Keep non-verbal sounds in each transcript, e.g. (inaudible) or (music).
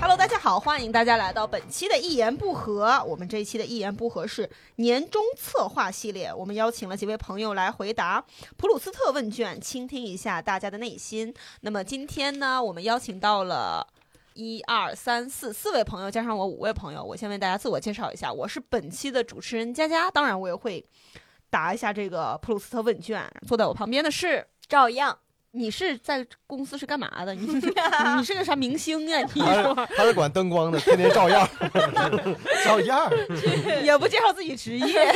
Hello，大家好，欢迎大家来到本期的《一言不合》。我们这一期的一言不合是年终策划系列，我们邀请了几位朋友来回答普鲁斯特问卷，倾听一下大家的内心。那么今天呢，我们邀请到了。一二三四四位朋友加上我五位朋友，我先为大家自我介绍一下，我是本期的主持人佳佳，当然我也会答一下这个普鲁斯特问卷。坐在我旁边的是照样，你是在公司是干嘛的？你你是个 (laughs) 啥明星啊？你他是他是管灯光的，天天 (laughs) 照样，照样。也不介绍自己职 (laughs) 业。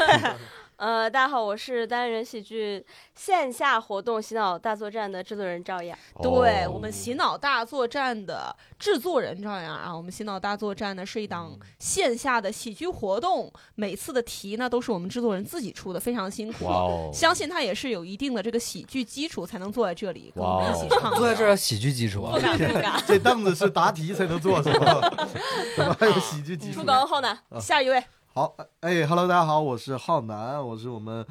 呃，大家好，我是单人喜剧线下活动洗脑大作战的制作人赵雅。 (laughs) 哦对我们洗脑大作战的制作人赵阳啊，我们洗脑大作战呢是一档嗯线下的喜剧活动，每次的题呢都是我们制作人自己出的，非常辛苦。哇哦，相信他也是有一定的这个喜剧基础，才能坐在这里跟我哇们哦一起唱歌。坐在这 (laughs) 儿喜剧基础啊不，敢不敢， (laughs) 这凳子是答题才能坐是吧？怎么还有喜剧基础出？梗后呢？下一位，好，哎，Hello，大家好，我是浩南，我是我们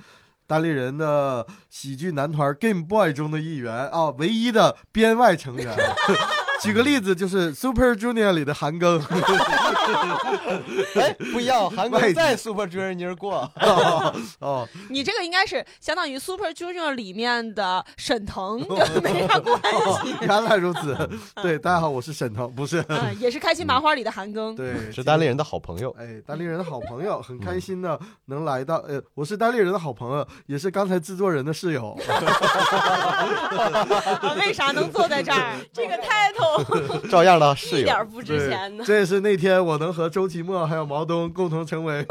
单立人的喜剧男团 Game Boy 中的一员啊，唯一的编外成员。 (laughs) 举个例子，就是 Super Junior 里的韩庚，哎，不一样，韩国 (laughs) 在 Super Junior 过，哦，你这个应该是相当于 Super Junior 里面的沈 (laughs) 腾，就没啥关系。哦原来如此。对，大家好，我是沈腾，不是，嗯，也是开心麻花里的韩庚。对， (laughs) 是单立人嗯的好朋友。哎，单立人的好朋友，很开心的能来到。呃，我是单立人的好朋友，也是刚才制作人的室友。啊为啥能坐在这儿？这哦个 (laughs) title 照样的室一友，点不值钱呢对，。这也是那天我能和周奇墨还有毛东共同成为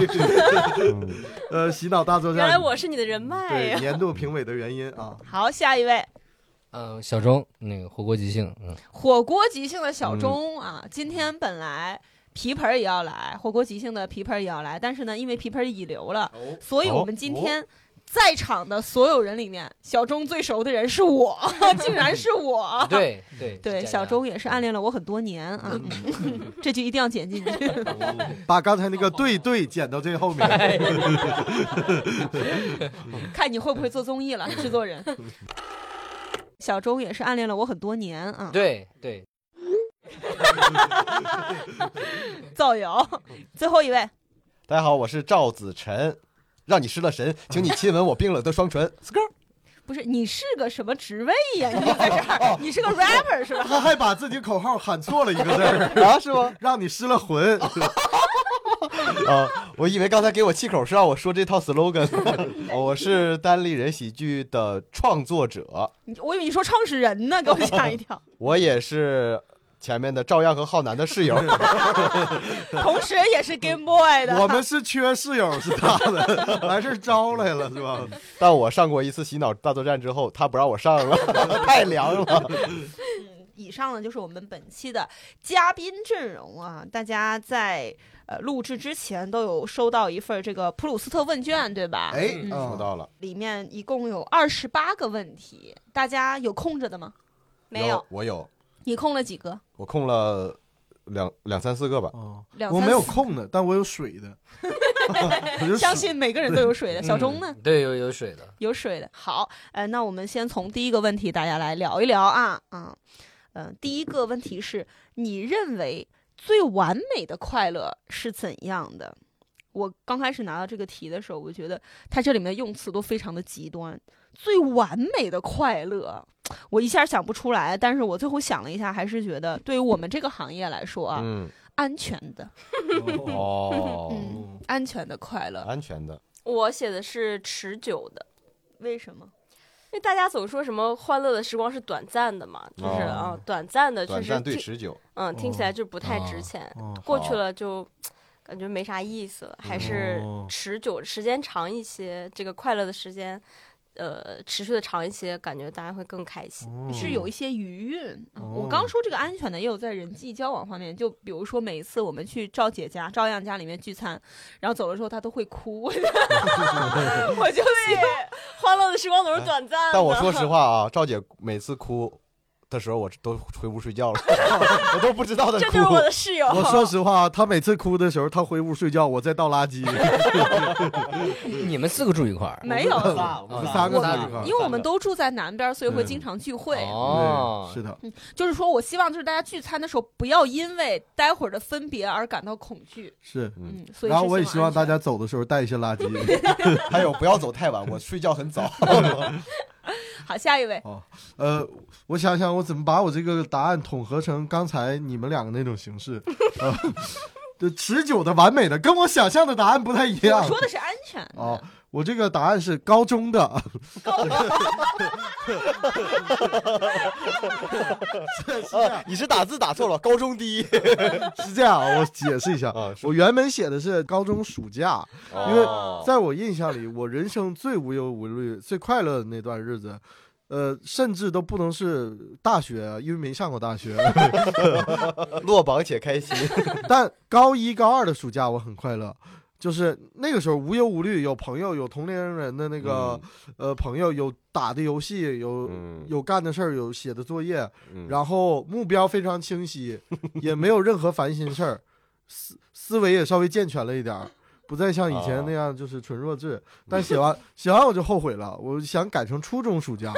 嗯 (laughs) 呃洗脑大作战。原来我是你的人脉啊对呀！年度评委的原因啊。好，下一位。嗯，小钟，那个火锅即兴，嗯，火锅即兴的小钟、啊，今天本来皮盆儿也要来，火锅即兴的皮盆儿也要来，但是呢，因为皮盆儿已留了，哦所以我们今天在场的所有人里面，小钟最熟的人是 (laughs) 我，竟然是我。对对对，小钟也是暗恋了我很多年啊，嗯这句一定要剪 (laughs) 进去。把刚才那个对对剪到最后面。哎看你会不会做综艺了，制作 (laughs) 人。小钟也是暗恋了我很多年啊，对对，造谣。最后一位，大家好，我是赵子晨，让你失了 (laughs) 神，请你亲吻我冰冷的双唇。 (laughs) 不是你是个什么职位呀？ (laughs) 你在这儿，你是个 rapper 是吧？他还把自己口号喊错了一个字儿，啊，是吗？让你失了魂。哦啊，我以为刚才给我气口是让我说这套 slogan。哦 (laughs) 我是单立人喜剧的创作者，你 (laughs) 我以为你说创始人 (laughs) 呢，给我吓一跳。我也是前面的照样和浩南的室 (laughs) 友。同时也 (laughs) 是 Game Boy 的。我们是缺室友是 (laughs) 他的，完事儿招来了是吧？但我上过一次洗脑大作战之后，他不让我上 (laughs) 了，太凉了。以上呢就是我们本期的嘉宾阵容啊，大家在呃录制之前都有收到一份这个普鲁斯特问卷，对吧？哎，嗯说啊到了，里面一共有二十八个问题，大家有空着的吗？没有，，我有，你空了几个？我空了两两三四个吧。哦两我三没有四空的，但我有水 (laughs) 的。我就相信每个人都有水的。小钟呢？嗯？对，有有水的，有水的。好，呃，那我们先从第一个问题大家来聊一聊啊啊，嗯、呃，第一个问题是你认为最完美的快乐是怎样的？我刚开始拿到这个题的时候，我觉得它这里面的用词都非常的极端。最完美的快乐，我一下想不出来，但是我最后想了一下，还是觉得对于我们这个行业来说啊，嗯，安全的，哦哦啊嗯，安全的快乐，安全的，我写的是持久的，为什么？因为大家总说什么欢乐的时光是短暂的嘛，就是哦啊，短暂的确短实暂对哦听，持久。嗯，听起来就不太值钱，哦过去了就感觉没啥意思了，还是哦持久时间长一些，这个快乐的时间，呃，持续的长一些，感觉大家会更开心。是有一些余韵。啊我嗯哦刚说这个安全的，也有在人际交往方面，就比如说每一次我们去赵姐家、赵样家里面聚餐，然后走的时候她都会哭， (laughs) 我就希望 (laughs) 欢乐的时光总是短暂的。但我说实话啊，赵姐每次哭，的时候，我都回屋睡 (laughs) 觉了，我都不知道他这哭就是。我的室友。我说实话，他每次哭的时候，他回屋睡觉，我在倒垃圾。你们四个住一块儿？没有我们 (laughs) 仨我我们们仨三个我啊在一块儿因为我们都住在南边，所以会嗯经常聚会。哦嗯对，是的， (laughs) 就是说我希望就是大家聚餐的时候，不要因为待会儿的分别而感到恐惧。是。嗯，所以然后我也是希望大安全家走的时候带一些垃圾。 (laughs) 还有不要走太晚，我睡觉 (laughs) 很早。好，下一位，呃，我想想，我怎么把我这个答案统合成刚才你们两个那种 (laughs) 形式？呃就持久的、完美的，跟我想象的答案不太一我样。说的是安全的哦，我这个答案是高中的， (laughs) 啊你是打字打错了，高中 (laughs) 第一。是这样啊，我解释一下。哦啊我原本写的是高中暑假，因为哦在我印象里，我人生最无忧无虑、最快乐的那段日子，呃，甚至都不能是大学，因为没上过 (laughs) 大学。落榜且开心。但高一、高二的暑假我很快乐，就是那个时候无忧无虑，有朋友，有同龄人的那个、呃朋友，有打的游戏，有、嗯，有干的事儿，有写的作业，嗯然后目标非常清晰， (laughs) 也没有任何烦心事儿，思思维也稍微健全了一点儿，不再像以前那样就是纯弱智。但写完 (laughs) 写完我就后悔了，我想改成初中暑假。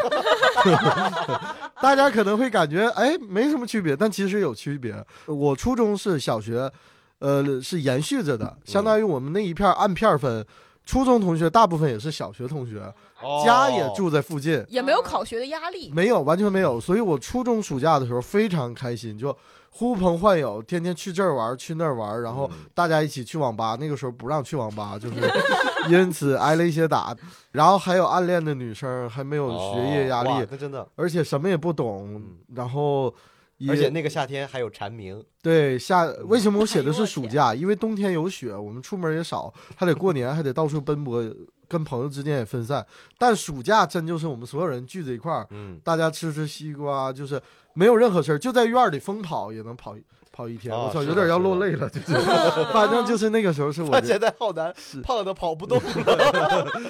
(laughs) 大家可能会感觉哎没什么区别，但其实有区别。我初中是小学，呃是延续着的，相当于我们那一片儿按片儿分。初中同学大部分也是小学同学，哦家也住在附近，也没有考学的压力。没有，完全没有。所以我初中暑假的时候非常开心，就呼朋唤友，天天去这儿玩，去那儿玩，然后嗯嗯大家一起去网吧。那个时候不让去网吧，就是 (laughs) 因此挨了一些打。然后还有暗恋的女生，还没有学业压力，哦哇那真的。而且什么也不懂嗯，然后也。而且嗯那个夏天还有蝉鸣，对夏，为什么我写的是暑 (laughs) 假？因为冬天有雪，我们出门也少，还得过年，还得到处奔波，跟朋友之间也分散。但暑假真就是我们所有人聚在一块儿，嗯，大家吃吃西瓜，就是没有任何事儿，就在院儿里疯跑也能跑跑一天。啊我操，是的有点要落泪了，就是反正就是那个时候是 (laughs) 我他这现在浩南胖的跑不动了。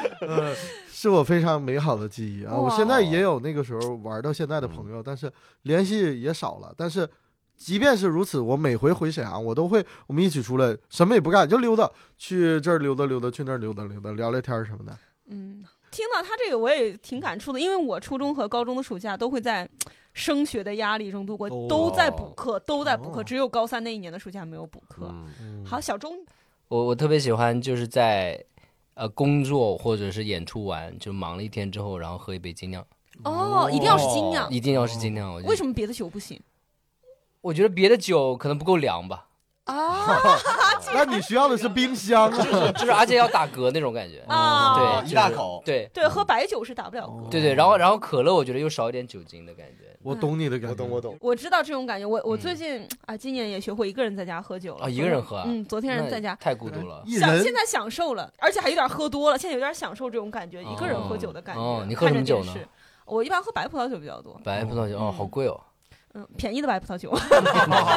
是我非常美好的记忆啊！我哇现在也有那个时候玩到现在的朋友，但是联系也少了。但是即便是如此，我每回回沈阳，我都会我们一起出来，什么也不干，就溜达，去这儿溜达溜达，去那儿溜达溜达，聊聊天儿什么的。嗯，听到他这个我也挺感触的，因为我初中和高中的暑假都会在升学的压力中度过，哦都在补课，都在补课，哦只有高三那一年的暑假没有补课。嗯嗯 (laughs) 好，小钟，我我特别喜欢就是在呃工作或者是演出完就忙了一天之后，然后喝一杯精酿，哦，一定要是精酿，一定要是精酿。我为什么？么别的酒不行？我觉得别的酒可能不够凉 (laughs) 吧，哦啊那你需要的是冰箱啊！就是而且要打嗝那种感觉。啊！对嗯哦一大口，对嗯哦对，喝白酒是打不了嗝。对对，然后然后可乐我觉得又少一点酒精的感觉。我懂你的感觉，我懂，我懂。我知道这种感觉，我我嗯最近、啊，今年也学会一个人在家喝酒了。啊一个人喝啊嗯，昨天人在家，嗯太孤独了。一享人现在享受了，而且还有点喝多了，现在有点享受这种感觉，哦一个人喝酒的感觉。哦你喝什么酒呢看着电视？我一般喝白葡萄酒比较多，白葡萄酒哦，好贵哦。嗯，便宜的白葡萄酒，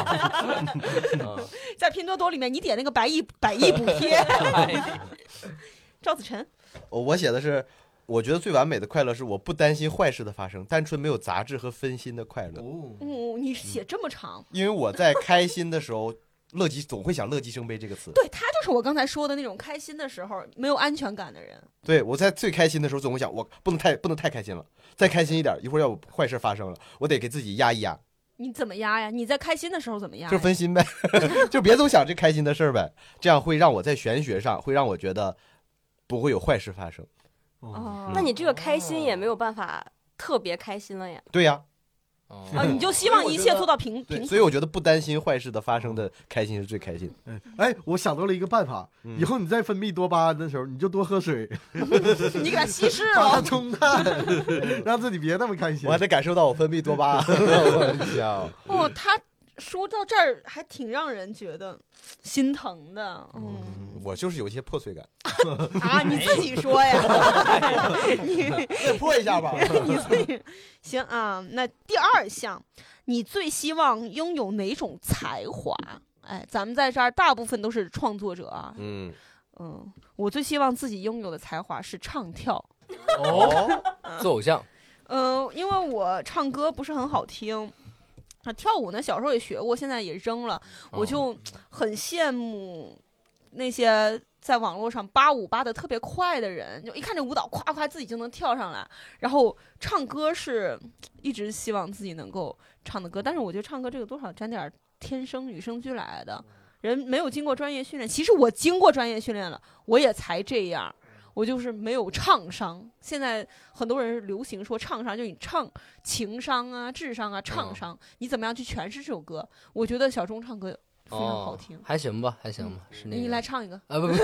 嗯 (laughs) 在拼多多里面你点那个百亿百亿补贴。赵子晨，哦我写的是，我觉得最完美的快乐是我不担心坏事的发生，单纯没有杂质和分心的快乐。哦，嗯，你写这么长，因为我在开心的时候，乐极总会想“乐极生悲”这个词。对他就是我刚才说的那种开心的时候没有安全感的人。对我在最开心的时候，总会想我不能太不能太开心了，再开心一点，一会儿要有坏事发生了，我得给自己压一压，你怎么压呀？你在开心的时候怎么压呀？就分 (laughs) 心呗，就别总想这开心的事儿呗，这样会让我在玄学上会让我觉得不会有坏事发生。哦，嗯那你这个开心也没有办法特别开心了呀。对呀、啊，你就希望一切做到平对，平嗯所以我觉得不担心坏事的发生的开心是最开心的。哎哎，我想到了一个办法，嗯以后你再分泌多巴胺的时候，你就多喝 (laughs) 水，衡，你给它稀释 (laughs) 把它了。 (laughs) 冲淡，让自己别那么开心我还。得感受到我分泌多巴胺，我的天啊哦，他说到这儿还挺让人觉得 (sniffs) 心疼的。嗯 (laughs) 我就是有一些破碎感，啊，你自己说呀， (laughs) 再破一下吧。你自己行啊。那第二项，你最希望拥有哪种才华？哎，咱们在这儿大部分都是创作者啊。 (laughs) 嗯，嗯，我最希望自己拥有的才华是唱跳。 (laughs) 哦，做偶像呃，因为我唱歌不是很好听。啊，跳舞呢，小时候也学过，现在也扔了。我就很羡慕那些在网络上八舞扒的特别快的人，就一看这舞蹈，夸夸自己就能跳上来。然后唱歌是一直希望自己能够唱的歌，但是我觉得唱歌这个多少沾点儿天生与生俱来的，人没有经过专业训练。其实我经过专业训练了，我也才这样。我就是没有唱商，现在很多人流行说唱商，就你唱情商啊、智商啊、唱商，你怎么样去诠释这首歌？我觉得小钟唱歌非常好听哦，。还行吧，还行吧，是那个。你来唱 (laughs) 一个，啊，不不，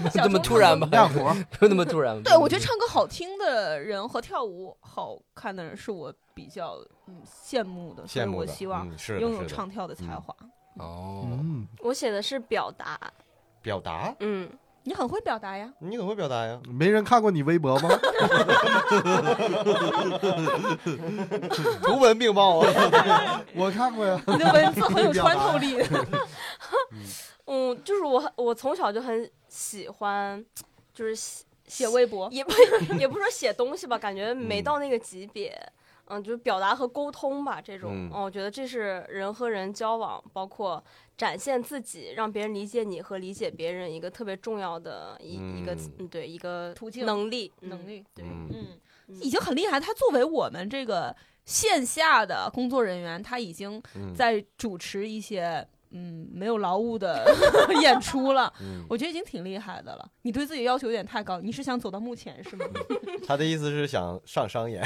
不小这么钟突然 (laughs) 吧，干活儿，不那么突然吧。对我嗯觉得唱歌好听的人和跳舞好看的人是我比较嗯羡慕的，所以羡慕我的，希望嗯是的拥有是的嗯唱跳的才华。哦，嗯，我写的是表达，表达，嗯，你很会表达 (laughs) 呀，你很会表 (laughs) 达呀。没人看过你微博吗？图文并茂 (laughs) 啊！ (laughs) 我看过呀。你的文字很有穿透 (laughs) 力。嗯，就是我很我从小就很喜欢，就是写写微博，也不 (laughs) 也不是说写东西吧，感觉没到那个级别。嗯就是表达和沟通吧，这种，嗯哦，我觉得这是人和人交往，包括展现自己，让别人理解你和理解别人一个特别重要的一、一个嗯，嗯，对，一个途径能力，嗯能力，对，嗯嗯，嗯已经很厉害。他作为我们这个线下的工作人员，他已经嗯在主持一些嗯没有劳务的 (laughs) 演出了， (laughs) 嗯我觉得已经挺厉害的了。你对自己要求有点太高，你是想走到幕前是吗？他的意思是想上商演，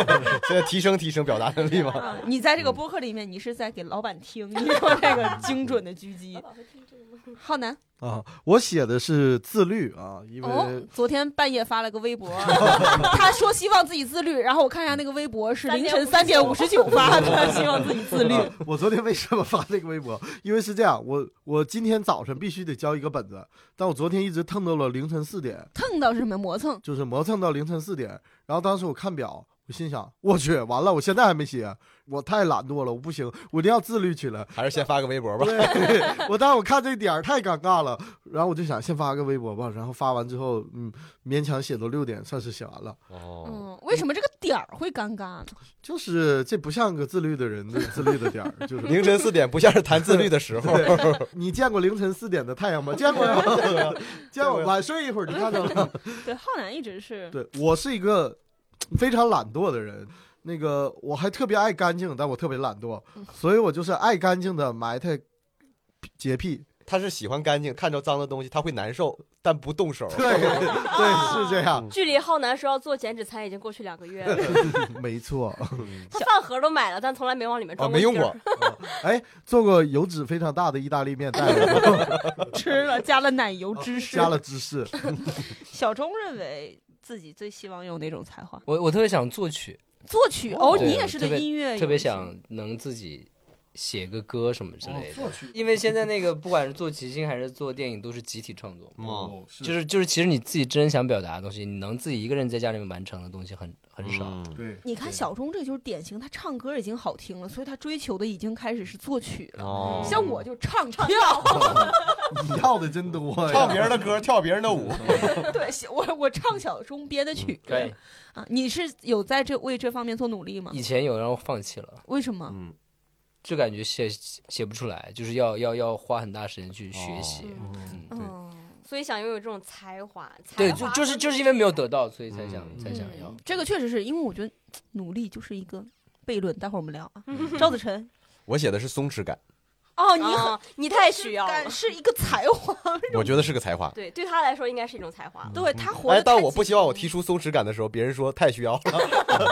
(laughs) 所以提升提升表达能力 (laughs) 嘛。啊，你在这个播客里面，你是在给老板听，你说这个精准的狙 (laughs) 击。浩南，啊，我写的是自律啊，因为、哦，昨天半夜发了个微博， (laughs) 他说希望自己自律，然后我看一下那个微博是凌晨三点五十九发 (laughs) 的，希望自己自律。啊我昨天为什么发那个微博？因为是这样，我我今天早晨必须得交一个本子，但我昨天一直蹭到了凌晨四点，蹭到是什么磨蹭？就是磨蹭到凌晨四点。然后当时我看表，我心想，我去，完了，我现在还没写，我太懒惰了，我不行，我一定要自律起来。还是先发个微博吧。对， (laughs) 我当我看这点儿太尴尬了，然后我就想先发个微博吧，然后发完之后，嗯，勉强写到六点，算是写完了。哦，嗯，为什么这个点儿会尴尬呢？就是这不像个自律的人的自律的点儿，就是 (laughs) 凌晨四点不像是谈自律的时候。你见过凌晨四点的太阳吗？见过 (laughs) 呀，见过。晚睡一会儿就看到了。 (laughs) 对，浩南一直是对我是一个非常懒惰的人，那个我还特别爱干净，但我特别懒惰，所以我就是爱干净的埋汰洁癖。他是喜欢干净，看着脏的东西他会难受，但不动手。啊对 (laughs) 对，是这 (laughs) 样，距离浩南说要做减脂餐已经过去两个月了， (laughs) 没错。他饭盒都买了，但从来没往里面啊，装没用钉儿 (laughs) 过。哎，做过油脂非常大的意大利面，带了吃了加了奶油芝士。加了芝 (laughs) 士。小钟认为自己最希望有哪种才华？我我特别想作曲，作曲哦，对你也是特别音乐有特别一些想能自己写个歌什么之哦类的。哦因为现在那个不管是做即兴还是做电影，都是集体创作，哦嗯，哦就是就是其实你自己真想表达的东西，你能自己一个人在家里面完成的东西很很少。嗯对，你看小钟，这就是典型，他唱歌已经好听了，所以他追求的已经开始是作曲了。哦像我就唱跳， (laughs) 你要的真多呀。唱别人的歌，跳别人的舞。对，小我我唱小钟编的曲。对，啊，你是有在这为这方面做努力吗？以前有然后放弃了，为什么？嗯，就感觉写写不出来，就是要要要花很大时间哦去学习。嗯，对。嗯，所以想拥有这种才华，对，才就华就是和就是努因为力没有得 (laughs) 到，所以才想、嗯才想要嗯。这个确实是因为我觉得努力就是一个悖论，待会儿我们聊啊。嗯赵子晨，我写的是松弛感，哦，你很啊，你太需要了感。是一个才华，我觉得是个才华。对，对他来说应该是一种才华。对他活哎，得太但极。我不希望我提出松弛感的时候，别人说太需要了。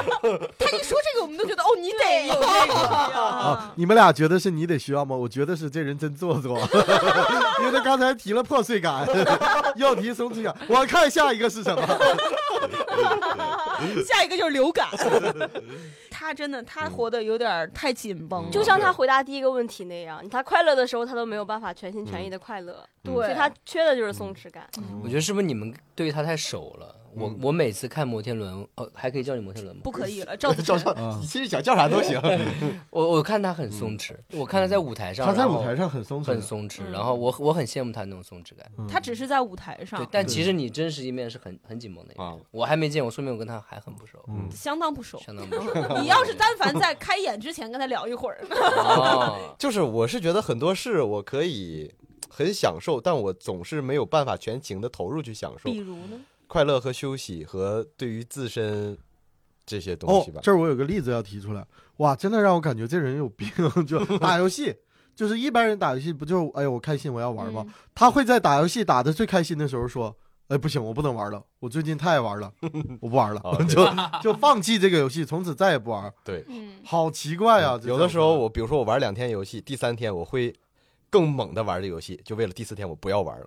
他一说这个，我们都觉得哦，你得有这啊个。你们俩觉得是你得需要吗？我觉得是这人真做作， (laughs) 因为他刚才提了破碎感， (laughs) 要提松弛感。我看下一个是什么？下一个就是流感。他真的他活得有点儿太紧绷了，就像他回答第一个问题那样，他快乐的时候他都没有办法全心全意的快乐，嗯所对以他缺的就是松弛感。我觉得是不是你们对他太熟了？我嗯我每次看摩天轮，哦，还可以叫你摩天轮吗？不可以了，赵子照晨相，你其实想叫啥都行。我我看他很松弛，我看他在舞台嗯上，他在然后舞台上很松很弛，松弛，嗯然后我我很羡慕他那种松弛感。他只是在舞台对上，但其实你真实一面是很很紧绷的一面啊我还没见过，说明我跟他还很不熟，嗯相当不熟。相当不熟。 (laughs) 你要是但凡在开演之前跟他聊一会儿，哦， (laughs) 就是我是觉得很多事我可以很享受，但我总是没有办法全情的投入去享受比如呢？快乐和休息和对于自身这些东哦西吧，。这儿我有个例子要提出来，哇，真的让我感觉这人有病，就打游戏。就是一般人打游戏不就哎呀我开心我要玩吗？他会在打游戏打的最开心的时候说，哎不行我不能玩了，我最近太爱 (laughs) 玩了，我不玩了，啊，对就就放弃这个游戏，从此再也不玩。嗯，好奇怪啊！这有的时候我比如说我玩两天游戏，第三天我会更猛的玩这游戏，就为了第四天我不要玩了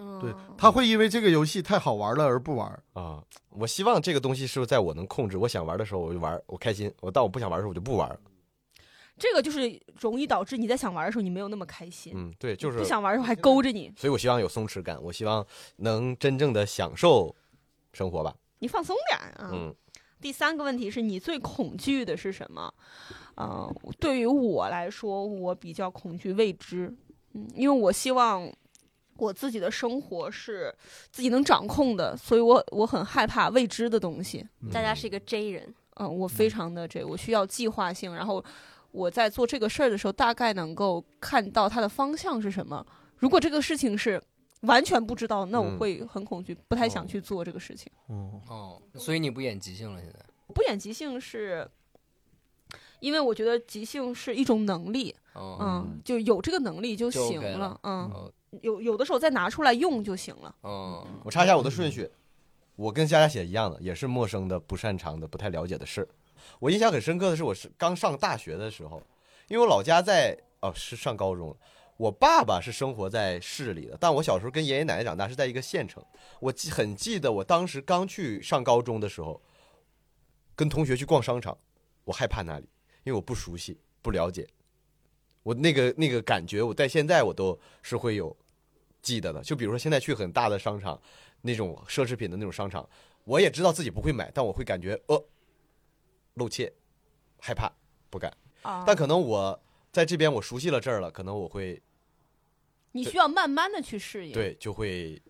嗯，对他会因为这个游戏太好玩了而不玩。啊。我希望这个东西是在我能控制，我想玩的时候我就玩，我开心；我但我不想玩的时候我就不玩。这个就是容易导致你在想玩的时候你没有那么开心，嗯，对，就是不，想玩的时候还勾着你，所以我希望有松弛感，我希望能真正的享受生活吧。你放松点儿啊。嗯第三个问题是你最恐惧的是什么？嗯、对于我来说，我比较恐惧未知，嗯，因为我希望我自己的生活是自己能掌控的，所以我我很害怕未知的东西。嗯大家是一个 J 人，嗯、我非常的这，我需要计划性，然后我在做这个事儿的时候，大概能够看到它的方向是什么。如果这个事情是完全不知道，那我嗯会很恐惧，不太想去做这个事情。嗯，哦，所以你不演即兴了，现在不演即兴是，因为我觉得即兴是一种能力，哦，嗯，就有这个能力就就行 OK 了嗯，哦有有的时候再拿出来用就行了。哦，我查一下我的顺序，我跟佳佳写一样的，也是陌生的、不擅长的、不太了解的事。我印象很深刻的是，我是刚上大学的时候，因为我老家在哦是上高中了，我爸爸是生活在市里的，但我小时候跟爷爷奶奶长大是在一个县城。我记很记得我当时刚去上高中的时候，跟同学去逛商场，我害怕那里，因为我不熟悉、不了解。我那个那个感觉，我在现在我都是会有记得的。就比如说现在去很大的商场，那种奢侈品的那种商场，我也知道自己不会买，但我会感觉呃露怯、害怕、不敢。啊但可能我在这边我熟悉了这儿了，可能我会你需要慢慢的去适应。，对就会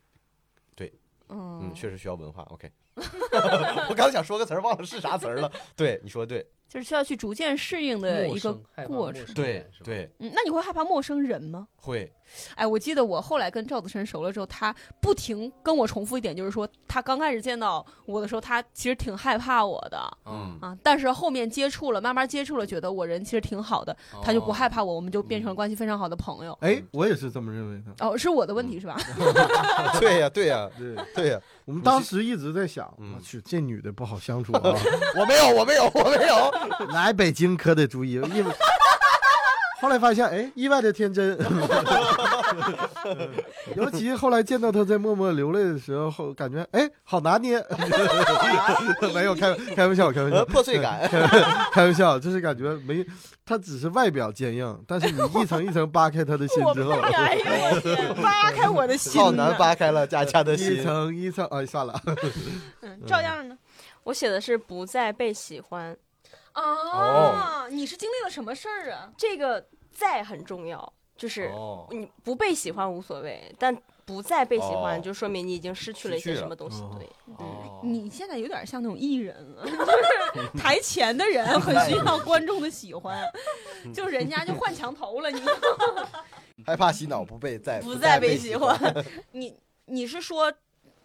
嗯哦嗯，，确实需要文化。OK，我刚才想说个词儿，忘了是啥词儿了。对，你说得对，就是需要去逐渐适应的陌一个生害怕过陌程生。感对是吧，对，嗯，那你会害怕陌生人吗？会哎，我记得我后来跟赵子晨熟了之后，他不停跟我重复一点，就是说他刚开始见到我的时候，他其实挺害怕我的嗯，啊，但是后面接触了，慢慢接触了，觉得我人其实挺好的，哦他就不害怕我，我们就变成了关系非常好的朋友。哎，嗯我也是这么认为的。哦，是我的问题是吧？，嗯 (laughs) 对呀，对呀，对，对呀，我们当时一直在想，嗯我去，这女的不好相 (laughs) 处啊，我没有，我没有，我没有。 (laughs) (laughs) 来北京可得注意。因为后来发现，哎，意外的天真。 (laughs) 尤其后来见到她在默默流泪的时候，后感觉哎，好拿捏。 (laughs) 没有开开玩笑，开玩笑呃，，破碎感，开玩笑，就是感觉没，她只是外表坚硬，但是你一层一层扒开她的心之后哎呦我天，扒开我的心浩呐南扒开了佳佳的一心。层一层，哎，算了，嗯，照样呢。 (laughs) 我写的是不再被喜欢，哦啊，你是经历了什么事儿啊？这个再很重要，就是哦，你不被喜欢无所谓，但不再被喜欢哦就说明你已经失去了一失些去了什么东西哦。对，嗯哦你现在有点像那种艺人 (laughs) 了，就是台前的 (laughs) 人很需要观众的喜欢，就是人家就换墙头 (laughs) 了，你害怕洗脑不被再不再被喜欢。你你是说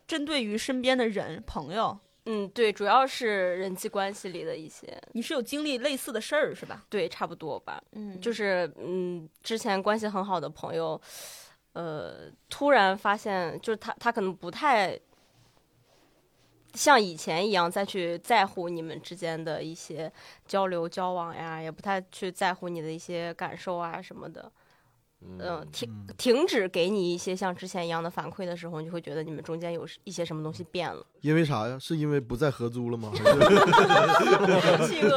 针对于身边的人朋友，嗯，对，主要是人际关系里的一些，你是有经历类似的事儿是吧？对，差不多吧。嗯就就是是嗯，之前关系很好的朋友，呃，突然发现，就是他他可能不太像以前一样再去在乎你们之间的一些交流交往呀，也不太去在乎你的一些感受啊什么的。嗯，停停止给你一些像之前一样的反馈的时候，你就会觉得你们中间有一些什么东西变了。因为啥呀？是因为不再合租了吗？ (laughs) 企 (laughs) 鹅，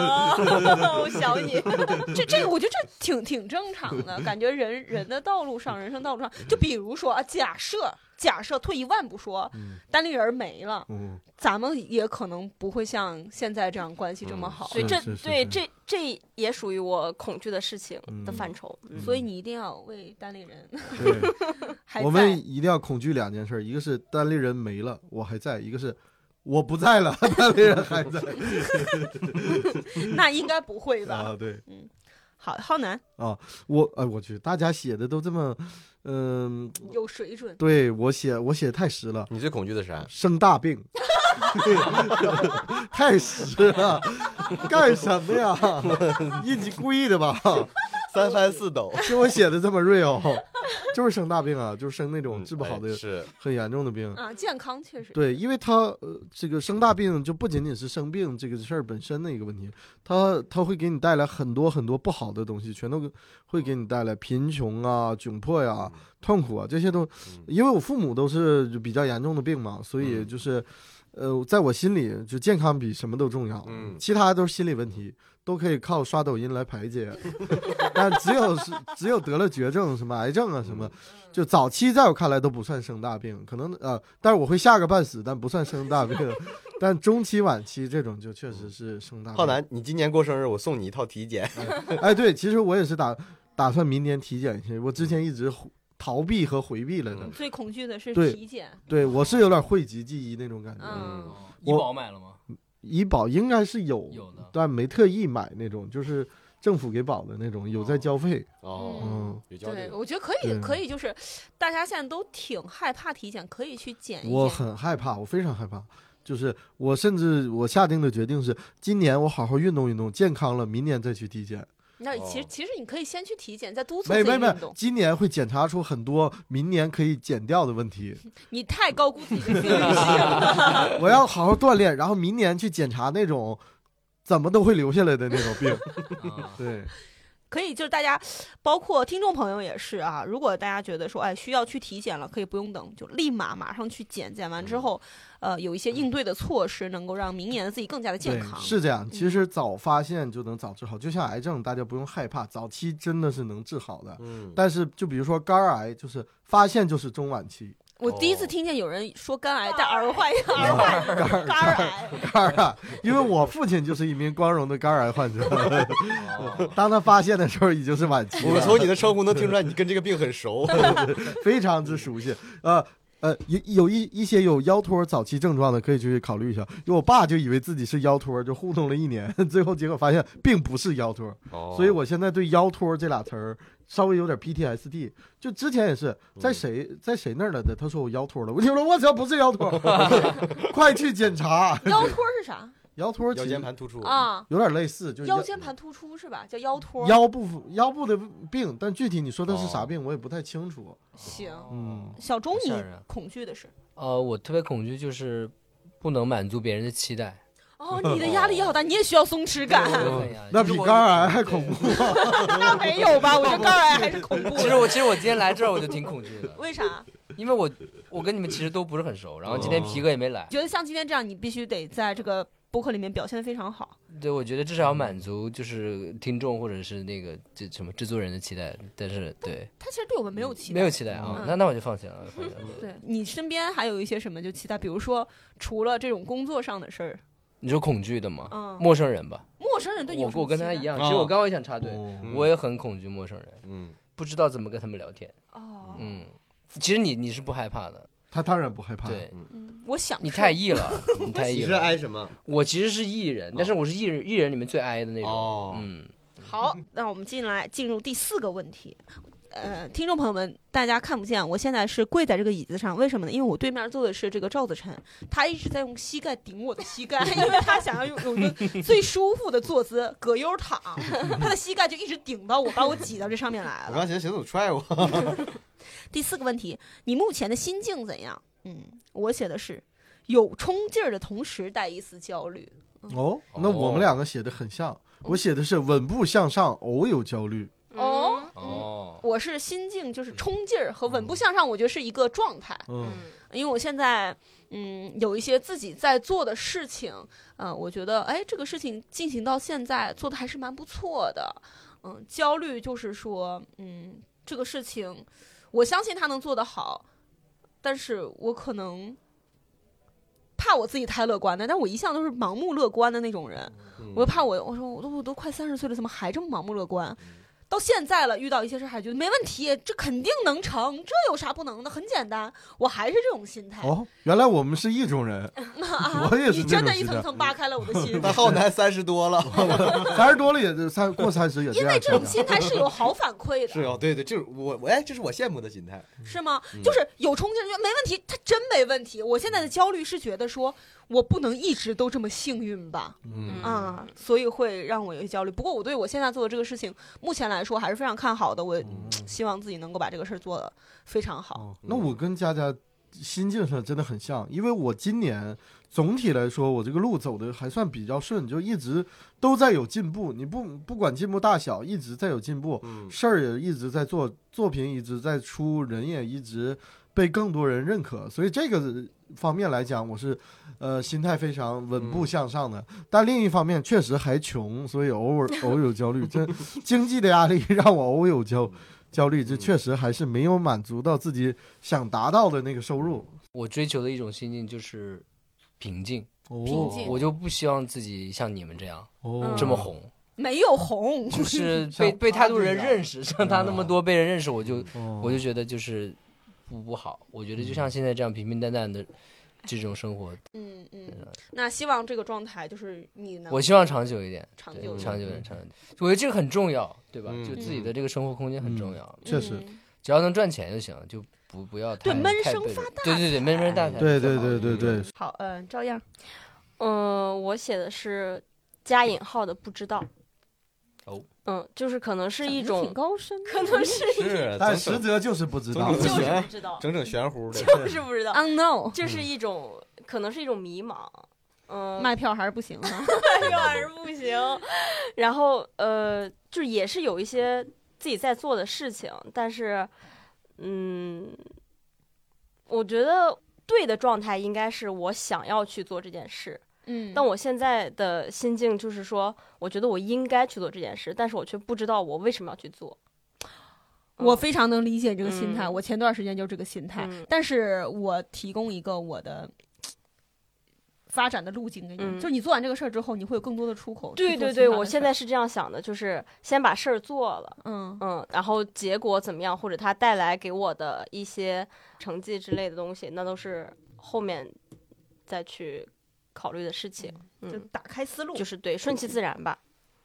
我想 (laughs) 你。哦这这个我觉得这挺挺正常的，感觉人人的道路上，人生道路上，就比如说啊，假设假设退一万步说，嗯单立人没了，嗯，咱们也可能不会像现在这样关系这么嗯好。所以是这是是对是这这也属于我恐惧的事情的嗯范畴。嗯所以你一定要为单立人对。还嗯我在们一定要恐惧两件事儿，一个是单立人没了，我还在；一个是我不在了， (laughs) 单立人还在。 (laughs) 那应该不会吧？啊，对好，浩南我，哎，我去，大家写的都这么，嗯、有水准，对我写我写太实了，你最恐惧的是啥？生大病， (laughs) 太实了，干什么 (laughs) 呀？印你故意的吧？三翻四抖，就我写的这么 real，就是生大病啊，就是生那种治不好的哎、是很严重的病。啊，健康确实嗯对，因为他呃，这个生大病就不仅仅是生病这个事儿本身的一个问题，他他会给你带来很多很多不好的东西，全都会给你带来贫穷啊、窘迫呀、嗯痛苦啊这些都嗯。因为我父母都是就比较严重的病嘛，所以嗯就是，呃，在我心里就健康比什么都重要，嗯其他都是心理问题，都可以靠刷抖音来排解。 (laughs) 但只有是只有得了绝症、什么癌症啊什嗯么，就早期在我看来都不算生大病，可能呃，但是我会吓个半死，但不算生大病。 (laughs) 但中期、晚期这种就确实是生大病。浩南，你今年过生日，我送你一套体检。哎，对，其实我也是打打算明年体检一下，我之前一直忽逃避和回避来的嗯。最恐惧的是对体检，对我是有点讳疾忌医那种感觉。嗯，医保买了吗？医保应该是有，有 (laughs) 的但没特意买那种，就是政府给保的那种，有在交费。哦嗯，有交这对，个，我觉得可以，对可以，就是大家现在都挺害怕体检，可以去检一我检。很害怕，我非常害怕。就是我甚至我下定的决定是，今年我好好运动运动，健康了，明年再去体检。那其实哦其实你可以先去体检，再督促自没己没没运动，。今年会检查出很多明年可以减掉的问题。你太高估自己的自律性了。我要好好锻炼，然后明年去检查那种怎么都会留下来的那种 (laughs) 病。啊对，可以，就是大家，包括听众朋友也是啊。如果大家觉得说，哎，需要去体检了，可以不用等，就立马马上去检。检完之后，呃，有一些应对的措施，能够让明年的自己更加的健对，康。嗯是这样。其实早发现就能早治好，就像癌症，大家不用害怕，早期真的是能治好的。嗯， (laughs) 但是就比如说肝癌，就是发现就是中晚期，我第一次哦听见有人说肝癌，但儿化儿化肝癌， (laughs) 肝癌，啊因为我父亲就是一名光荣的肝癌患者，哦 (laughs) 当他发现的时候已经是晚期我们了，从你的称呼能听出来，你跟这个病很熟。非常之熟悉。呃呃，有有一一些有腰托早期症状的可以去考虑一下，因为我爸就以为自己是腰托，就糊弄了一年，最后结果发现并不是腰托，哦 (laughs) 所以我现在对腰托这俩词儿稍微有点 PTSD。就之前也是嗯在谁在谁那儿来的，他说我腰托了，我就说我操，不是腰托， (laughs) 快去检查。 (laughs) 腰托是啥腰托腰其间实盘突出，啊？有点类似，就是腰间盘突出是吧？叫腰托。腰部腰部的病，但具体你说的是啥病，我也不太清楚。行，哦嗯，小钟，吓你人恐惧的是？呃，我特别恐惧就是不能满足别人的期待，哦，你的压力也好大，你也需要松弛感。哎呀嗯那就是比我肝癌还恐怖。那没有 (laughs) 吧？我觉得肝癌还是恐怖的。其实我其实我今天来这儿我就挺恐惧的，为啥？因为我我跟你们其实都不是很熟，然后今天哦皮哥也没来，觉得像今天这样，你必须得在这个播客里面表现的非常好。对我觉得至少要满足就是听众或者是那个这什么制作人的期待，但是对他其实对我们没有期没待。有期待啊，嗯那那我就放弃了。放弃了对你身边还有一些什么就期待，比如说除了这种工作上的事儿，你说恐惧的吗？嗯陌生人吧，陌生人对你有我什么我跟他期待一样，啊其实我刚刚也想插队，哦我也很恐惧陌生人，嗯，不知道怎么跟他们聊天。哦，嗯，其实你你是不害怕的，他当然不害怕。对嗯我想你太 E 了，你太 E 你是了。挨什么？我其实是 E 人，但是我是 E 人 E 人里面最 I 的那种。哦嗯，好。那我们进来进入第四个问题。呃，听众朋友们，大家看不见，我现在是跪在这个椅子上，为什么呢？因为我对面坐的是这个赵子晨，他一直在用膝盖顶我的膝盖，因为他想要用有一个最舒服的坐姿葛优躺，他的膝盖就一直顶到我，把我挤到这上面来我 (laughs) 了。刚寻思谁怎么踹我？。第四个问题，你目前的心境怎样？嗯，我写的是有冲劲儿的同时带一丝焦虑。哦，那我们两个写的很像。我写的是稳步向上，偶有焦虑。哦哦，我我是心境就是冲劲儿和稳步向上，我觉得是一个状态。嗯，因为我现在嗯有一些自己在做的事情，嗯、我觉得哎这个事情进行到现在做的还是蛮不错的，嗯，焦虑就是说，嗯，这个事情我相信他能做得好，但是我可能。怕我自己太乐观了，但我一向都是盲目乐观的那种人，我就怕我，我说我都我都快三十岁了，怎么还这么盲目乐观？到现在了，遇到一些事儿还觉得没问题，这肯定能成，这有啥不能的？很简单，我还是这种心态。哦，原来我们是一 (laughs) 种人，啊我也是你这真种的心一层态层扒开了我的心 (laughs) 但浩南三十多了，三十多了也就三过三十也这因样。为这种心态是有好反 (laughs) 馈的， (laughs) 是哦，对对，就是我，我哎，这是我羡慕的心态。是吗？嗯就是有冲劲儿，就没问题，他真没问题。我现在的焦虑是觉得说，我不能一直都这么幸运吧，嗯啊、所以会让我有些焦虑。不过我对我现在做的这个事情，目前来说还是非常看好的。我嗯希望自己能够把这个事儿做得非常好。哦，那我跟佳佳心境上真的很像，因为我今年总体来说，我这个路走的还算比较顺，就一直都在有进步。你不不管进步大小，一直在有进步，嗯事儿也一直在做，作品一直在出，人也一直被更多人认可。所以这个方面来讲，我是呃心态非常稳步向上的。但另一方面，确实还穷，所以偶 (laughs) 尔偶有焦虑。这经济的压力让我偶有焦焦虑，这嗯确实还是没有满足到自己想达到的那个收入。我追求的一种心境就是平静，平静我就不希望自己像你们这样哦嗯这 (laughs) 么红，没有红，就是像被被他太多这人样嗯认识，像他那么多被人认识，我就哦我就觉得就是不不好。我觉得就嗯像现在这样平平淡淡的这种生活，嗯嗯。啊那希望这个状态就是你能我希望长久一点，长对久一长点久一点，长久一点。我觉得这个很重要，对吧？嗯就自己的这个生活空间很重要，确实嗯只要能赚钱就行，就不不要太对闷太声被发人大对对对，闷声大财。对对对对对，好，嗯、照样。嗯，我写的是加引号的不知道。哦。嗯，就是可能是一长得挺 (laughs) 种，高深的，可能是是，但整实整则就是不知道总。就是行不知道，整整玄乎的，就是不知 (laughs) 道， unknown 嗯就是一种可能是一种迷茫。嗯，卖票还是不行啊。这 (laughs) 玩意儿不行。然后呃，就也是有一些自己在做的事情，但是嗯，我觉得对的状态应该是我想要去做这件事， (laughs) 嗯但我现在的心境就是说，我觉得我应该去做这件事，但是我却不知道我为什么要去做。我非常能理解这个心态，嗯我前段时间就是这个心态，嗯但是我提供一个我的。发展的路径给你，嗯就是你做完这个事儿之后，你会有更多的出口去做对其他对的事儿。对，我现在是这样想的，就是先把事儿做了。嗯嗯，然后结果怎么样，或者它带来给我的一些成绩之类的东西，那都是后面再去考虑的事情。就嗯，打开思路。就是对，顺其自然吧。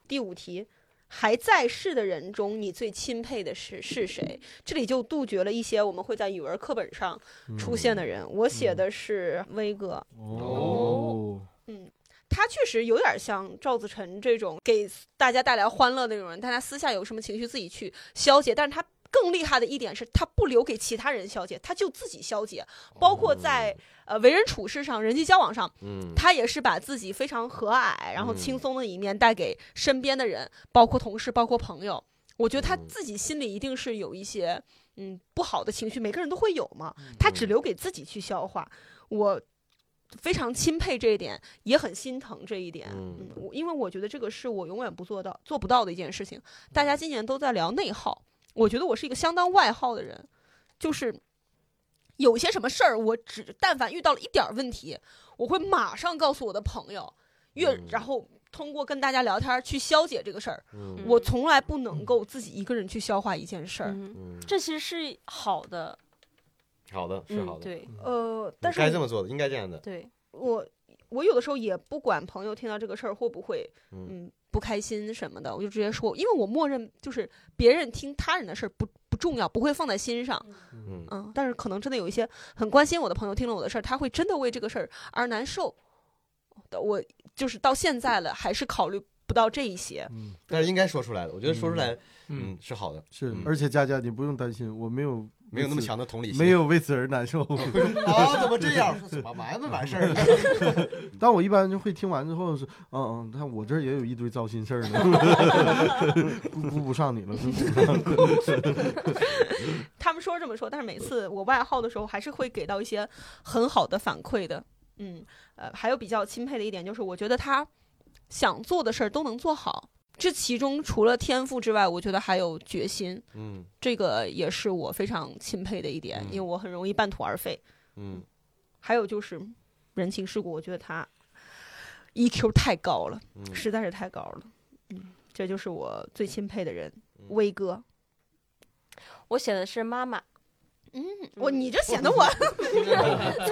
第五题，还在世的人中，你最钦佩的是是谁？这里就杜绝了一些我们会在语文课本上嗯出现的人。我写的是威哥，哦，他确实有点像赵子晨这种给大家带来欢乐的那种人，但他私下有什么情绪自己去消解，但是他。更厉害的一点是他不留给其他人消解，他就自己消解。包括在呃为人处事上、人际交往上，嗯，他也是把自己非常和蔼，然后轻松的一面带给身边的人，包括同事，包括朋友。我觉得他嗯自己心里一定是有一些嗯不好的情绪，每个人都会有嘛，嗯他只留给自己去消化。我非常钦佩这一点，也很心疼这一点。嗯嗯，我因为我觉得这个是我永远不做到、做不到的一件事情。大家今年都在聊内耗，我觉得我是一个相当外耗的人，就是有些什么事儿，我只但凡遇到了一点儿问题，我会马上告诉我的朋友，越嗯然后通过跟大家聊天儿去消解这个事儿。嗯我从来不能够自己一个人去消化一件事儿。嗯，嗯，这其实是好的，好的，是好嗯，的，对呃，但是该这么做的，应该这样的，对，我我有的时候也不管朋友听到这个事儿会不会嗯嗯不开心什么的，我就直接说，因为我默认就是别人听他人的事儿不不重要，不会放在心上。嗯嗯，但是可能真的有一些很关心我的朋友听了我的事儿，他会真的为这个事儿而难受。我就是到现在了，还是考虑不到这一些。嗯，但是应该说出来的，我觉得说出来，嗯嗯，是好的，是嗯，而且佳佳你不用担心，我没有没有那么强的同理心。没， (laughs) 有为此而难 (laughs) 受。啊，怎么这样？说什么完没完事儿 (laughs) 了？但我一般就会听完之后是，嗯嗯，看我这儿也有一堆糟心事儿呢， (laughs) 顾顾不上你了。他们说这么说，但是每次我外号的时候，还是会给到一些很好的反馈的。嗯，呃，还有比较钦佩的一点就是，我觉得他想做的事儿都能做好。这其中除了天赋之外，我觉得还有决心，嗯这个也是我非常钦佩的一点，嗯因为我很容易半途而废。嗯，还有就是人情世故，我觉得他 EQ 太高了，嗯实在是太高了。嗯，这就是我最钦佩的人，嗯威哥。我写的是妈妈，嗯，我你这显得 (laughs) 我，我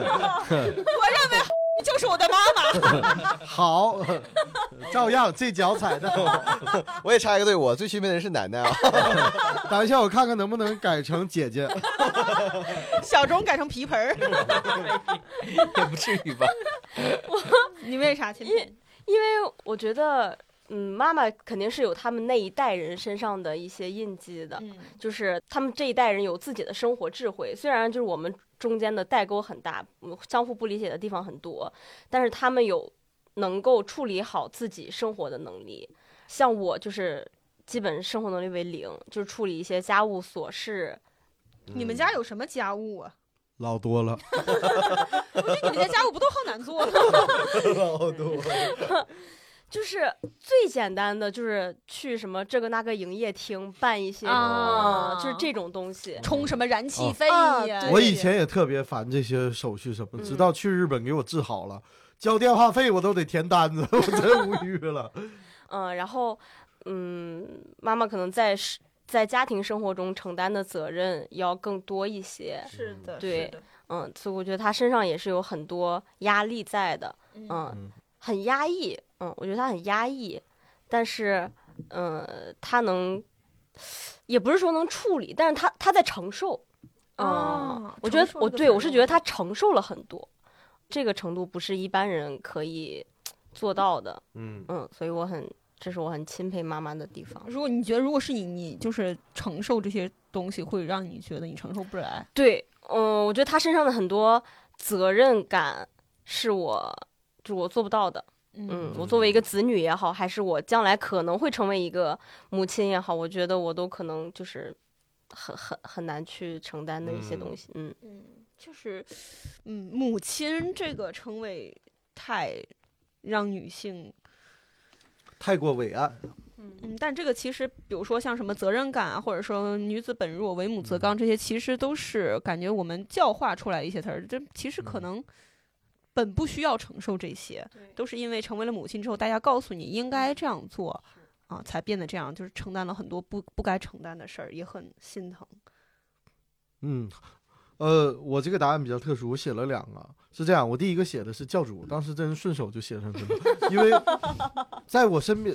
认为 (laughs) 就是我的妈妈。好， (laughs) 照样这脚踩的。 (laughs) 我也插一个队，我最钦佩的人是奶奶啊。等一下，我看看能不能改成姐姐。小钟改成皮盆儿， (laughs) 也不至于吧？你为啥亲？因为我觉得，嗯，妈妈肯定是有他们那一代人身上的一些印记的，嗯就是他们这一代人有自己的生活智慧，虽然就是我们中间的代沟很大，嗯相互不理解的地方很多，但是他们有能够处理好自己生活的能力。像我就是基本生活能力为零，就是处理一些家务琐事。 (laughs) 你们家有什么家务啊？老多了，你们家家务不都浩南做吗？ (laughs) 老多， (laughs) 就是最简单的，就是去什么这个那个营业厅办一些，啊嗯就是这种东西。 (laughs) 充什么燃气费啊哎呀？对我以前也特别烦这些手续什么，直到去日本给我治好了，交电话费我都得填单子，我真无语了。嗯，然后，嗯，妈妈可能在是在家庭生活中承担的责任要更多一些，是的，对是的，嗯，所以我觉得她身上也是有很多压力在的，嗯嗯嗯，很压抑，嗯，我觉得她很压抑，但是，嗯，她能，也不是说能处理，但是她她在承受，嗯，啊我觉承得受我这个对责我是任觉得她承受了很多，这个程度不是一般人可以做到的，嗯，嗯，所以我很。这是我很钦佩妈妈的地方。如果你觉得，如果是你，你就是承受这些东西，会让你觉得你承受不来。对，嗯，我觉得他身上的很多责任感是我，就是我做不到的。嗯，我作为一个子女也好，还是我将来可能会成为一个母亲也好，我觉得我都可能就是很很很难去承担的一些东西。嗯，嗯，就是，嗯，母亲这个称谓太让女性，太过伟岸，嗯，但这个其实，比如说像什么责任感啊，或者说女子本弱，为母则嗯刚，这些其实都是感觉我们教化出来一些词儿，这其实嗯可能。本不需要承受这些，都是因为成为了母亲之后，大家告诉你应该这样做，啊，才变得这样，就是承担了很多不不该承担的事儿，也很心疼。嗯，呃，我这个答案比较特殊，我写了两个。是这样，我第一个写的是教主，当时真顺手就写上去了，因为在我身边，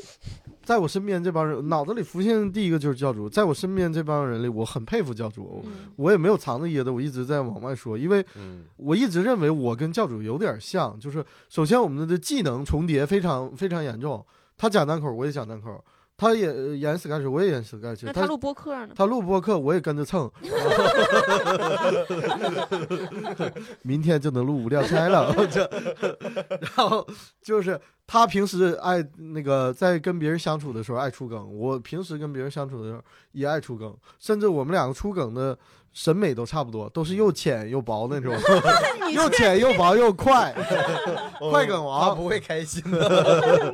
在我身边这帮人脑子里浮现的第一个就是教主，在我身边这帮人里，我很佩服教主，嗯我也没有藏着掖着，我一直在往外说，因为嗯我一直认为我跟教主有点像，就是首先我们的技能重叠非常非常严重，他讲单口我也讲单口，他也呃演 sketch 我也演 sketch，那他录播客 (laughs) 呢？他录播课，我也跟着蹭。明天就能录无聊斋了， (laughs) 这，然后就是他平时爱那个在跟别人相处的时候爱出梗，我平时跟别人相处的时候也爱出梗，甚至我们两个出梗的审美都差不多，都是又浅又薄那种，又浅又薄又快，哦哦快梗王他不会开心的。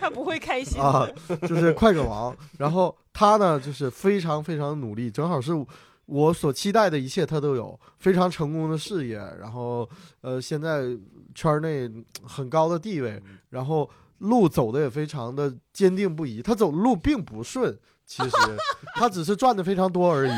他不会开心啊，就是快梗王。然后他呢，就是非常非常努力，正好是我所期待的一切他都有，非常成功的事业，然后呃，现在圈内很高的地位，然后路走的也非常的坚定不移。他走的路并不顺。其实他只是赚的非常多而已，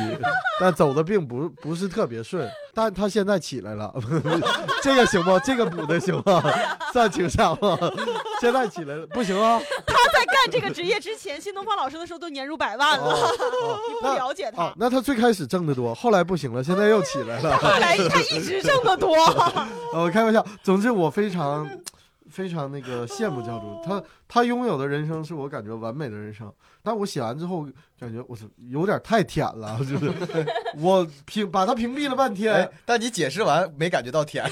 但走的并不不是特别顺。但他现在起来了， (laughs) 这个行吗？这个补的行吗？ (laughs) 算情商吗？ (laughs) 现在起来了，不行啊！在干这个职业之前，新东方老师的时候都年入百万了， (laughs) 哦你不那了解他啊，。那他最开始挣得多，后来不行了，现在又起来了。 (laughs) 哦后来他一直挣得 (laughs) 多，呃我开玩笑，总之我非常非常那个羡慕教主，他他拥有的人生是我感觉完美的人生。但我写完之后，感觉我操，有点太舔了，就是 (laughs) 我屏把他屏蔽了半天哎，，但你解释完没感觉到甜，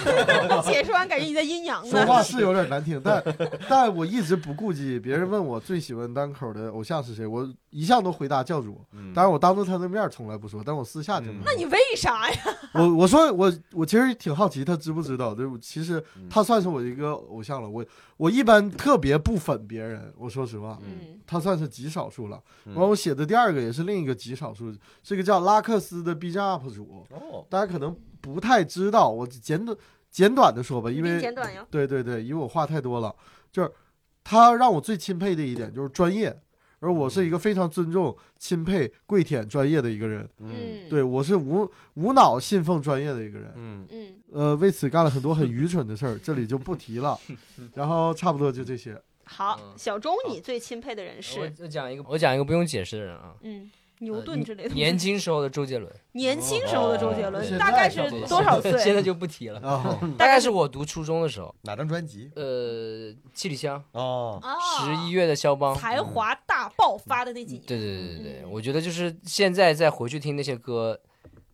解释完感觉你在阴阳说呢。话是有点难 (laughs) 听，但但我一直不顾忌别人问我最喜欢单口的偶像是谁，我一向都回答教主。嗯当然，我当着他的面从来不说，但我私下就嗯能那你为啥呀？啊我我说我我其实挺好奇他知不知道，对不？其实嗯他算是我一个偶像了。我我一般特别不粉别人，我说实话，嗯，他算是极少数了。嗯然后我写的第二个也是另一个极少数，是个叫拉克斯的 B 站 UP 主，哦，大家可能不太知道，我简短简短的说吧，因为简短呀，对对对，因为我话太多了，就是他让我最钦佩的一点就是专业，而我是一个非常尊重、钦佩、跪舔专业的一个人。嗯，对我是无无脑信奉专业的一个人，嗯，嗯，呃，为此干了很多很愚蠢的事儿，这里就不提 (laughs) 了。 (laughs) 然后差不多就这些。好，嗯小钟，你最钦佩的人我是我讲一个，我讲一个不用解释的 (laughs) 人啊，嗯牛呃顿之类的。年轻时候的周杰伦，年轻时候的周杰伦哦大概是多少 (laughs) 现在岁？就不提了。啊、大概是我读初中的时候，哪张专辑？呃，七里香，哦，啊十一月的肖邦，才华大爆发的那几年。对对对对对，嗯我觉得就是现在再回去听那些歌，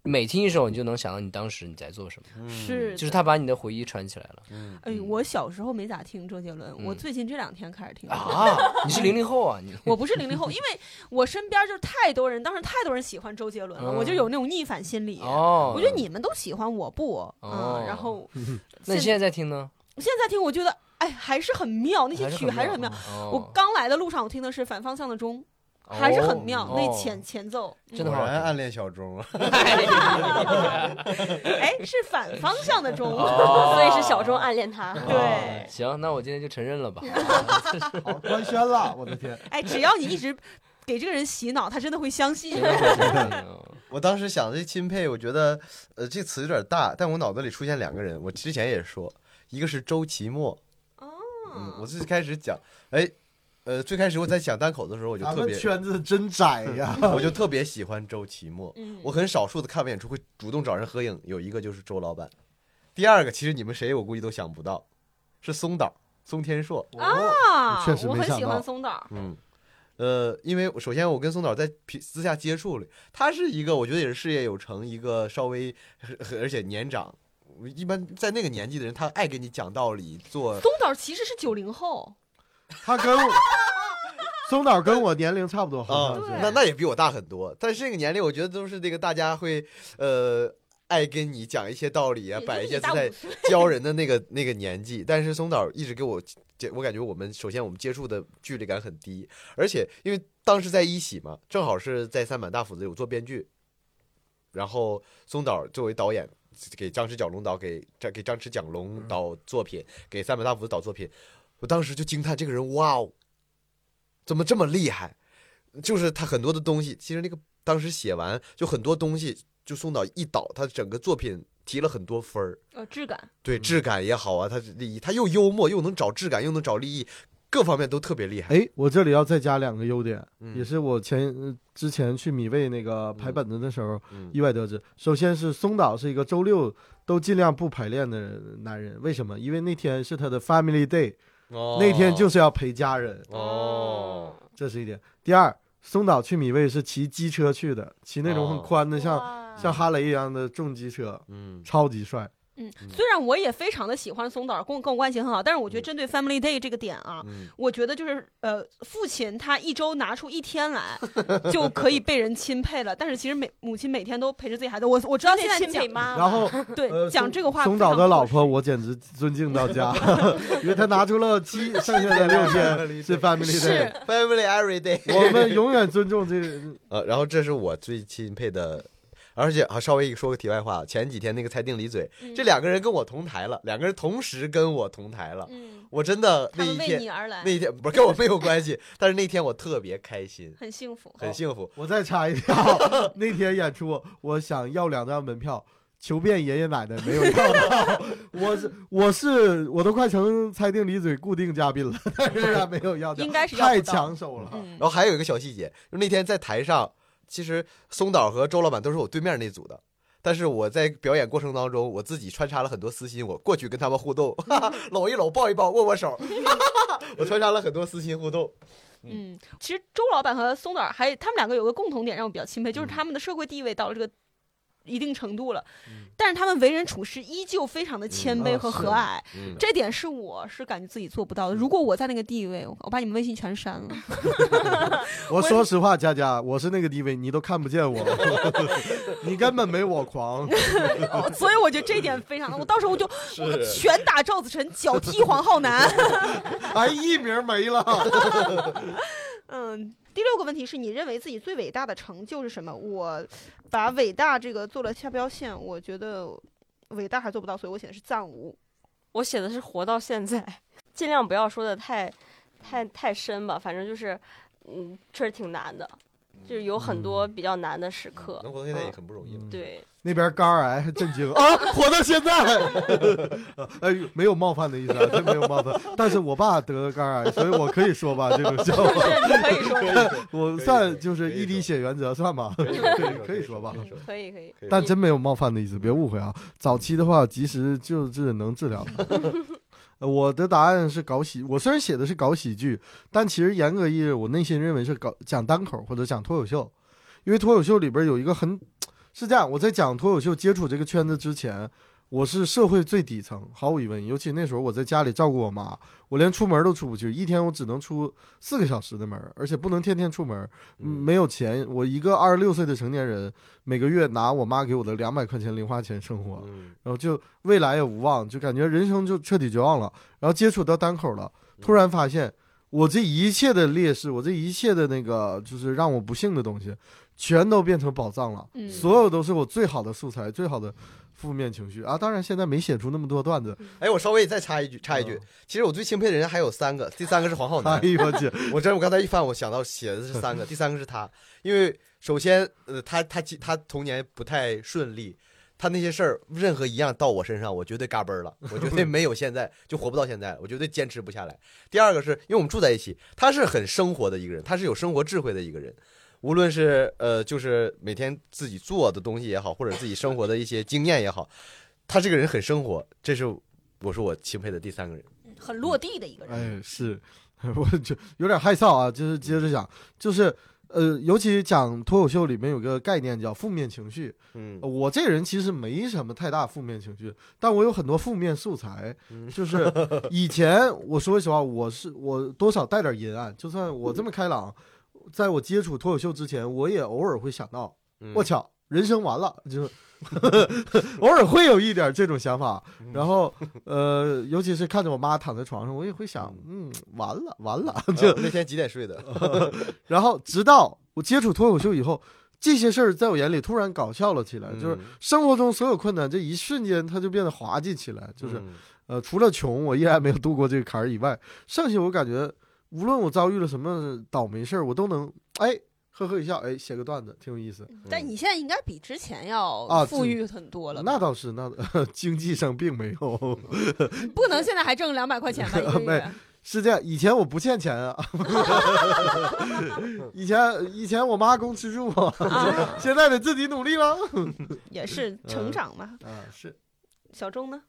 每听一首你就能想到你当时你在做什么，是的，嗯就是他把你的回忆串起来了嗯，哎，我小时候没咋听周杰伦，我嗯最近这两天开始 (laughs) 听。嗯啊！你是零零后啊， (laughs) 你我不是零零后，因为我身边就是太多人，当时太多人喜欢周杰伦了，嗯我就有那种逆反心理。哦，我觉得你们都喜欢，我不。嗯哦，然后那你现在在听呢？现在听，我觉得哎，还是很妙，那些曲还是很妙。哦我刚来的路上，我听的是反方向的钟，还是很妙，那前前奏。嗯真的果好好然听暗恋小钟啊，哎，是反方向的钟，哦所以是小钟暗恋啊他。对。行，那我今天就承 (laughs) 认了吧。好，官宣了，我的天！哎，只要你一直给这个人洗脑，他真的会相 (laughs) 信。嗯我当时想这钦佩，我觉得呃这词有点大，但我脑子里出现两个人，我之前也说，一个是周奇墨，嗯，我最开始讲，哎，呃，最开始我在讲单口的时候，我就咱特们别，圈子真窄呀。我就特别喜欢周奇墨，嗯，我很少数的看完演出会主动找人合影，有一个就是周老板，第二个其实你们谁我估计都想不到，是松岛松天硕， (laughs) 哦，啊，确实我没很想喜欢到松岛。嗯，呃，因为首先我跟松岛在平私下接触了，他是一个我觉得也是事业有成，一个稍微而且年长，一般在那个年纪的人，他爱给你讲道理，做松岛其实是九零后，他跟我松岛跟我年龄差不多，好啊像是。 (laughs) 对那那也比我大很多，但是这个年龄我觉得都是那个大家会呃。爱跟你讲一些道理啊，也就摆是一你些姿大态五，岁教人的那个那个年纪，但是松岛一直给我，接，我感觉我们首先我们接触的距离感很低，而且因为当时在一喜嘛，正好是在三板大斧子有做编剧，然后松岛作为导演给张弛蒋龙导给张给张弛蒋龙导作品，给三板大斧子导作品，我当时就惊叹这个人哇哦，怎么这么厉害？就是他很多的东西，其实那个当时写完就很多东西，就松岛一导，他整个作品提了很多分儿。呃，质感。嗯对质感也好啊，他利益，他又幽默，又能找质感，又能找利益，各方面都特别厉害。哎，我这里要再加两个优点，嗯也是我前呃之前去米未那个排本子的时候嗯意外得知。首先是松岛是一个周六都尽量不排练的男人，为什么？因为那天是他的 family day，哦那天就是要陪家人，哦，这是一点。第二，松岛去米未是骑机车去的，骑那种很哦宽的，像哇像哈雷一样的重机车，嗯超级帅。嗯，嗯虽然我也非常的喜欢松岛，跟我跟我关系很好，但是我觉得针对 Family Day 这个点啊，嗯，我觉得就是呃，父亲他一周拿出一天来就可以被人钦佩了，但是其实每母亲每天都陪着自己孩子，我我知道现在亲美讲妈妈，然后啊 (laughs) 对、呃讲松这个话，松岛的老婆，我简直尊敬 (laughs) 到家，因为她拿出了七，剩下的六天是 family 是 day。 ，Family Every Day。我们永远尊重这个 (laughs) 呃，然后这是我最钦佩的，而且啊，稍微说个题外话，前几天那个蔡定李嘴，嗯这两个人跟我同台了，两个人同时跟我同台了，嗯，我真的他那一们为你天而来那，一天不是跟我没有关系，但是那天我特别开心，很幸福。哦很幸福。我再插一 (laughs) 条，那天演出我想要两张门票，求遍爷爷奶奶没有要到。我是我是我都快成猜定李嘴固定嘉宾了，但仍然没有要到应，该是要太不到抢手了。嗯然，后还有一个小细节，就那天在台上，其实松岛和周老板都是我对面那组的，但是我在表演过程当中，我自己穿插了很多私心，我过去跟他们互动， (laughs) 哈哈，搂一搂，抱一抱，握握手， (laughs) 我穿插了很多私心互动。嗯，其实周老板和松导还他们两个有个共同点让我比较钦佩，嗯就是他们的社会地位到了这个一定程度了，但是他们为人处事依旧非常的谦卑嗯啊和是和蔼，嗯，这点是我是感觉自己做不到的。如果我在那个地位，我把你们微信全删了。我说实话，佳佳，我是那个地位，你都看不见我， (laughs) 你根本没我狂。哦，所以我觉得这一点非常的，我到时候我就我拳打赵子晨，脚踢黄浩南。哎，艺名没了。嗯，第六个问题是你认为自己最伟大的成就是什么？我把伟大这个做了下标线，我觉得伟大还做不到，所以我写的是暂无。我写的是活到现在，尽量不要说的太太太深吧，反正就是，嗯，确实挺难的，就是有很嗯多比较难的时刻。嗯嗯能活到现在也很不容易了。对，那边肝癌还震惊啊，活到现在。 (laughs) 哎呦，没有冒犯的意思啊，真没有冒犯。但是我爸得了肝癌，所以我可以说吧，这种笑嗯话，你可以说，我算就是一滴血原则算吧，嗯可以说吧。可以说可以可以。可以但真没有冒犯的意思，别误会啊。早期的话，及时救治能治疗 (laughs) 的。呃我的答案是搞喜，我虽然写的是搞喜剧，但其实严格意义，我内心认为是搞讲单口或者讲脱口秀，因为脱口秀里边有一个很是这样，我在讲脱口秀接触这个圈子之前，我是社会最底层，毫无疑问。尤其那时候我在家里照顾我妈，我连出门都出不去，一天我只能出四个小时的门，而且不能天天出门，嗯没有钱。我一个二十六岁的成年人，每个月拿我妈给我的两百块钱零花钱生活，嗯然后就未来也无望，就感觉人生就彻底绝望了。然后接触到单口了，突然发现我这一切的劣势，我这一切的那个就是让我不幸的东西，全都变成宝藏了。嗯所有都是我最好的素材，最好的负面情绪啊！当然现在没写出那么多段子，哎，我稍微再插一句，插一句嗯，其实我最钦佩的人还有三个，第三个是黄浩哎南。呦我去， (laughs) 我真，我刚才一翻，我想到写的是三个，第三个是他，因为首先，呃，他他他他童年不太顺利，他那些事儿任何一样到我身上，我绝对嘎嘣儿了，我绝对没有现在就活不到现在，我绝对坚持不下来。第二个是因为我们住在一起，他是很生活的一个人，他是有生活智慧的一个人。无论是呃，就是每天自己做的东西也好，或者自己生活的一些经验也好，他这个人很生活，这是我说我钦佩的第三个人。很落地的一个人。 (laughs) 哎，是， (laughs) 我就有点害臊啊。就是接着讲，就是呃，尤其讲脱口秀里面有个概念叫负面情绪。嗯呃我这人其实没什么太大负面情绪，但我有很多负面素材。嗯就是以前我说实话，我是我多少带点阴暗，就算我这么开朗，在我接触脱口秀之前，我也偶尔会想到，嗯我操，人生完了，就是 (laughs) 偶尔会有一点这种想法。嗯然后呃，尤其是看着我妈躺在床上，我也会想，嗯，完了完了。就嗯哦那天几点睡 (laughs) 的？然后直到我接触脱口秀以后，这些事儿在我眼里突然搞笑了起嗯来，就是生活中所有困难，这一瞬间它就变得滑稽起来。就是、嗯呃，除了穷，我依然没有度过这个坎儿以外，剩下我感觉无论我遭遇了什么倒霉事儿，我都能哎呵呵一笑，哎写个段子，挺有意思。嗯嗯但你现在应该比之前要啊富裕很多了吧，那倒 (laughs) 是，那经济上并没有 (laughs) 不能现在还挣两百块钱吧一个没月。是这样。以前我不欠钱啊， (laughs) 以前以前我妈供吃住啊，啊， (laughs) 现在得自己努力了。也是成长嘛。啊，是小钟呢？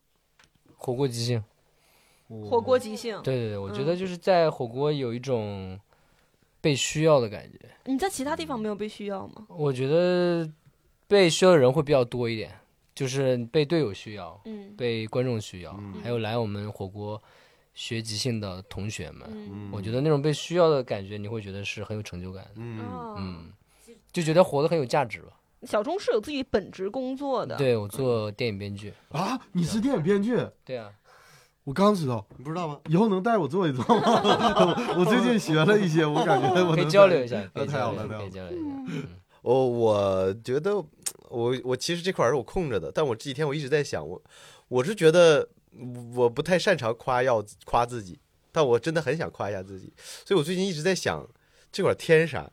火锅即兴。火锅即兴。对对对，我觉得嗯就是在火锅有一种被需要的感觉。你在其他地方没有被需要吗？我觉得被需要的人会比较多一点，就是被队友需要，嗯被观众需要，嗯还有来我们火锅学即兴的同学们。嗯我觉得那种被需要的感觉，你会觉得是很有成就感的，嗯，哦，嗯，就觉得活得很有价值吧。小钟是有自己本职工作的。对我做电影编剧，啊，你是电影编剧？对 (laughs) 啊，我刚知道，你不知道吗？以后能带我做一做吗？ (laughs) 我我最近学了一些，我感觉我能可以交流一下，可那以太交好流了，一太下，好了。可以交流一下。嗯哦，我觉得我我其实这块儿是我空着的，但我这几天我一直在想，我我是觉得我不太擅长夸耀夸自己，但我真的很想夸一下自己，所以我最近一直在想这块儿天啥，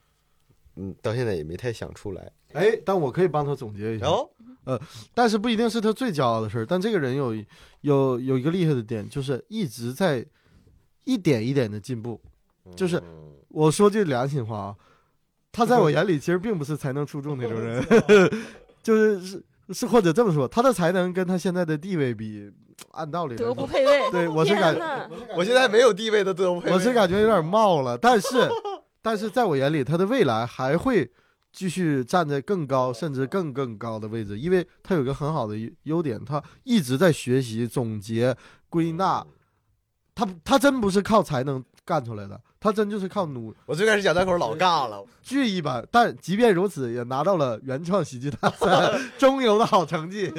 嗯，到现在也没太想出来。哎，但我可以帮他总结一下然，后，但是不一定是他最骄傲的事儿。但这个人有有有一个厉害的点，就是一直在一点一点的进步。就是嗯我说句良心 (laughs) 话啊，他在我眼里其实并不是才能出众那种人，就是是是或者这么说，他的才能跟他现在的地位比，按道理来德不说， (laughs) 配位。对我是天感， (laughs) 呐，我现在没有地位的德惠，我是感觉有点冒了，但是但是在我眼里，他的未来还会继续站在更高甚至更更高的位置，因为他有一个很好的优优点，他一直在学习、总结、归嗯纳，他他真不是靠才能干出来的，他真就是靠努我最开始讲单口老尬了，巨一般，但即便如此，也拿到了原创喜剧大赛中游的好成绩。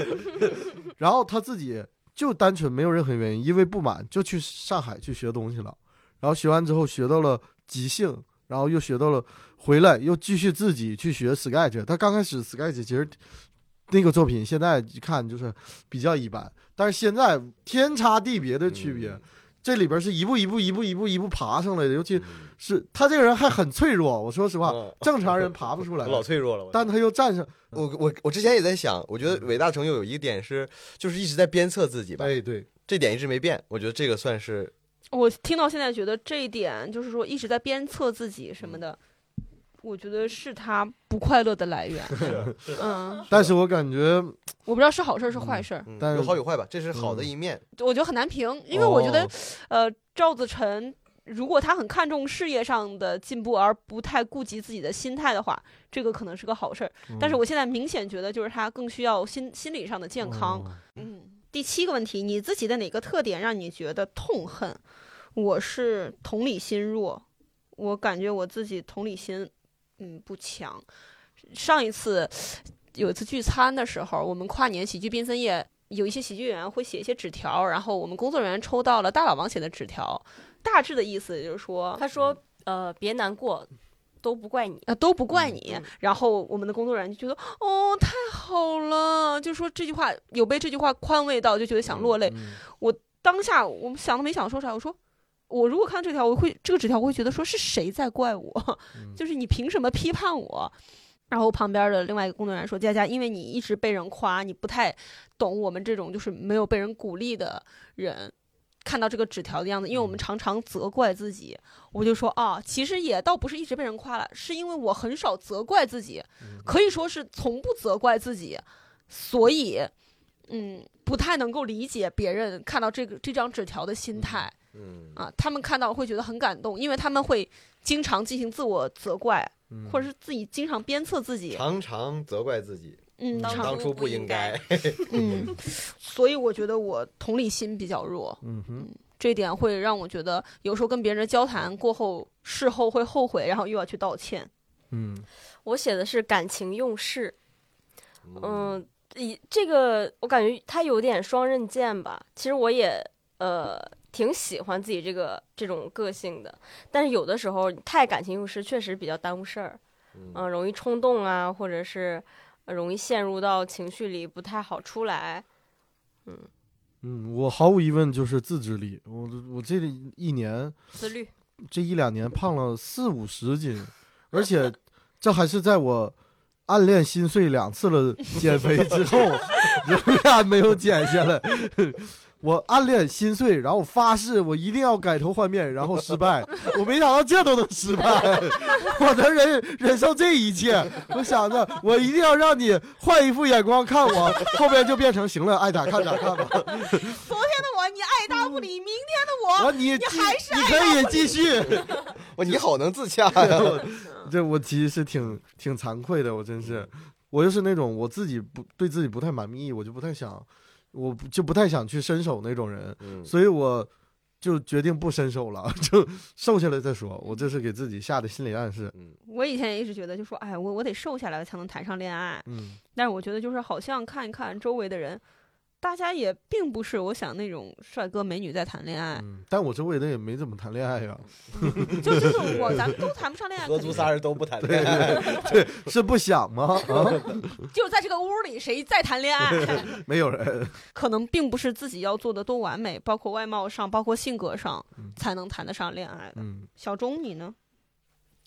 然后他自己就单纯没有任何原因，因为不满就去上海去学东西了。然后学完之后学到了即兴，然后又学到了回来又继续自己去学 Sketch。他刚开始 Sketch 其实那个作品现在一看就是比较一般，但是现在天差地别的区别。嗯这里边是一步一步一步一步一步爬上来的，尤其是他这个人还很脆弱。我说实话，嗯 (laughs) 正常人爬不出来我，老脆弱了。我但他又站上。我我我之前也在想，我觉得伟大成就有一个点是，就是一直在鞭策自己吧，哎，对，这点一直没变。我觉得这个算是我听到现在觉得这一点，就是说一直在鞭策自己什么的，我觉得是他不快乐的来源。嗯， (laughs) 但是我感觉，我不知道是好事儿是坏事儿，嗯但是有好有坏吧，这是好的一面。我觉得很难评，因为我觉得，哦呃，赵子晨如果他很看重事业上的进步，而不太顾及自己的心态的话，这个可能是个好事嗯儿。但是我现在明显觉得，就是他更需要心心理上的健康。哦嗯，第七个问题，你自己的哪个特点让你觉得痛恨？我是同理心弱，我感觉我自己同理心，嗯，不强。上一次有一次聚餐的时候，我们跨年喜剧缤纷夜，有一些喜剧演员会写一些纸条，然后我们工作人员抽到了大老王写的纸条，大致的意思就是说，他说呃别难过，都不怪你。呃，都不怪你。嗯然后我们的工作人员就觉得，哦，太好了，就说这句话有被这句话宽慰到，就觉得想落泪。嗯当下我们想都没想说啥，我说。我如果看这条，我会这个纸条，我会觉得说是谁在怪我， (laughs) 就是你凭什么批判我？然后旁边的另外一个工作人员说：“佳佳，因为你一直被人夸，你不太懂我们这种就是没有被人鼓励的人看到这个纸条的样子，因为我们常常责怪自己。”我就说：“啊，其实也倒不是一直被人夸了，是因为我很少责怪自己，可以说是从不责怪自己，所以，嗯，不太能够理解别人看到这个这张纸条的心态。”嗯，啊，他们看到会觉得很感动，因为他们会经常进行自我责怪，嗯或者是自己经常鞭策自己，常常责怪自己，嗯，当常当初不应该。嗯，所以我觉得我同理心比较弱，嗯哼，这一点会让我觉得有时候跟别人的交谈过后，事后会后悔，然后又要去道歉。嗯， (laughs) 我写的是感情用事，嗯，嗯，以这个我感觉它有点双刃剑吧。其实我也呃挺喜欢自己这个这种个性的，但是有的时候太感情用事确实比较耽误事儿，嗯、容易冲动啊，或者是呃容易陷入到情绪里不太好出来。嗯，我毫无疑问就是自制力。我我这一年自律，这一两年胖了四五十斤，而且这还是在我暗恋心碎两次了减肥之后，仍然没有减下来。我暗恋心碎，然后发誓我一定要改头换面，然后失败。我没想到这都能失败，我能忍忍受这一切。我想着我一定要让你换一副眼光看我，后面就变成行了，爱咋看咋看吧。昨天的我你爱答不理，明天的我你你还是你可以继续。哇，你好能自洽呀！这我其实是挺挺惭愧的，我真是，嗯我就是那种我自己不对自己不太满意，我就不太想，我不就不太想去伸手那种人，嗯所以我就决定不伸手了， (laughs) 就瘦下来再说。我这是给自己下的心理暗示。嗯，我以前也一直觉得，就说哎，我我得瘦下来才能谈上恋爱。嗯，但是我觉得就是好像看一看周围的人，大家也并不是我想那种帅哥美女在谈恋 (laughs) 爱，嗯但我周围的也没怎么谈恋爱呀，就就是我咱们都谈不上恋爱，合肯定租仨人都不 (laughs) 谈恋爱，是不想吗？啊，就是在这个屋里谁在谈恋爱， (laughs) 没有人。可能并不是自己要做的多完美，包括外貌上，包括性格上嗯，才能谈得上恋爱的。嗯，小钟你呢？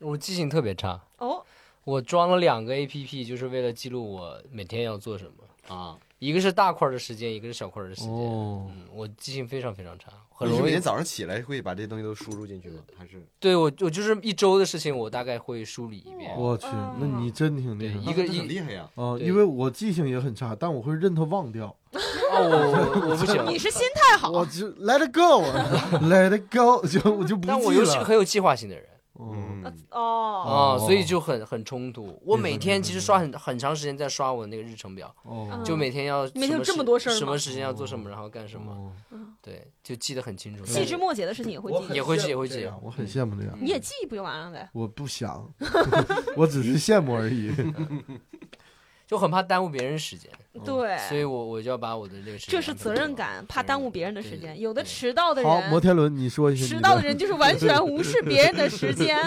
我记性特别差，哦，我装了两个 A P P，就是为了记录我每天要做什么啊。一个是大块儿的时间，一个是小块儿的时间。哦，嗯，我记性非常非常差，很你是容每易天。早上起来会把这些东西都输入进去吗？还是对我，我就是一周的事情，我大概会梳理一遍。我哦去，那你真挺厉对害一个这一很厉害呀！啊！对因为我记性也很差，但我会认它忘掉。哦，我我我不行，你是心态好，我就 let it go，let it go，就我就不但我记又是了。很有计划性的人嗯，呃嗯，哦，啊、哦嗯所以就很很冲突。我明白每明天白其实明刷很很长时间在刷我的那个日程表，嗯哦，嗯就每天要每天什有么这么时多事儿什吗么时间要做什么，然后干什么，哦对，就记得很清嗯楚。细枝末节的事情也会我记很也忆，会记羡也慕会这记样我很羡慕这样。你也记忆不就完了呗？我不想， (laughs) 我只是羡慕而 (laughs) 已。就很怕耽误别人时间，所对，以我我就要把我的这个事情这是安排责任好。感，怕耽误别人的时对间。对有的迟到的好，摩人。天轮，你说一下。迟到的人就是完全无视别人的时间。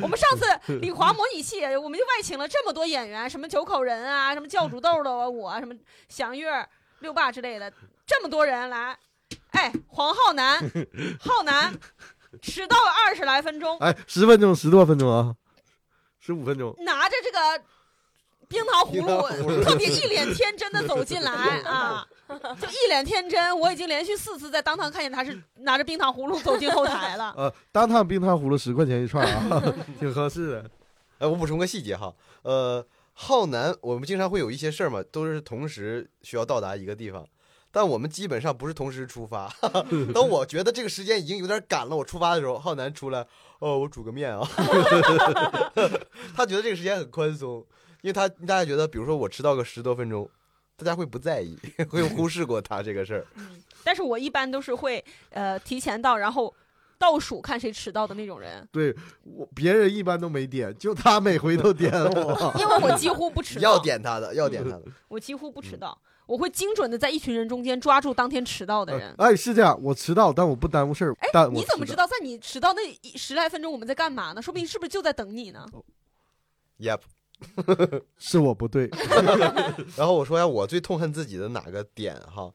我们上次李华模拟器，我们就外请了这么多演员，什么九口人啊，什么教主豆豆啊，我啊什么祥月儿、六爸之类的，这么多人来，哎，黄浩南，浩南迟到了二十来分钟，哎，十分钟，十多分钟啊，十五分钟。拿着这个冰糖葫芦，特别一脸天真的走进 (laughs) 来啊，就一脸天真。我已经连续四次在当堂看见他是拿着冰糖葫芦走进后台 (laughs) 了。呃，单趟冰糖葫芦十块钱一串 (laughs) 啊，挺合适的。哎，我补充个细节哈，呃，浩南我们经常会有一些事儿嘛，都是同时需要到达一个地方，但我们基本上不是同时出发。 (laughs) 当我觉得这个时间已经有点赶了，我出发的时候，浩南出来，哦，我煮个面啊。 (laughs) 他觉得这个时间很宽松，因为他大家觉得，比如说我迟到个十多分钟，大家会不在意， (laughs) 会忽视过他这个事儿。但是我一般都是会呃提前到，然后倒数看谁迟到的那种人，对我，别人一般都没点，就他每回都点我。因为我几乎不 (laughs) 迟要到，点他的，要 (laughs) 点他的。我几乎不迟到，我会精准的在一群人中间抓住当天迟到的人。哎哎，是这样，我迟到，但我不耽误事儿。但我你呃怎么知迟道在你迟到那一十来分钟我们在干嘛呢？说不定是不是就在等你呢？ Yep。是我不对，然后我说一下我最痛恨自己的哪个点哈，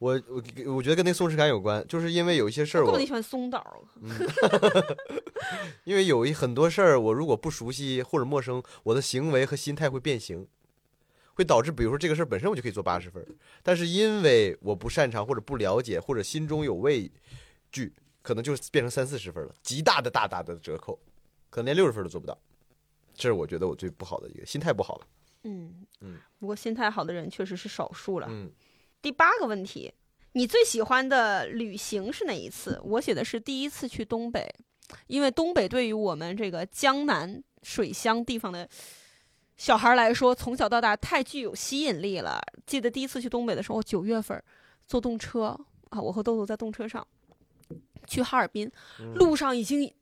我我我觉得跟那松弛感有关，就是因为有一些事儿怪不我得你喜欢松倒，因为有一很多事儿，我如果不熟悉或者陌生，我的行为和心态会变形，会导致比如说这个事儿本身我就可以做八十分儿，但是因为我不擅长或者不了解或者心中有畏惧，可能就变成三四十分了，极大的大大的折扣，可能连六十分都做不到。这是我觉得我最不好的一个心态不好了。嗯嗯，不过心态好的人确实是少数了。嗯，第八个问题，你最喜欢的旅行是哪一次？我写的是第一次去东北，因为东北对于我们这个江南水乡地方的小孩来说，从小到大太具有吸引力了。记得第一次去东北的时候，九月份坐动车啊，我和豆豆在动车上去哈尔滨，路上已经。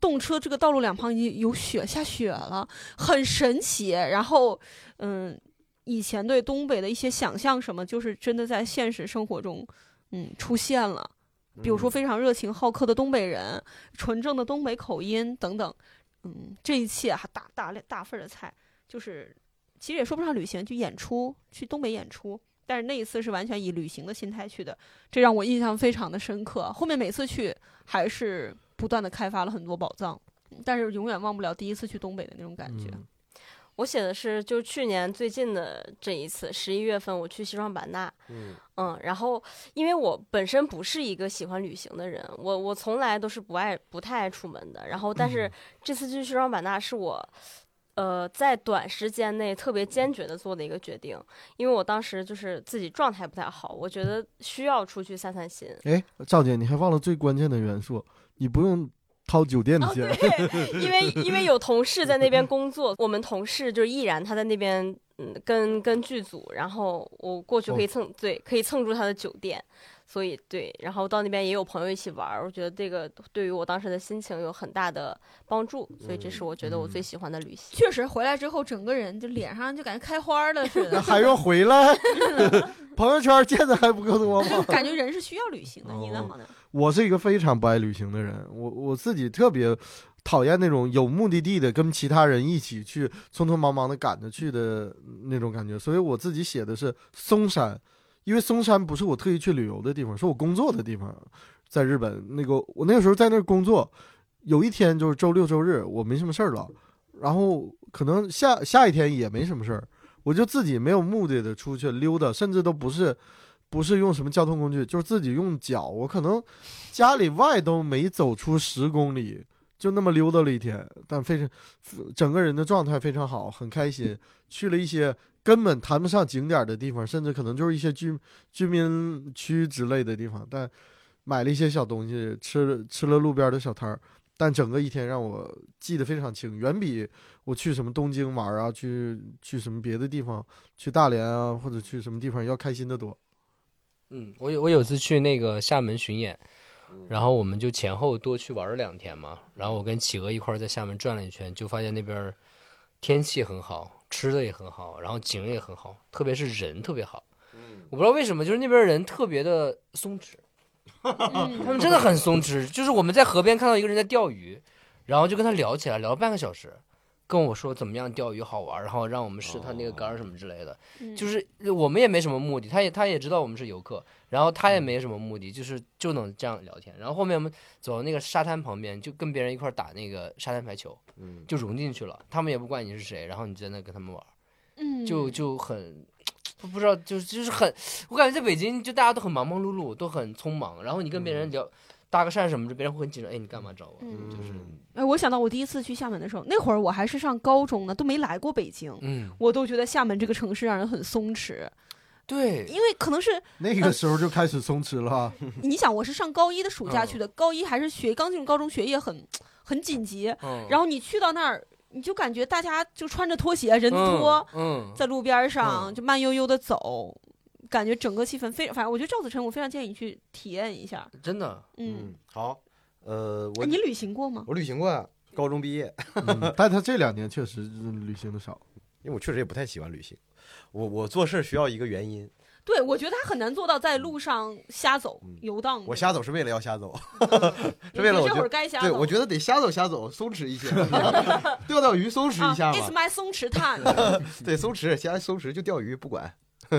动车这个道路两旁已经有雪，下雪了，很神奇。然后，嗯，以前对东北的一些想象，什么就是真的在现实生活中，嗯，出现了。比嗯如说非常热情好客的东北人，纯正的东北口音等等，嗯，这一切还大大大份儿的菜，就是其实也说不上旅行，就演出，去东北演出。但是那一次是完全以旅行的心态去的，这让我印象非常的深刻。后面每次去还是不断的开发了很多宝藏，嗯但是永远忘不了第一次去东北的那种感觉。嗯我写的是就去年最近的这一次，十一月份我去西双版纳，嗯嗯，然后因为我本身不是一个喜欢旅行的人，我我从来都是不爱不太爱出门的。然后，但是这次去西双版纳是我，呃，在短时间内特别坚决的做的一个决定，因为我当时就是自己状态不太好，我觉得需要出去散散心。哎，赵姐，你还忘了最关键的元素，你不用掏酒店的钱。对， (laughs) 因为因为有同事在那边工作，我们同事就是毅然他在那边，嗯，跟跟剧组，然后我过去可以蹭，对，可以蹭住他的酒店，所以对，然后到那边也有朋友一起玩儿，我觉得这个对于我当时的心情有很大的帮助，所以这是我觉得我最喜欢的旅行。确实回来之后，整个人就脸上就感觉开花了似 (laughs) 的，还用回来？朋友圈见的还不够多吗？感觉人是需要旅行的。你呢？哦好呢？我是一个非常不爱旅行的人，我我自己特别讨厌那种有目的地的跟其他人一起去匆匆忙忙的赶着去的那种感觉，所以我自己写的是松山，因为松山不是我特意去旅游的地方，是我工作的地方，在日本那个我那个时候在那儿工作，有一天就是周六周日我没什么事儿了，然后可能下下一天也没什么事儿，我就自己没有目的的出去溜达，甚至都不是。不是用什么交通工具，就是自己用脚。我可能家里外都没走出十公里，就那么溜达了一天，但非常整个人的状态非常好，很开心。去了一些根本谈不上景点的地方，甚至可能就是一些居居民区之类的地方，但买了一些小东西，吃了吃了路边的小摊儿。但整个一天让我记得非常清，远比我去什么东京玩啊，去去什么别的地方，去大连啊，或者去什么地方要开心的多。嗯，我有我有次去那个厦门巡演，然后我们就前后多去玩了两天嘛。然后我跟企鹅一块儿在厦门转了一圈，就发现那边儿天气很好，吃的也很好，然后景也很好，特别是人特别好。我不知道为什么，就是那边儿人特别的松弛，他们真的很松弛。就是我们在河边看到一个人在钓鱼，然后就跟他聊起来，聊了半个小时，跟我说怎么样钓鱼好玩，然后让我们试他那个杆儿什么之类的。嗯就是我们也没什么目的，他也他也知道我们是游客，然后嗯他也没什么目的，就是就能这样聊天。然后后面我们走到那个沙滩旁边，就跟别人一块儿打那个沙滩排球，嗯，就融进去了。他们也不管你是谁，然后你在那跟他们玩，嗯，就就很。不不知道，就是就是很，我感觉在北京就大家都很忙忙碌碌，都很匆忙。然后你跟别嗯人聊、搭个讪什么的，别人会很紧张，哎，你干嘛找我？嗯就是哎，我想到我第一次去厦门的时候，那会儿我还是上高中呢，都没来过北京，嗯，我都觉得厦门这个城市让人很松弛，对，嗯因为可能是 (laughs) 那个时候就开始松弛了啊哈，你想，我是上高一的暑假去的，高一还是学刚进入高中，学业很很紧急，嗯，然后你去到那儿，你就感觉大家就穿着拖鞋，人多，嗯，嗯，在路边上嗯就慢悠悠的走，感觉整个气氛非反正我觉得赵子晨，我非常建议你去体验一下，真的，嗯，嗯，好，呃，哎我你旅行过吗？我旅行过啊，高中毕业，嗯但他这两年确实嗯旅行的少。因为我确实也不太喜欢旅行，我我做事需要一个原因，对，我觉得他很难做到在路上瞎走、嗯游荡。我瞎走是为了要瞎走，嗯你 (laughs) 是为了我这会觉儿得。该瞎走。对，我觉得得瞎走瞎走，松弛 (laughs) 一些，钓钓鱼松弛一下啊、哎嘛，It's。my 松弛 (laughs) time。对，松弛，瞎松弛就钓鱼，不管， (laughs)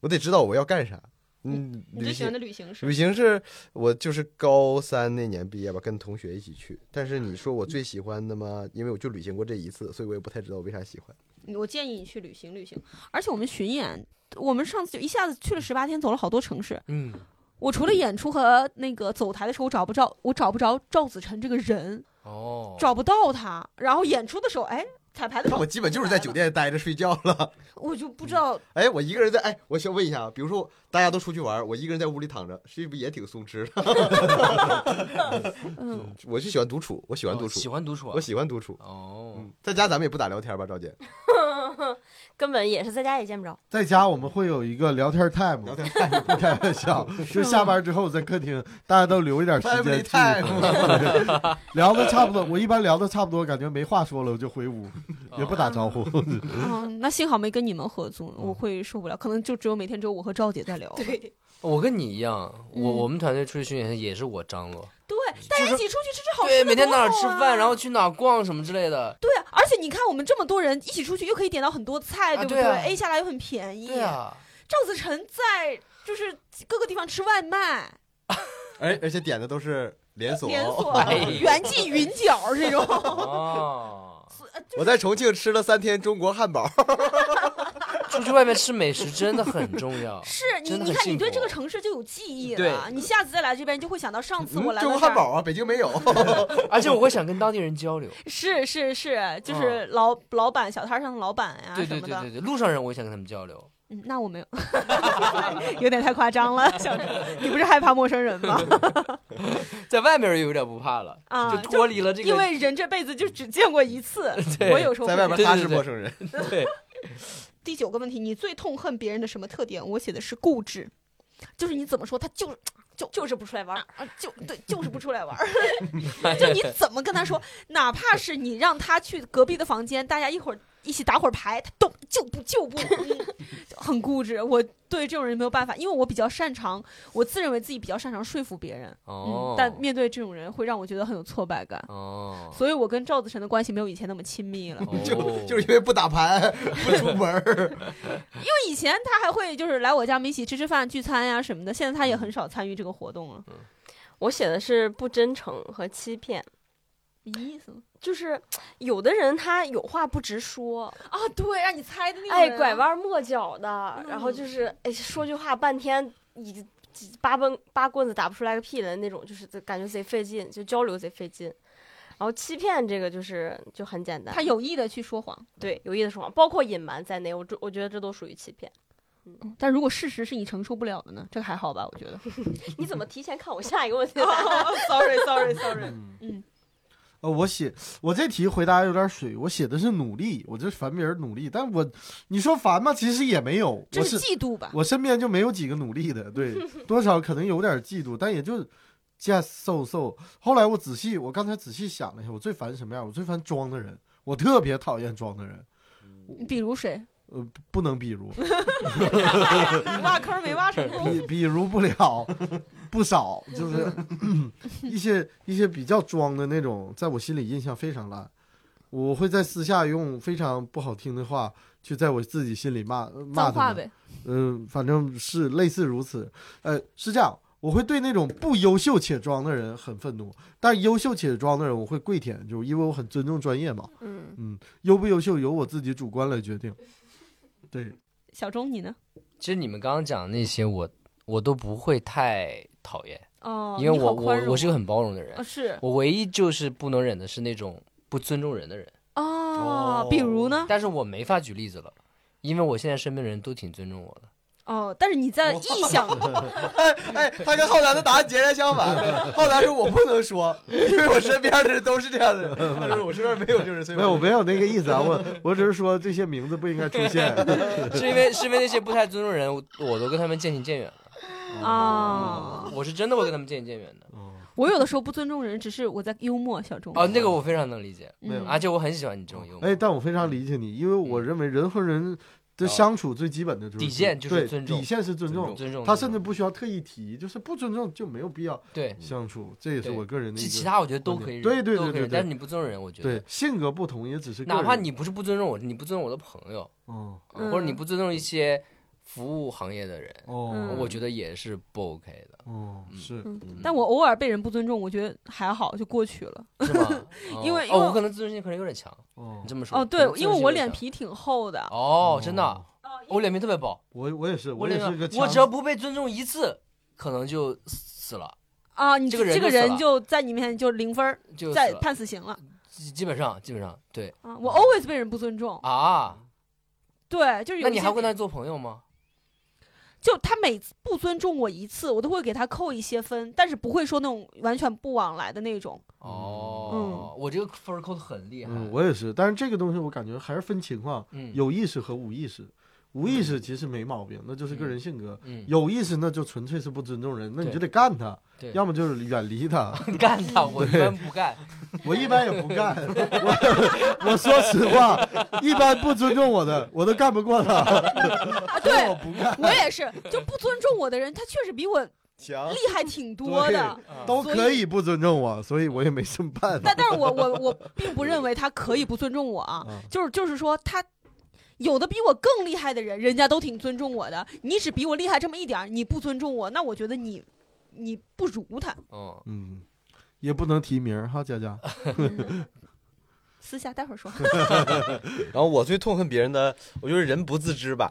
我得知道我要干啥。嗯，你最旅喜欢行的旅行是旅？行是我就是高三那年毕业吧，跟同学一起去。但是你说我最喜欢的嘛，因为我就旅行过这一次，所以我也不太知道我为啥喜欢。我建议你去旅行旅行，而且我们巡演，我们上次就一下子去了十八天，走了好多城市。嗯，我除了演出和那个走台的时候，我找不着，我找不着赵子晨这个人，哦，找不到他。然后演出的时候，哎，彩排的时但候 (laughs) 我，基本就是在酒店待着睡觉了。 (laughs) 我就不知道。哎，我一个人在，哎，我想问一下啊，比如说大家都出去玩，我一个人在屋里躺着，是不是也挺松弛的？ (laughs) 嗯，我就喜欢独处，我喜欢独哦处，喜欢独处啊，我喜欢独处。哦，嗯，在家咱们也不咋聊天吧，赵 (laughs) 姐。根本也是在家也见不着。在家我们会有一个聊天 time，聊天 time 开玩 (laughs) 笑，就下班之后在客厅，大家都留一点时间去聊的差不多。我一般聊的差不多，感觉没话说了，我就回屋，也不打招呼。哦 (laughs) 嗯，那幸好没跟你们合租，我会受不了，可能就只有每天只有我和赵姐在聊。对我跟你一样，我嗯我们团队出去巡演也是我张罗，对，大家一起出去吃吃好吃的、对，每天哪儿多好吃啊饭，然后去哪儿逛什么之类的，对啊，而且你看，我们这么多人一起出去，又可以点到很多菜，对啊不对啊 a 下来又很便宜。对啊，赵子晨在就是各个地方吃外卖，而而且点的都是连锁。连锁、哎袁记云饺这 (laughs) 种。，哦， (laughs) 我在重庆吃了三天中国汉堡，出去外面吃美食真的很重要 (laughs) 是你，真的你很看你幸对福这个城市就有记忆了，对你下次再来这边就会想到上次嗯我来中到国这儿。汉堡啊，北京 (laughs) 没有。而且我会想跟当地人交流，是是是，就是老、老板小摊上的老板呀、嗯对啊什对么对的。对对，路上人我也想跟他们交流，嗯，那我没有，有 (laughs) 点太夸张了，小陈，你不是害怕陌生人 (laughs) 吗？在外面有点不怕了，啊，就脱离了这个，。因为人这辈子就只见过一次 (laughs) 对我有时候在外会边对他对是对陌生人，对，第九个问题，你最痛恨别人的什么特点？我写的是固执，就是你怎么说他就是。就就是不出来玩啊儿，啊，就对，就是不出来玩儿。 (laughs) 就你怎么跟他说，哪怕是你让他去隔壁的房间，大家一会儿一起打会儿牌，他都就不就不， (laughs) 嗯就很固执。我对这种人没有办法，因为我比较擅长，我自认为自己比较擅长说服别人。嗯，，哦但面对这种人，会让我觉得很有挫败感。 (laughs) 哦，所以我跟赵子晨的关系没有以前那么亲密 (laughs) 了。哦就就是因为不打盘，不出门儿。 (laughs) 就以前他还会就是来我家我们一起吃吃饭、聚餐呀、什么的，现在他也很少参与这个活动嗯了。 (laughs) 我写的是不真诚和欺骗。意思吗？就是有的人他有话不直说，啊，对，让你猜的那个，啊哎，拐。弯抹角的，然后嗯就是哎说句话半天你八棍八棍子打不出来个屁的那种，就是感觉贼费劲，就交流贼费劲。然后欺骗这个就是就很简单，他有意的去说谎，对有意的说谎，包括隐瞒在内，我这我觉得这都属于欺骗。但如果事实是你承受不了的呢？这个还好吧，我觉得。你怎么提前看我下一个 (laughs) 问题？ (laughs) Sorry，Sorry，Sorry。嗯嗯，呃，我写我这题回答有点水，我写的是努力，我这凡别人努力，但我你说烦吗？其实也没有，这我是是嫉妒吧？我身边就没有几个努力的， (laughs) 对，多少可能有点嫉妒，但也就 just so so。后来我仔细，我刚才仔细想了一下，我最烦什么样？我最烦装的人，我特别讨厌装的人，比如谁？呃，不能比如，挖坑没挖成功。比比如不 (laughs) 了，不少，就是 (coughs) 一些一些比较装的那种，在我心里印象非常烂。我会在私下用非常不好听的话，去在我自己心里骂骂脏他话们。呗。嗯、反正是类似如此。呃，是这样，我会对那种不优秀且装的人很愤怒，但优秀且装的人我会跪舔，就因为我很尊重专业嘛。嗯，嗯，优不优秀由我自己主观来决定。对，小钟，你呢？其实你们刚刚讲的那些，我我都不会太讨厌，哦，因为你好我宽我容我是个很包容的人啊。是我唯一就是不能忍的是那种不尊重人的人，哦哦，比如呢？但是我没法举例子了，因为我现在身边的人都挺尊重我的。哦，但是你在臆 (laughs) 想，哎哎，他跟浩南的答案截然相反。浩南说：“我不能说，因为我身边的人都是这样的人。”他说：“我身边没有这种人，所以没有，我没有那个意思啊，我我只是说这些名字不应该出现。 (laughs) 是因为是因为那些不太尊重人，我我都跟他们渐行渐远了。啊，我是真的会跟他们渐行渐远的。我有的时候不尊重人，只是我在幽默。小钟哦，那啊个我非常能理解，嗯而且我很喜欢你这种幽默。哎，但我非常理解你，因为我认为人和人的相处最基本的就是哦底线就是对尊重底线是尊重。尊重他甚至不需要特意提，就是不尊重就没有必要对，相处，这也是对我个人的一其个。其他我觉得都可以忍，对对对都可以对忍对但是你不尊重人，我觉得对，性格不同也只是个人哪怕你不是不尊重我，你不尊重我的朋友，哦嗯或者你不尊重一些服务行业的人，哦嗯我觉得也是不 OK 的，哦嗯是但我偶尔被人不尊重，我觉得还好，就过去了。是 (laughs) 吗？哦因为因为哦，我可能自尊心可能有点强，哦你，这么说哦，可对能，自因尊为心我有点脸强皮挺厚的。哦，真的啊，我脸皮特别薄，我我也是，我也脸是皮个我强只要不被尊重一次，可能就死了，啊，你这个人这个就死人了就在你面前就零分儿，就死在了，判死刑了基基本上基本上对啊！我 always 被人不尊重，啊，对，就是有那一你些还会跟他做朋友吗？就他每次不尊重我一次，我都会给他扣一些分，但是不会说那种完全不往来的那种。哦，嗯我这个分儿扣的很厉害，嗯，我也是，但是这个东西我感觉还是分情况，嗯有意识和无意识。无意识其实没毛病，那就是个人性格；嗯有意识那就纯粹是不尊重人，那你对就得干他，对要么就是远离 (laughs) 他。干他，我一般不干。我一般也不干， (laughs) 我我说实话，一般不尊重我的，我都干不过他。啊，所以对我不干，我也是，就不尊重我的人，他确实比我厉强。害挺多的。 (laughs) 嗯都可以不尊重我，所以我也没什么办法但。但是我我我并不认为他可以不尊重我啊，嗯就是就是说他。有的比我更厉害的人，人家都挺尊重我的。你只比我厉害这么一点儿，你不尊重我，那我觉得你，你不如他。嗯，嗯，也不能提名儿哈，佳佳。 (laughs) 私下待会儿说 (laughs) 然后我最痛恨别人的，我就是人不自知吧，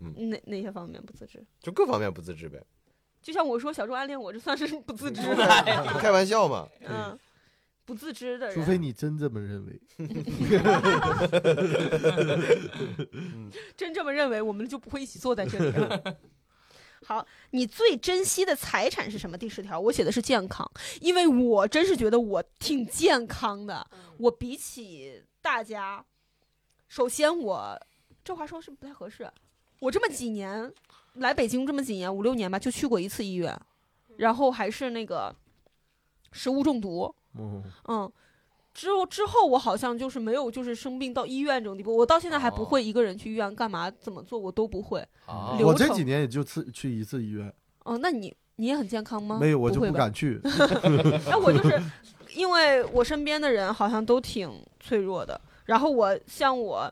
哪哪些方面不自知。就各方面不自知呗。 (laughs) 就像我说小众暗恋我，这算是不自知的。开玩笑嘛，嗯，不自知的人，除非你真这么认为，真这么认为，我们就不会一起坐在这里 (laughs) 了。好，你最珍惜的财产是什么？第十条，我写的是健康，因为我真是觉得我挺健康的。我比起大家，首先我这话说是不太合适。我这么几年来北京这么几年五六年吧，就去过一次医院，然后还是那个食物中毒，嗯，嗯，之后之后我好像就是没有就是生病到医院这种地步，我到现在还不哦会一个人去医院干嘛怎么做我都不会。啊，流嗯我程这几年也就次去一次医院，哦，那你你也很健康吗？没有我就不会不吧。敢去。那 (laughs) 我就是因为我身边的人好像都挺脆弱的，然后我像我。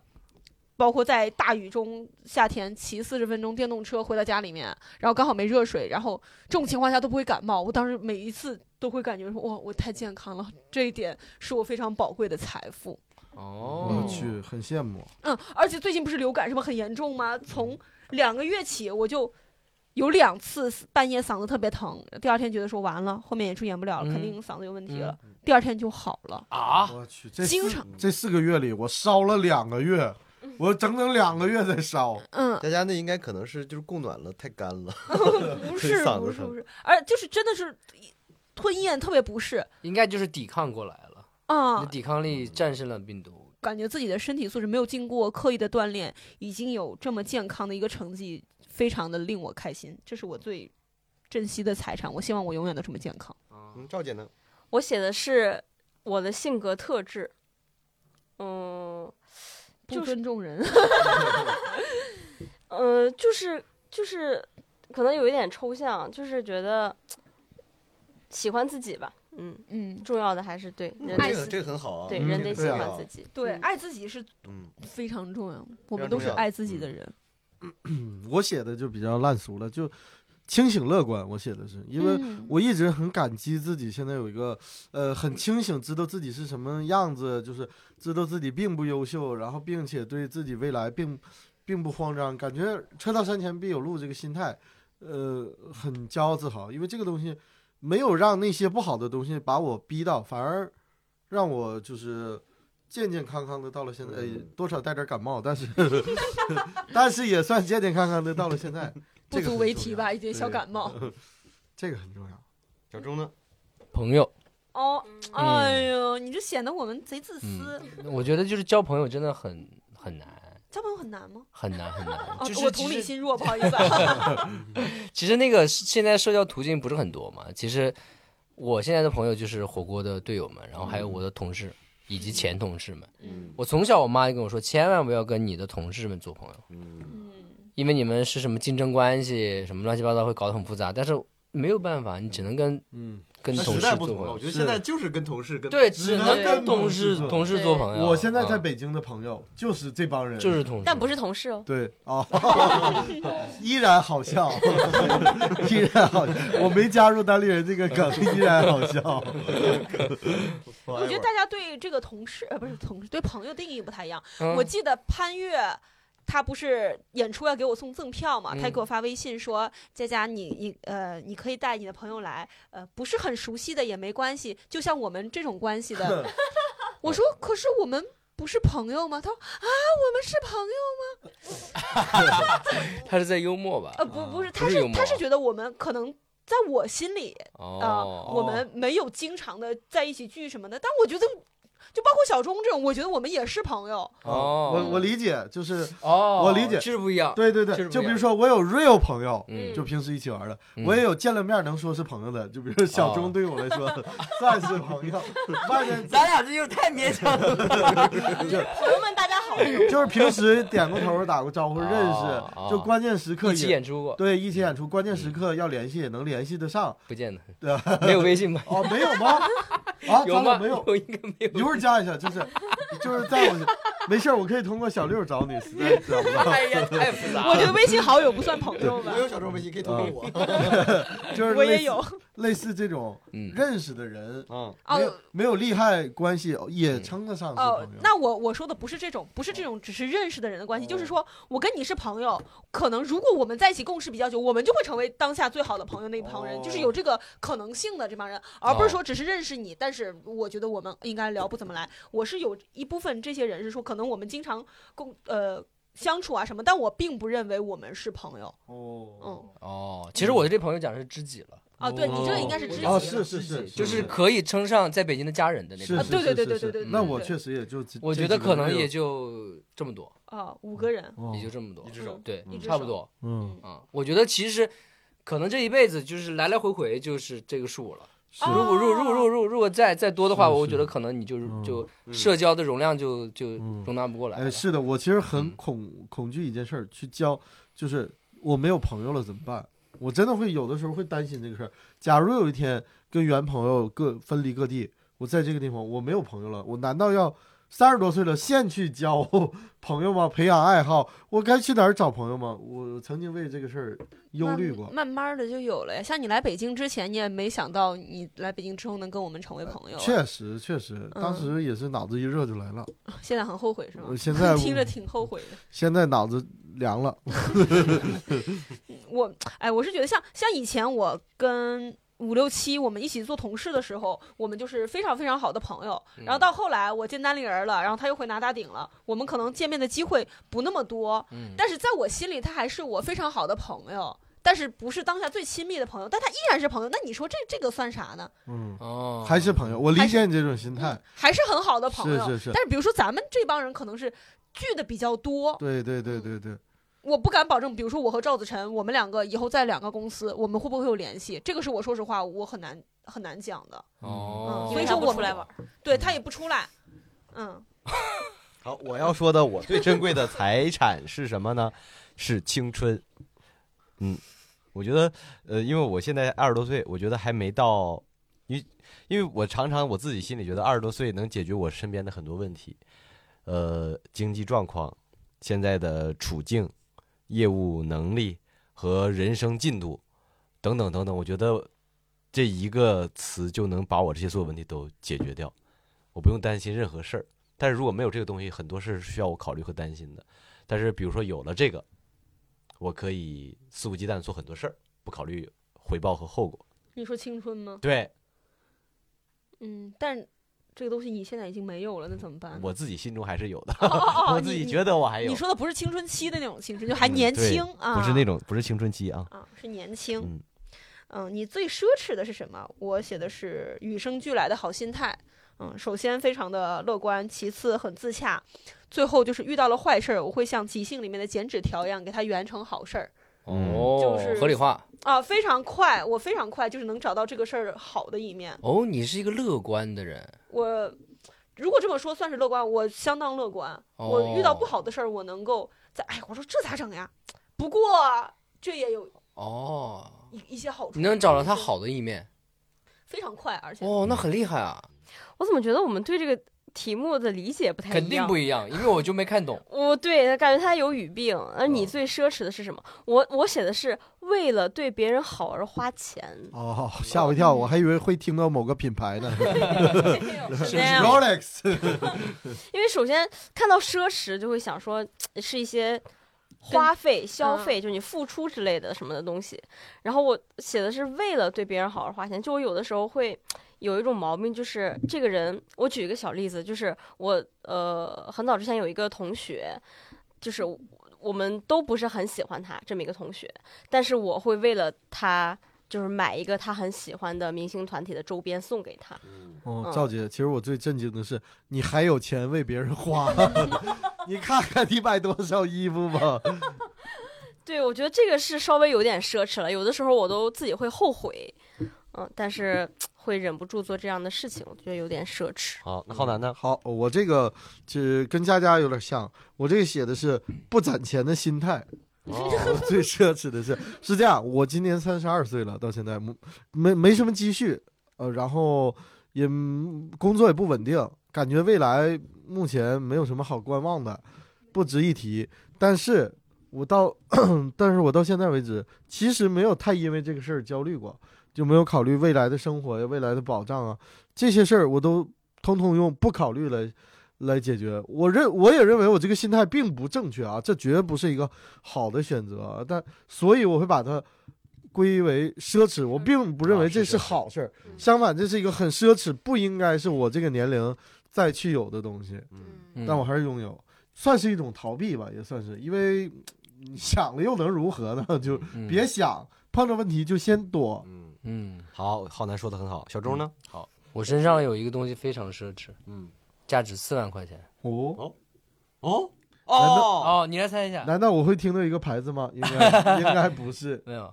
包括在大雨中，夏天骑四十分钟电动车回到家里面，然后刚好没热水，然后这种情况下都不会感冒。我当时每一次都会感觉说，哇，我太健康了，这一点是我非常宝贵的财富。哦我，去，很羡慕。嗯，而且最近不是流感什么很严重吗？从两个月起我就有两次半夜嗓子特别疼，第二天觉得说完了，后面演出演不了了，嗯肯定嗓子有问题了。第二天就好了，啊，我去，这经四常这四个月里，我烧了两个月，我整整两个月在烧。嗯，佳佳那应该可能是就是供暖了，太干了。不是嗓子不是疼不是，而就是真的是吞咽特别不适应该就是抵抗过来了，啊，你抵抗嗯力战胜了病毒。感觉自己的身体素质没有经过刻意的锻炼，已经有这么健康的一个成绩，非常的令我开心，这是我最珍惜的财产。我希望我永远都这么健康。啊嗯，赵姐呢？我写的是我的性格特质，嗯，不就是尊重人， (laughs) 呃，就是就是，可能有一点抽象，就是觉得喜欢自己吧，嗯，嗯，重要的还是对人爱得这个死这个很好啊。对嗯人得喜对啊欢自己，对，嗯爱自己是嗯，非常重要，我非们常都重是要爱自己的人。嗯我写的就比较烂俗了，就清醒乐观。我写的是，因为嗯我一直很感激自己现在有一个呃很清醒，知道自己是什么样子，就是知道自己并不优秀，然后并且对自己未来并并不慌张，感觉车到山前必有路这个心态，呃，很骄傲自豪，因为这个东西没有让那些不好的东西把我逼到，反而让我就是。健健康康的到了现在，呃嗯多少带点感冒，但是 (laughs) 但是也算健健康康的到了现在，不这个足很为重提要吧，一点小对感 (laughs) 冒。这个很重要。小钟呢？朋友，哦，嗯哎呦，你这显得我们贼自私。嗯我觉得就是交朋友真的很很难，交朋友很难吗？很难很难。哦就，是我同其理实心弱，不好意思 (laughs) 啊。其实那个是现在社交途径不是很多嘛，其实我现在的朋友就是火锅的队友们，然后还有我的同事以及前同事们。嗯我从小我妈就跟我说，千万不要跟你的同事们做朋友，嗯，嗯，因为你们是什么竞争关系，什么乱七八糟会搞得很复杂。但是没有办法，你只能跟嗯，跟同时事代做不朋同了，友我。觉得是现在就是跟同事跟对，只能能跟跟同同事事同事做朋友。我现在在嗯北京的朋友就是这帮人，就是同事，但不是同事哦，对啊， (laughs) 依然好笑，依然好笑。我没加入单立人这个梗，依然好笑。我觉得大家对这个同事呃不是同事，对朋友定义不太一样。嗯我记得潘越。他不是演出要给我送赠票嘛？嗯他给我发微信说：“佳佳，你你呃，你可以带你的朋友来，呃，不是很熟悉的也没关系，就像我们这种关系的。”我说：“哦可是我们不是朋友吗？”他说：“啊，我们是朋友。”他是在幽默吧？呃，不不是，他哦不是幽是默他是觉得我们可能在我心里啊、哦，我们没有经常的在一起聚什么的，但我觉得。就包括小钟这种，我觉得我们也是朋友。哦我我理解，就是哦，我理解就是不一样。对对就对，是不一就样比如说我有 real 朋友。嗯，就平时一起玩的，嗯我也有见了面能说是朋友的，就比如说小哦钟对我来 (laughs) 说算是朋友，外面咱俩这就太勉强了。朋友们，大家好。就是平时点过头、打过招呼、认哦哦识，就关键时刻一起也演出过，对，一起演出，关键时刻要联系，也能联系得上。不见得对啊， (laughs) 没有微信吧？哦，没有吗？ (laughs) 啊，有咱吗？俩没有。有，应该没一有。会儿加一下，就是就是在我没事儿，我可以通过小六找你，实在是找不到。 (laughs) 哎呀，太复杂我觉得微信好友不算朋友吧 (laughs) 我，有小钟微信可以通过我。就是我类也似有。类似这种嗯，认识的人，嗯，哦没有没有利害关系，嗯也称得上是哦朋友，。那我我说的不是这种，不是这种，只是认识的人的关系，就是说我跟你是朋友，可能如果我们在一起共事比较久，我们就会成为当下最好的朋友那一帮人，就是有这个可能性的这帮人，而不是说只是认识你。但是我觉得我们应该聊不怎么来。我是有一部分这些人是说，可能我们经常共呃相处啊什么，但我并不认为我们是朋友。哦嗯，哦，其实我这朋友讲是知己了，哦，对你这个应该是知己哦，了。是是是，就是可以称上在北京的家人的那是是种啊。对对对是对是对对对那对我对确实也就这我觉得可能也就这么多，啊，五个人，哦也就这么多一，只手嗯，对一，只差不手多哦嗯啊。我觉得其实可能这一辈子就是来来回回就是这个数了。是如果如果如果如果如果如果再再多的话，是我是觉得可能你就是嗯就嗯社交的容量就就嗯容纳不过来哎，了。是的，我其实很嗯恐、恐惧一件事儿，去交，就是我没有朋友了怎么办？我真的会有的时候会担心这个事儿。假如有一天跟原朋友各分离各地，我在这个地方我没有朋友了，我难道要三十多岁了现去交 (laughs) 朋友吗？培养爱好，我该去哪儿找朋友吗？我曾经为这个事儿忧虑过。慢慢的就有了呀。像你来北京之前，你也没想到你来北京之后能跟我们成为朋友啊，呃确实，确实，嗯当时也是脑子一热就来了。现在很后悔是吗 (laughs) 呃我？现在听着我挺后悔的。现在脑子凉了，我哎，我是觉得像像以前我跟。五六七，我们一起做同事的时候，我们就是非常非常好的朋友。嗯然后到后来，我见单立人了，然后他又回拿大顶了，我们可能见面的机会不那么多。嗯，但是在我心里，他还是我非常好的朋友，但是不是当下最亲密的朋友，但他依然是朋友。那你说这这个算啥呢？嗯，哦，还是朋友，我理还是嗯解你这种心态。还是很好的朋友。是是是但是比如说咱们这帮人可能是聚的比较多，对对对对对，我不敢保证，比如说我和赵子晨，我们两个以后在两个公司，我们会不会有联系？这个是我说实话，我很难很难讲的。哦，所以因为说他我不们出来玩儿，对他也不出来，嗯，好，我要说的我最珍贵的财产是什么呢？ (laughs) 是青春。嗯，我觉得，呃，因为我现在二十多岁，我觉得还没到，因为因为我常常我自己心里觉得二十多岁能解决我身边的很多问题，呃，经济状况、现在的处境、业务能力和人生进度等等等等，我觉得这一个词就能把我这些所有问题都解决掉，我不用担心任何事儿。但是如果没有这个东西，很多事是需要我考虑和担心的。但是比如说有了这个，我可以肆无忌惮地做很多事儿，不考虑回报和后果。你说青春吗？对嗯，但是这个东西你现在已经没有了，那怎么办？我自己心中还是有的，嗯 (laughs) 哦哦哦， (laughs) 我自己觉得得我还有你，说的不是青春期的那种青春，就还嗯年对轻啊，不是那种不是青春期啊。啊，是年轻。嗯，嗯，你最奢侈的是什么？我写的是与生俱来的好心态。嗯，首先非常的乐观，其次很自洽，最后就是遇到了坏事儿，我会像即兴里面的剪纸条一样给它圆成好事儿嗯哦，就是合理化。啊，非常快，我非常快就是能找到这个事儿好的一面。哦，你是一个乐观的人，我如果这么说算是乐观，我相当乐观。我遇到哦不好的事儿，我能够在哎，我说这咋整呀？不过这也有哦，一一些好处，你能找到他好的一面，非常快，而且哦，那很厉害啊，我怎么觉得我们对这个题目的理解不太一样？肯定不一样，因为我就没看懂。我对感觉他有语病。而你嗯最奢侈的是什么？我我写的是为了对别人好而花钱。哦，吓我一跳，我还以为会听到某个品牌呢那样，Rolex。因为首先看到奢侈就会想说是一些花费、消费，就是你付出之类的什么的东西。然后我写的是为了对别人好而花钱，就我有的时候会有一种毛病，就是这个人，我举一个小例子，就是我呃很早之前有一个同学，就是我我们都不是很喜欢他这么一个同学，但是我会为了他。就是买一个他很喜欢的明星团体的周边送给他，哦嗯，赵姐，其实我最震惊的是，你还有钱为别人花，你看看你买多少衣服吧。对，我觉得这个是稍微有点奢侈了，有的时候我都自己会后悔，嗯，但是会忍不住做这样的事情，我觉得有点奢侈。好，那浩 (laughs) 南呢？好，我这个这跟佳佳有点像，我这个写的是不攒钱的心态。哦我最奢侈的是是这样，我今年三十二岁了，到现在没没没什么积蓄，呃，然后也嗯工作也不稳定，感觉未来目前没有什么好观望的，不值一提。但是我到，但是我到现在为止，其实没有太因为这个事儿焦虑过，就没有考虑未来的生活呀、未来的保障啊这些事儿，我都通通用不考虑来来解决。我认我也认为我这个心态并不正确啊，这绝不是一个好的选择啊。但所以我会把它归为奢侈，我并不认为啊是这是奢侈好事儿，嗯相反这是一个很奢侈，不应该是我这个年龄再去有的东西。嗯，嗯但我还是拥有，算是一种逃避吧，也算是，因为嗯你想了又能如何呢？就嗯别想，碰着问题就先躲。嗯，嗯，好，浩南说的很好。小周呢？好，我身上有一个东西非常奢侈，嗯，价值四万块钱。哦，哦哦哦，哦，你来猜一下，难道我会听到一个牌子吗？应该应该不是，没有，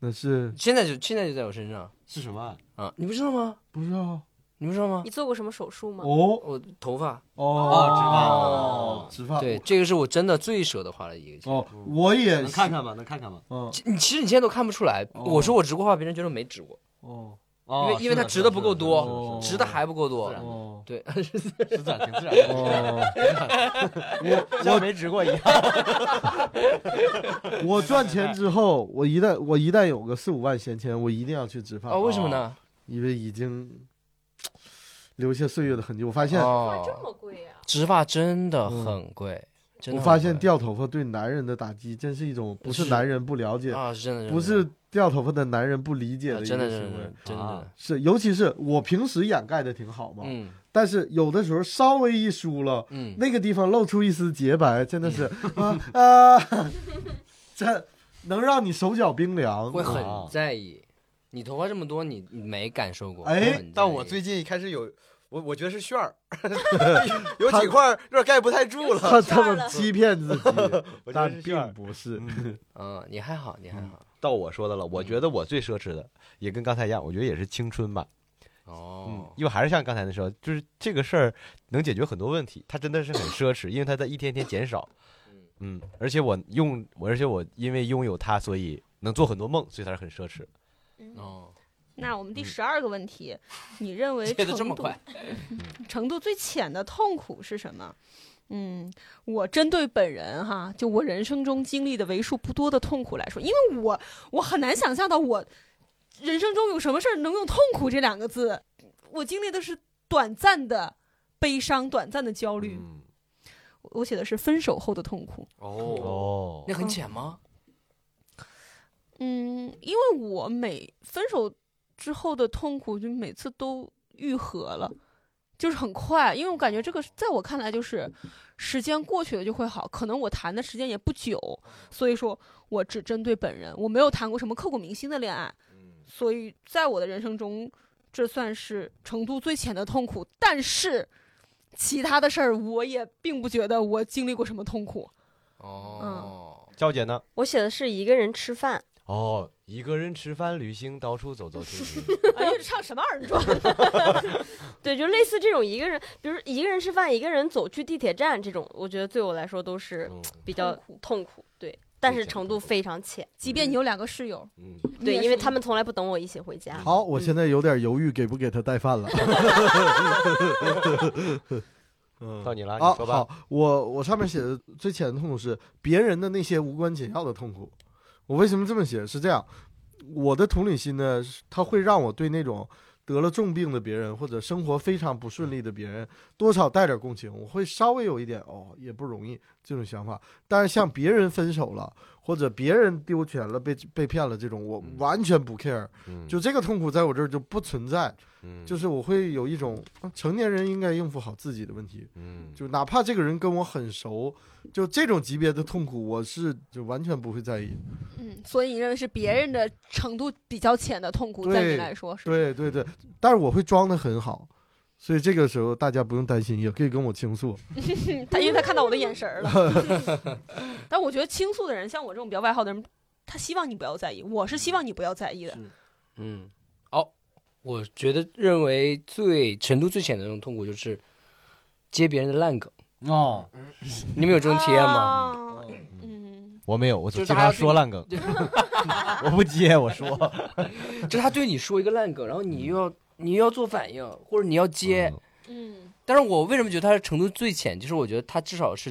那是现在就现在就在我身上是什么？啊！你不知道吗？不知道？你不知道吗你？做过什么手术吗？哦我头发，哦，直发，对，这个啊是我真的最舍得花的一个钱。哦，我也能看看吧，能看看吧。 (laughs) 嗯其你其实你现在都看不出来，哦我说我植过发，别人觉得没植过，哦哦因为因为它是值的的不够是的是的多，是的值的还不够多自。然哦对，是的是的是的是的是的挺自然的，哦，像没值过一样。我赚钱之后，我一旦我一旦有个四五万闲钱，我一定要去植发。哦，为什么呢？因为已经留下岁月的痕迹。我发现，哦，啊么贵呀、嗯植发真的很贵，真我的发很现快掉头发对男人的打击，真是一种不是是男人不了解，啊，是真的真的，不是掉头发的男人不理解啊的一真的个真的行为真。的真啊的，是，尤其是我平时掩盖的挺好嘛，嗯但是有的时候稍微一疏了，嗯，那个地方露出一丝洁白，真的是、 (laughs) 啊啊，这能让你手脚冰凉。会啊很在意。你头发这么多，你你没感受过？哎会很在但我意最近开始有，我我觉得是旋儿，有几块儿有点盖不太住了。他这么欺骗自 (laughs) 己，我觉得但是旋儿并不是。嗯，你还好，你还好。到我说的了，我觉得我最奢侈的也跟刚才一样，我觉得也是青春吧。嗯哦，，因为还是像刚才那说，就是这个事儿能解决很多问题，它真的是很奢侈，因为它在一天天减少。嗯，而且我用我，而且我因为拥有它，所以能做很多梦，所以它是很奢侈。嗯哦，那我们第十二个问题，你认为切的程这么度 (laughs) 快，程度最浅的痛苦是什么？嗯，我针对本人哈，就我人生中经历的为数不多的痛苦来说，因为我我很难想象到我人生中有什么事儿能用痛苦这两个字。我经历的是短暂的悲伤、短暂的焦虑。嗯，我我写的是分手后的痛苦。哦，哦那，很浅吗？嗯，因为我每分手之后的痛苦，就每次都愈合了，就是很快。因为我感觉这个是，在我看来，就是时间过去了就会好。可能我谈的时间也不久，所以说我只针对本人，我没有谈过什么刻骨铭心的恋爱，所以在我的人生中，这算是程度最浅的痛苦。但是，其他的事儿我也并不觉得我经历过什么痛苦。哦，娇姐呢？我写的是一个人吃饭，哦，一个人吃饭、旅行，到处走走停停。 (laughs) 哎呀，这唱什么二人转？对，就类似这种一个人，比如一个人吃饭，一个人走去地铁站这种，我觉得对我来说都是嗯比较痛苦痛苦，对，但是非常程度痛苦非常浅， (laughs) 即便你有两个室友，嗯，对，因为他们。们从来不等我一起回家。好，我现在有点犹豫，给不给他带饭 (laughs) 了。 (laughs) 嗯嗯到你了，啊，你说吧好。，我我上面写的最浅的痛苦是别人的那些无关紧要的痛苦。我为什么这么写？是这样，我的同理心呢，是它会让我对那种得了重病的别人或者生活非常不顺利的别人，多少带点共情。我会稍微有一点哦，也不容易这种想法。但是像别人分手了，或者别人丢钱了、被被骗了这种，我嗯完全不 care，嗯就这个痛苦在我这儿就不存在。嗯就是我会有一种啊成年人应该应付好自己的问题。嗯就哪怕这个人跟我很熟，就这种级别的痛苦，我是就完全不会在意。嗯，所以你认为是别人的程度比较浅的痛苦，对在你来说是吧？对对对，但是我会装的很好，所以这个时候大家不用担心，也可以跟我倾诉。他因为他看到我的眼神儿了。 (laughs) 但我觉得倾诉的人，像我这种比较外号的人，他希望你不要在意，我是希望你不要在意的。嗯，哦，我觉得认为最程度最浅的那种痛苦就是接别人的烂梗。哦，你们有这种体验吗？啊？哦嗯，我没有，我就是经大家常说烂梗，我不接，我说 (laughs) 就他对你说一个烂梗，然后你又要你又要做反应，或者你要接。嗯嗯，但是我为什么觉得他的程度最浅？就是我觉得他至少是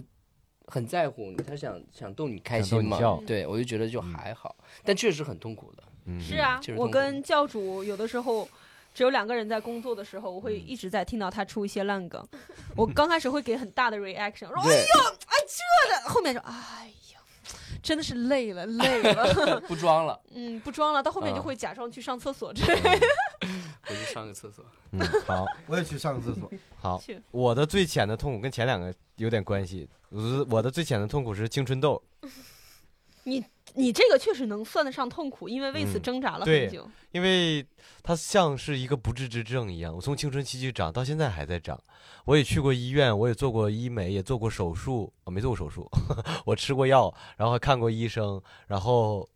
很在乎你，他想想逗你开想逗心你嘛笑。对，我就觉得就还好，但确实很痛苦的。嗯是啊其，实我痛苦跟教主有的时候。只有两个人在工作的时候，我会嗯一直在听到他出一些烂梗。我刚开始会给很大的 reaction，我说对，后面说哎呀，真的是累了，累了。不装了，嗯，不装了，到后面就啊会假装去上厕所之类的。回去上个厕 (laughs) 所。嗯，好我也去上个厕所。好去，我的最浅的痛苦跟前两个有点关系，我我的最浅的痛苦是青春痘，你这个确实能算得上痛苦，因为为此嗯挣扎了对很久。因为它像是一个不治之症一样，我从青春期就长，到现在还在长。我也去过医院，我也做过医美，也做过手术，我、没做过手术， (laughs) 我吃过药，然后还看过医生，然后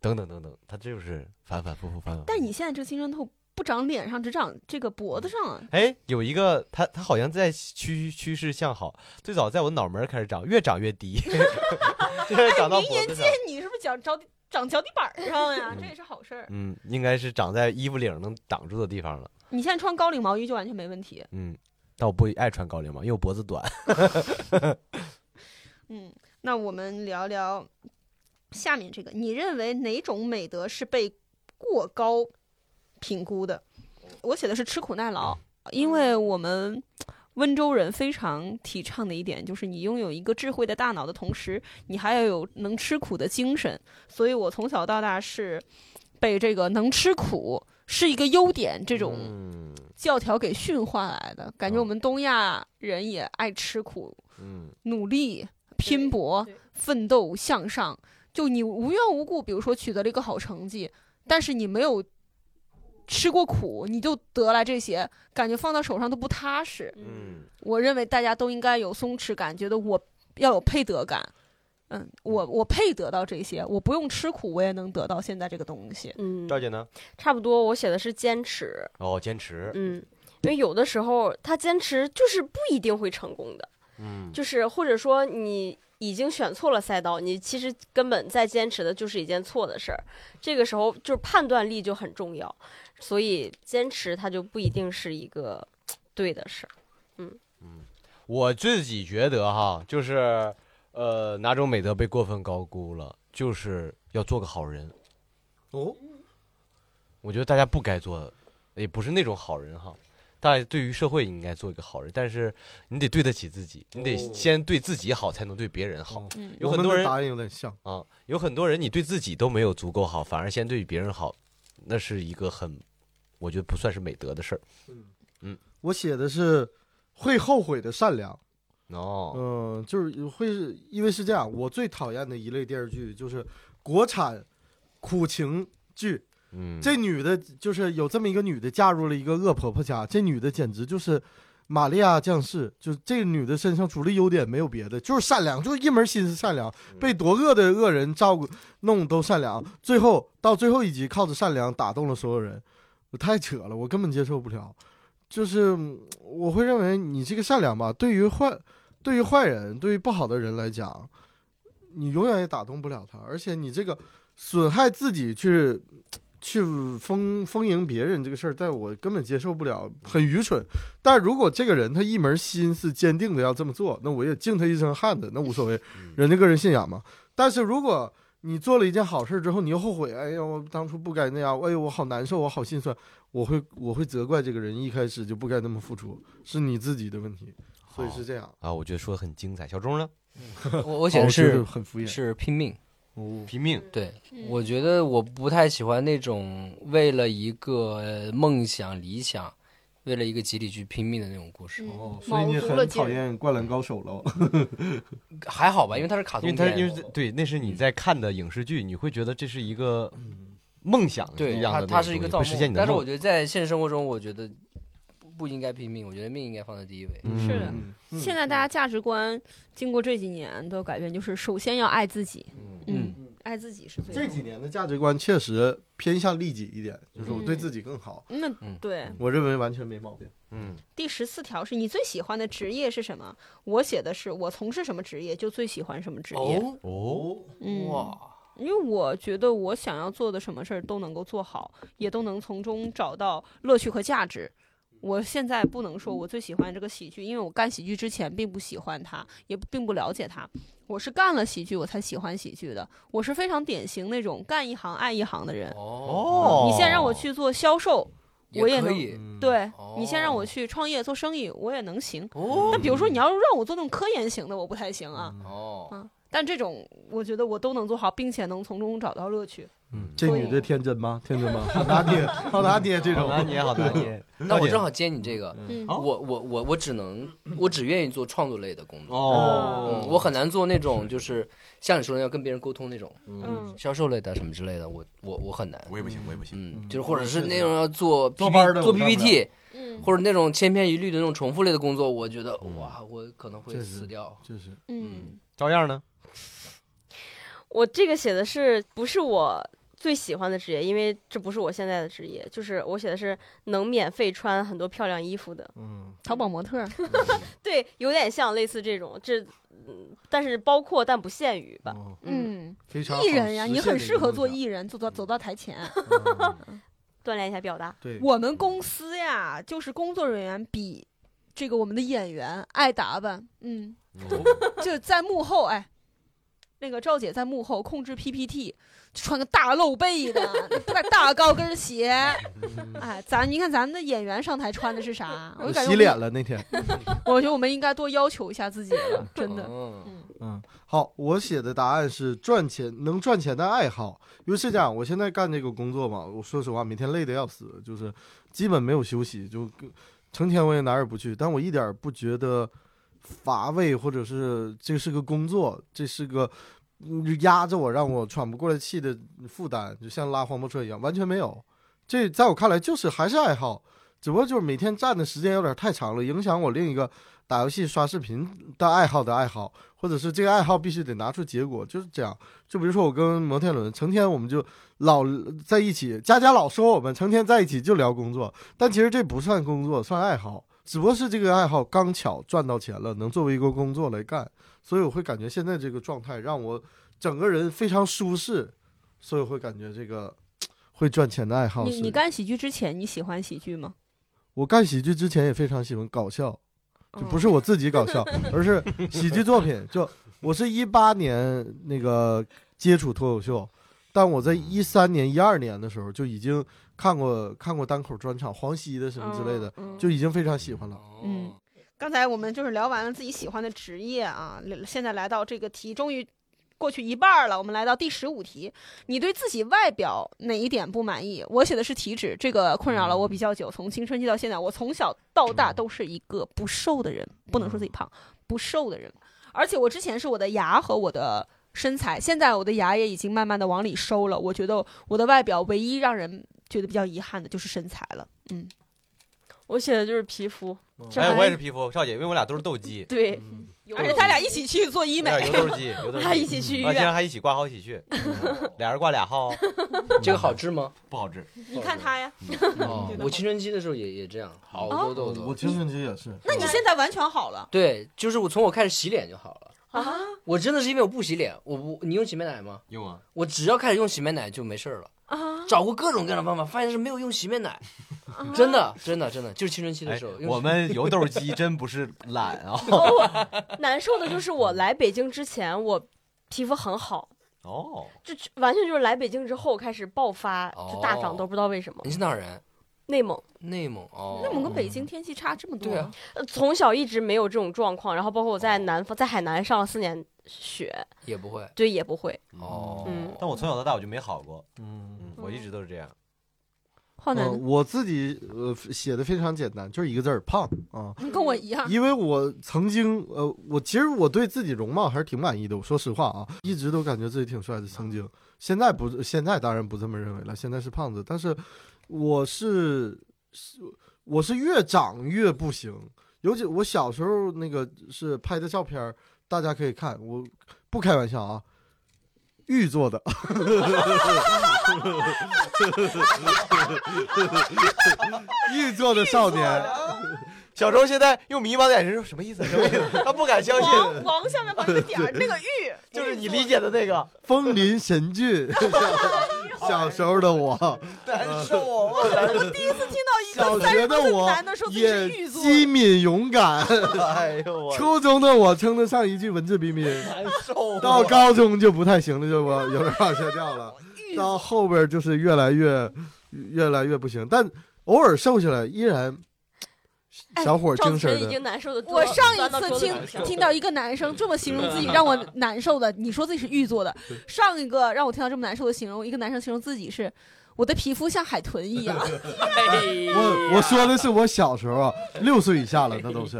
等等等等，它就是反反复复，反反复复。但你现在这青春痘不长脸上，只长这个脖子上啊。哎，有一个，它它好像在趋趋势向好，最早在我脑门儿开始长，越长越低， (laughs) 现在长到脖子上。那你是不是脚着地长脚底板儿上呀？嗯这也是好事儿。嗯，应该是长在衣服领儿能挡住的地方了。你现在穿高领毛衣就完全没问题。嗯，但我不爱穿高领毛，因为我脖子短。嗯，那我们聊聊下面这个，你认为哪种美德是被过高嗯评估的？我写的是吃苦耐劳，因为我们温州人非常提倡的一点就是，你拥有一个智慧的大脑的同时，你还要有能吃苦的精神。所以我从小到大是被这个能吃苦是一个优点这种嗯教条给驯化来的。感觉嗯我们东亚人也爱吃苦，嗯努力、拼搏对对、奋斗、向上。就你无缘无故，比如说取得了一个好成绩，但是你没有吃过苦，你就得来这些，感觉放到手上都不踏实。嗯，我认为大家都应该有松弛感，觉得我要有配得感。嗯，我我配得到这些，我不用吃苦，我也能得到现在这个东西。嗯，赵姐呢？差不多。我写的是坚持，哦，坚持，嗯，因为有的时候他坚持就是不一定会成功的，嗯就是或者说你已经选错了赛道，你其实根本在坚持的就是一件错的事儿。这个时候就是判断力就很重要，所以坚持它就不一定是一个对的事儿。我自己觉得哈，就是呃，哪种美德被过分高估了，就是要做个好人。哦，嗯我觉得大家不该做，也不是那种好人哈。大家对于社会应该做一个好人，但是你得对得起自己，你得哦先对自己好，才能对别人好。哦嗯有我很们多的人答案有点像，啊，有很多人你对自己都没有足够好，反而先对别人好，那是一个很，我觉得不算是美德的事儿。我写的是会后悔的善良。哦，嗯，就是会是因为是这样，我最讨厌的一类电视剧就是国产苦情剧。嗯，这女的就是有这么一个女的嫁入了一个恶婆婆家，这女的简直就是玛利亚降世，就是这女的身上除了优点没有别的，就是善良，就是一门心思善良，被多恶的恶人照顾弄都善良，最后到最后一集靠着善良打动了所有人，我太扯了，我根本接受不了。就是嗯我会认为你这个善良吧，对于坏，对于坏人，对于不好的人来讲，你永远也打动不了他，而且你这个损害自己去去丰丰盈别人这个事儿，在我根本接受不了，很愚蠢。但如果这个人他一门心思坚定的要这么做，那我也敬他一身汉子，那无所谓，人家个人信仰嘛。但是如果你做了一件好事之后，你又后悔，哎呀，我当初不该那样，哎呦，我好难受，我好心酸，我会我会责怪这个人一开始就不该那么付出，是你自己的问题，所以好是这样。哦啊，我觉得说的很精彩。小钟呢？我我我写的觉得是很敷衍，是拼命，哦拼命，对，我觉得我不太喜欢那种为了一个呃梦想、理想，为了一个集体去拼命的那种故嗯事。哦，所以卯你足了很劲讨儿。厌《灌篮高手》了。还好吧，因为它是卡因为通他片，因为这对，那是你在看的影视剧，你会觉得这是一个梦想对一样它的东西，它是一个造会实现梦你。的但是我梦。觉得在现实生活中，我觉得不不应该拼命，我觉得命应该放在第一位。嗯是的嗯，现在大家价值观经过这几年的改变，就是首先要爱自己，嗯，爱自己是最这几年的价值观确实偏向利己一点，就是我对自己更好，那嗯对，我认为完全没毛病。嗯，第十四条是你最喜欢的职业是什么？我写的是我从事什么职业就最喜欢什么职业。哦哦，嗯，哇，因为我觉得我想要做的什么事儿都能够做好，也都能从中找到乐趣和价值。我现在不能说我最喜欢这个喜剧，因为我干喜剧之前并不喜欢它，也并不了解它。我是干了喜剧我才喜欢喜剧的。我是非常典型那种干一行爱一行的人。哦，你现在让我去做销售，我也可能以嗯对你哦先让我去创业做生意，我也能行。哦但比如说你要让我做那种科研型的，我不太行啊。哦，嗯，但这种我觉得我都能做好，并且能从中找到乐趣。嗯，这对女的天真吗？天真吗？ (laughs) 好拿捏，好拿捏这好种。难捏，好难 (laughs) 捏。那我正好接你这个，嗯我我我我只能我只愿意做创作类的工作。哦，嗯，我很难做那种就是像你说的要跟别人沟通那种，嗯销售类的什么之类的，我我我很难。我也不行，我也不行。嗯，就是或者是那种要做 PPT, 坐嗯班儿的做我干不了 PPT，嗯或者那种千篇一律的那种重复类的工作，我觉得嗯哇，我可能会这是死掉。就是嗯照样呢？我这个写的是不是我最喜欢的职业？因为这不是我现在的职业，就是我写的是能免费穿很多漂亮衣服的。嗯， (laughs) 淘宝模特儿，对，有点像类似这种，这嗯，但是包括但不限于吧。哦嗯，嗯，非常艺人呀，你很适合做艺艺。人，走到走到台前。嗯锻炼一下表达。对， (laughs) 我们公司呀，就是工作人员比这个我们的演员爱打扮，嗯，嗯就在幕后哎，那个赵姐在幕后控制 PPT，就穿个大露背的，大大高跟鞋。嗯哎，咱你看咱们的演员上台穿的是啥？我就感觉洗我们脸了那天。我觉得我们应该多要求一下自己了，真的。嗯嗯，好，我写的答案是赚钱能赚钱的爱好，因为是这样，我现在干这个工作嘛，我说实话，每天累得要死，就是基本没有休息，就成天我也哪儿也不去，但我一点儿不觉得乏味，或者是这是个工作，这是个嗯压着我让我喘不过来气的负担，就像拉黄包车一样，完全没有。这在我看来就是还是爱好，只不过就是每天站的时间有点太长了，影响我另一个打游戏、刷视频的爱好的爱好。或者是这个爱好必须得拿出结果，就是这样。就比如说我跟摩天轮，成天我们就老在一起，佳佳老说我们成天在一起就聊工作，但其实这不算工作，算爱好，只不过是这个爱好刚巧赚到钱了，能作为一个工作来干，所以我会感觉现在这个状态让我整个人非常舒适，所以我会感觉这个会赚钱的爱好你是你。干喜剧之前，你喜欢喜剧吗？我干喜剧之前也非常喜欢搞笑，就不是我自己搞笑，而是喜剧作品。就我是一八年那个接触脱口秀，但我在一三年、一二年的时候就已经看过看过单口专场，黄西的什么之类的，嗯。嗯就已经非常喜欢了。哦嗯，刚才我们就是聊完了自己喜欢的职业啊，了现在来到这个题，终于过去一半儿了。我们来到第十五题，你对自己外表哪一点不满意？我写的是体脂，这个困扰了我比较久，从青春期到现在，我从小到大都是一个不瘦的人，不能说自己胖，不瘦的人。而且我之前是我的牙和我的身材，现在我的牙也已经慢慢的往里收了。我觉得我的外表唯一让人觉得比较遗憾的就是身材了。嗯，我写的就是皮肤，这哎，还我也是皮肤，少姐，因为我俩都是斗鸡，对，而且他俩一起去做医美我，俩有斗鸡，有斗他一起鸡。去医啊，竟院，然还一起挂号一起去，俩人挂俩号，这个好治吗？不好治。你看他呀。哦，我青春期的时候也也这样，哦好哦多痘我痘。青春期也是，那你现在完全好了对，就是我从我开始洗脸就好了。 (laughs) 啊？我真的是因为我不洗脸，我不，你用洗面奶吗？用啊，我只要开始用洗面奶就没事儿了。啊，找过各种各样的方法，发现是没有用洗面奶，真的，真的，真的，就是青春期的哎时候。，用我们油豆鸡真不是懒啊。哦 (laughs) 难受的就是我来北京之前，我皮肤很好，哦，就就完全就是来北京之后开始爆发，就大长痘，哦不知道为什么。你是哪儿人？内蒙，内蒙哦，内蒙跟北京天气差这么多对啊吗，呃从小一直没有这种状况，然后包括我哦在南方，在海南上了四年学，也不会对，也不会。哦。嗯但我从小到大我就没好过，嗯。嗯，我一直都是这样。浩南呃，我自己呃写的非常简单，就是一个字儿胖啊。跟我一样，因为我曾经，呃，我其实我对自己容貌还是挺满意的。我说实话啊，一直都感觉自己挺帅的。曾经，现在不，现在当然不这么认为了。现在是胖子，但是我是是我是越长越不行。尤其我小时候那个是拍的照片儿，大家可以看，我不开玩笑啊，玉做的。 (laughs) 玉做的少年，小周现在用迷茫的眼神说什么意思？什么意思？他不敢相信，王王下面旁边点儿那个玉，就是你理解的那个风林 (laughs) 神俊，小时候的我， (laughs) 难受啊！我难受我第一次听到一小 (laughs) 个三十学多的岁的我男的说自己是也玉做机的，敏勇敢，哎呦我初中的我称得上一句文质彬彬，难受啊到高中就不太行了，就 (laughs) 我有点往下掉了，到后边就是越来越越来越不行，但偶尔瘦下来依然哎小伙哎赵精子神晨已的。经难受的多我了，上钻到一桌次子听上听到一个男生这么形容自己，让我难受的。你说自己是玉做的，上一个让我听到这么难受的形容，一个男生形容自己是我的皮肤像海豚一样。哎哎我我说的是我小时候啊，六岁以下了，那 (laughs) 都是。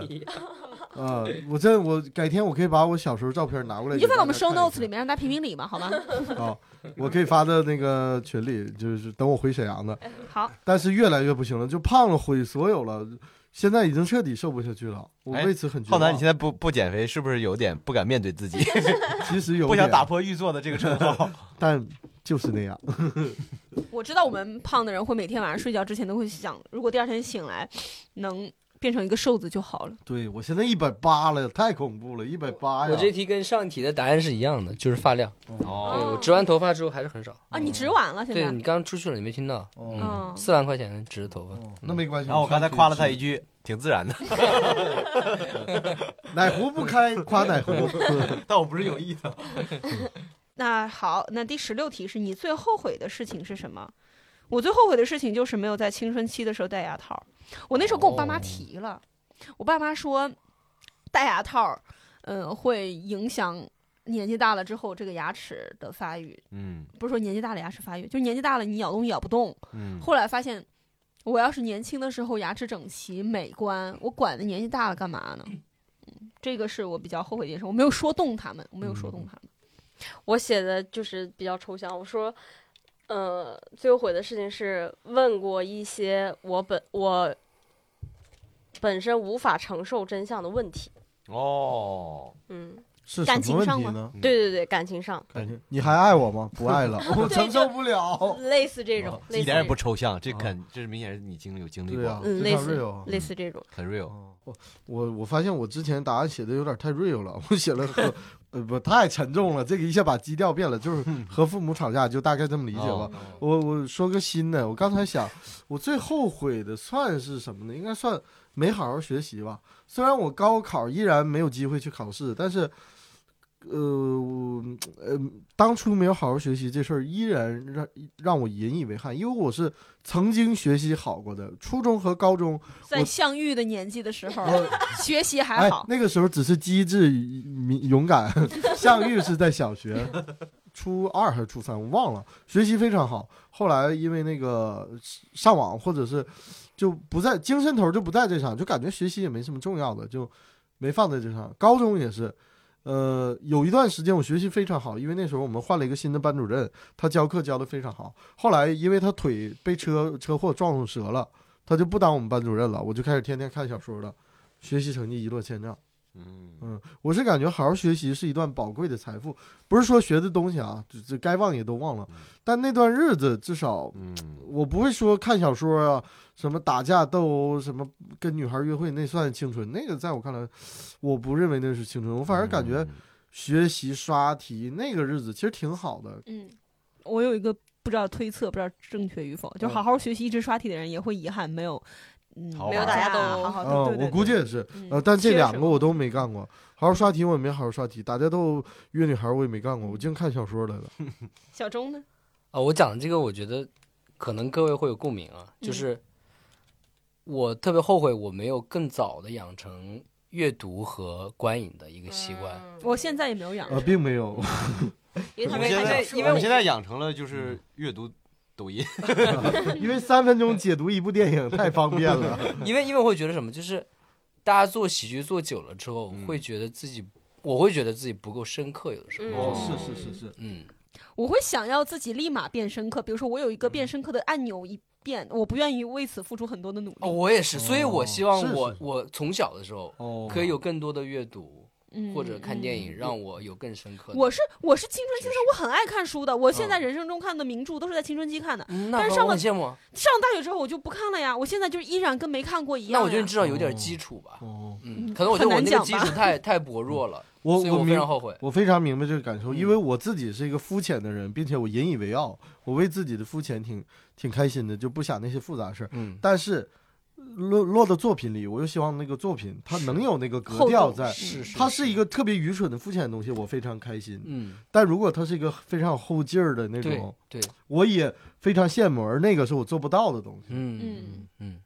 啊、我真我改天我可以把我小时候照片拿过来，你就放到我们 show 收 notes 里面，让大家评评理嘛，好吗？ (laughs) 啊，我可以发到那个群里，就是等我回沈阳的。好，但是越来越不行了，就胖了，毁所有了，现在已经彻底瘦不下去了。我哎为此很绝浩望。南，你现在不不减肥，是不是有点不敢面对自己，其实 (laughs) 有不想点打，破玉座的这个称号？但就是那样。 (laughs) 我知道我们胖的人会每天晚上睡觉之前都会想，如果第二天醒来能变成一个瘦子就好了。对我现在一百八了，太恐怖了，一百八呀！我这题跟上一题的答案是一样的，就是发量。 (laughs) 哦对，我我植完头发之后还是很少。啊，你植完了现对在你刚出去了，你没听到？哦，嗯四万块钱植头发，那没关 (laughs) 系。然后我刚才夸了他一句，挺自然的，奶壶不开，夸奶壶。 (laughs) 但我不是有意的。那好，那第十六题是你最后悔的事情是什么？我最后悔的事情就是没有在青春期的时候戴牙套。我那时候跟我爸妈提了，我爸妈说戴牙套，嗯，会影响年纪大了之后这个牙齿的发育。嗯不是说年纪大了牙齿发育，就是年纪大了你咬东西咬不动。嗯，后来发现，我要是年轻的时候牙齿整齐美观，我管的年纪大了干嘛呢？嗯这个是我比较后悔的一件事，我没有说动他们，我没有说动嗯他们。我写的就是比较抽象，我说，呃，最后悔的事情是问过一些我本我本身无法承受真相的问题。哦，嗯嗯，是感什情么问上题吗呢？对对对，感情上感情你还爱我吗？不爱了，我承受不了。类似这种，类哦一似点也这不种，抽象，这肯这是明显是你经历有经历过对啊，的，嗯非类常似 real 啊类似这种。很 real。哦我我我发现我之前答案写的有点太 real 了，我写了和呃不太沉重了，这个一下把基调变了，就是和父母吵架，就大概这么理解吧哦。我我说个新的，我刚才想，我最后悔的算是什么呢？应该算没好好学习吧。虽然我高考依然没有机会去考试，但是。呃，我呃，当初没有好好学习这事儿，依然让让我引以为憾，因为我是曾经学习好过的，初中和高中在相遇的年纪的时候，学习还哎好，，那个时候只是机智、敏 (laughs) 勇敢。相遇是在小学，初二还是初三，我忘了。学习非常好，后来因为那个上网或者是就不在精神头就不在这上，就感觉学习也没什么重要的，就没放在这上。高中也是。呃，有一段时间我学习非常好，因为那时候我们换了一个新的班主任，他教课教的非常好。后来因为他腿被车车祸撞折了，他就不当我们班主任了，我就开始天天看小说了。学习成绩一落千丈。嗯嗯，我是感觉好好学习是一段宝贵的财富，不是说学的东西啊，这这该忘也都忘了嗯，但那段日子至少嗯，我不会说看小说啊，什么打架斗殴，什么跟女孩约会，那算青春。那个在我看来，我不认为那是青春，我反而感觉学习刷题那个日子其实挺好的。嗯，我有一个不知道推测，不知道正确与否，嗯就好好学习一直刷题的人也会遗憾没有，嗯，好好没有大家都好好啊，的，对对我估计也是，对呃，嗯但这缺两什个我都没干过，好好刷题我也没好好刷题，打架斗殴约女孩我也没干过，我净看小说来了。 (laughs) 小钟呢？啊，我讲的这个，我觉得可能各位会有共鸣啊，嗯就是我特别后悔我没有更早的养成阅读和观影的一个习惯。我现在也没有养呃，，并没有，因为我他们们现他在在因为我们现在养成了就是阅读抖音， (laughs) 因为三分钟解读一部电影太方便了。因为因为我会觉得什么，就是大家做喜剧做久了之后，嗯会觉得自己，我会觉得自己不够深刻，有的时候，嗯哦是是是是，嗯，我会想要自己立马变深刻，比如说我有一个嗯变深刻的按钮一变，我不愿意为此付出很多的努力。哦，我也是，所以我希望哦是是我是我从小的时候哦可以有更多的阅读嗯或者看电。嗯影，让我有更深刻的。我是我是青春期的时候，我很爱看书的。我现在嗯人生中看的名著都是在青春期看的。嗯，但那是我上很了羡慕啊，上大学之后我就不看了呀，我现在就依然跟没看过一样呀。那我觉得你至少有点哦基础吧。 (laughs) 哦，嗯，嗯可能我很对我难那个讲基吧础太太薄弱了，我所以我非明常后悔。我非常明白这个感受，嗯因为我自己是一个肤浅的人，并且我引以为傲，我为自己的肤浅挺挺开心的，就不想那些复杂事儿。嗯，但是落落到作品里，我又希望那个作品它能有那个格厚调重在。是是，它是一个特别愚蠢的肤浅的东西，我非常开心。嗯，但如果它是一个非常有后劲儿的那对种，对，我也非常羡慕，而那个是我做不到的东西。嗯嗯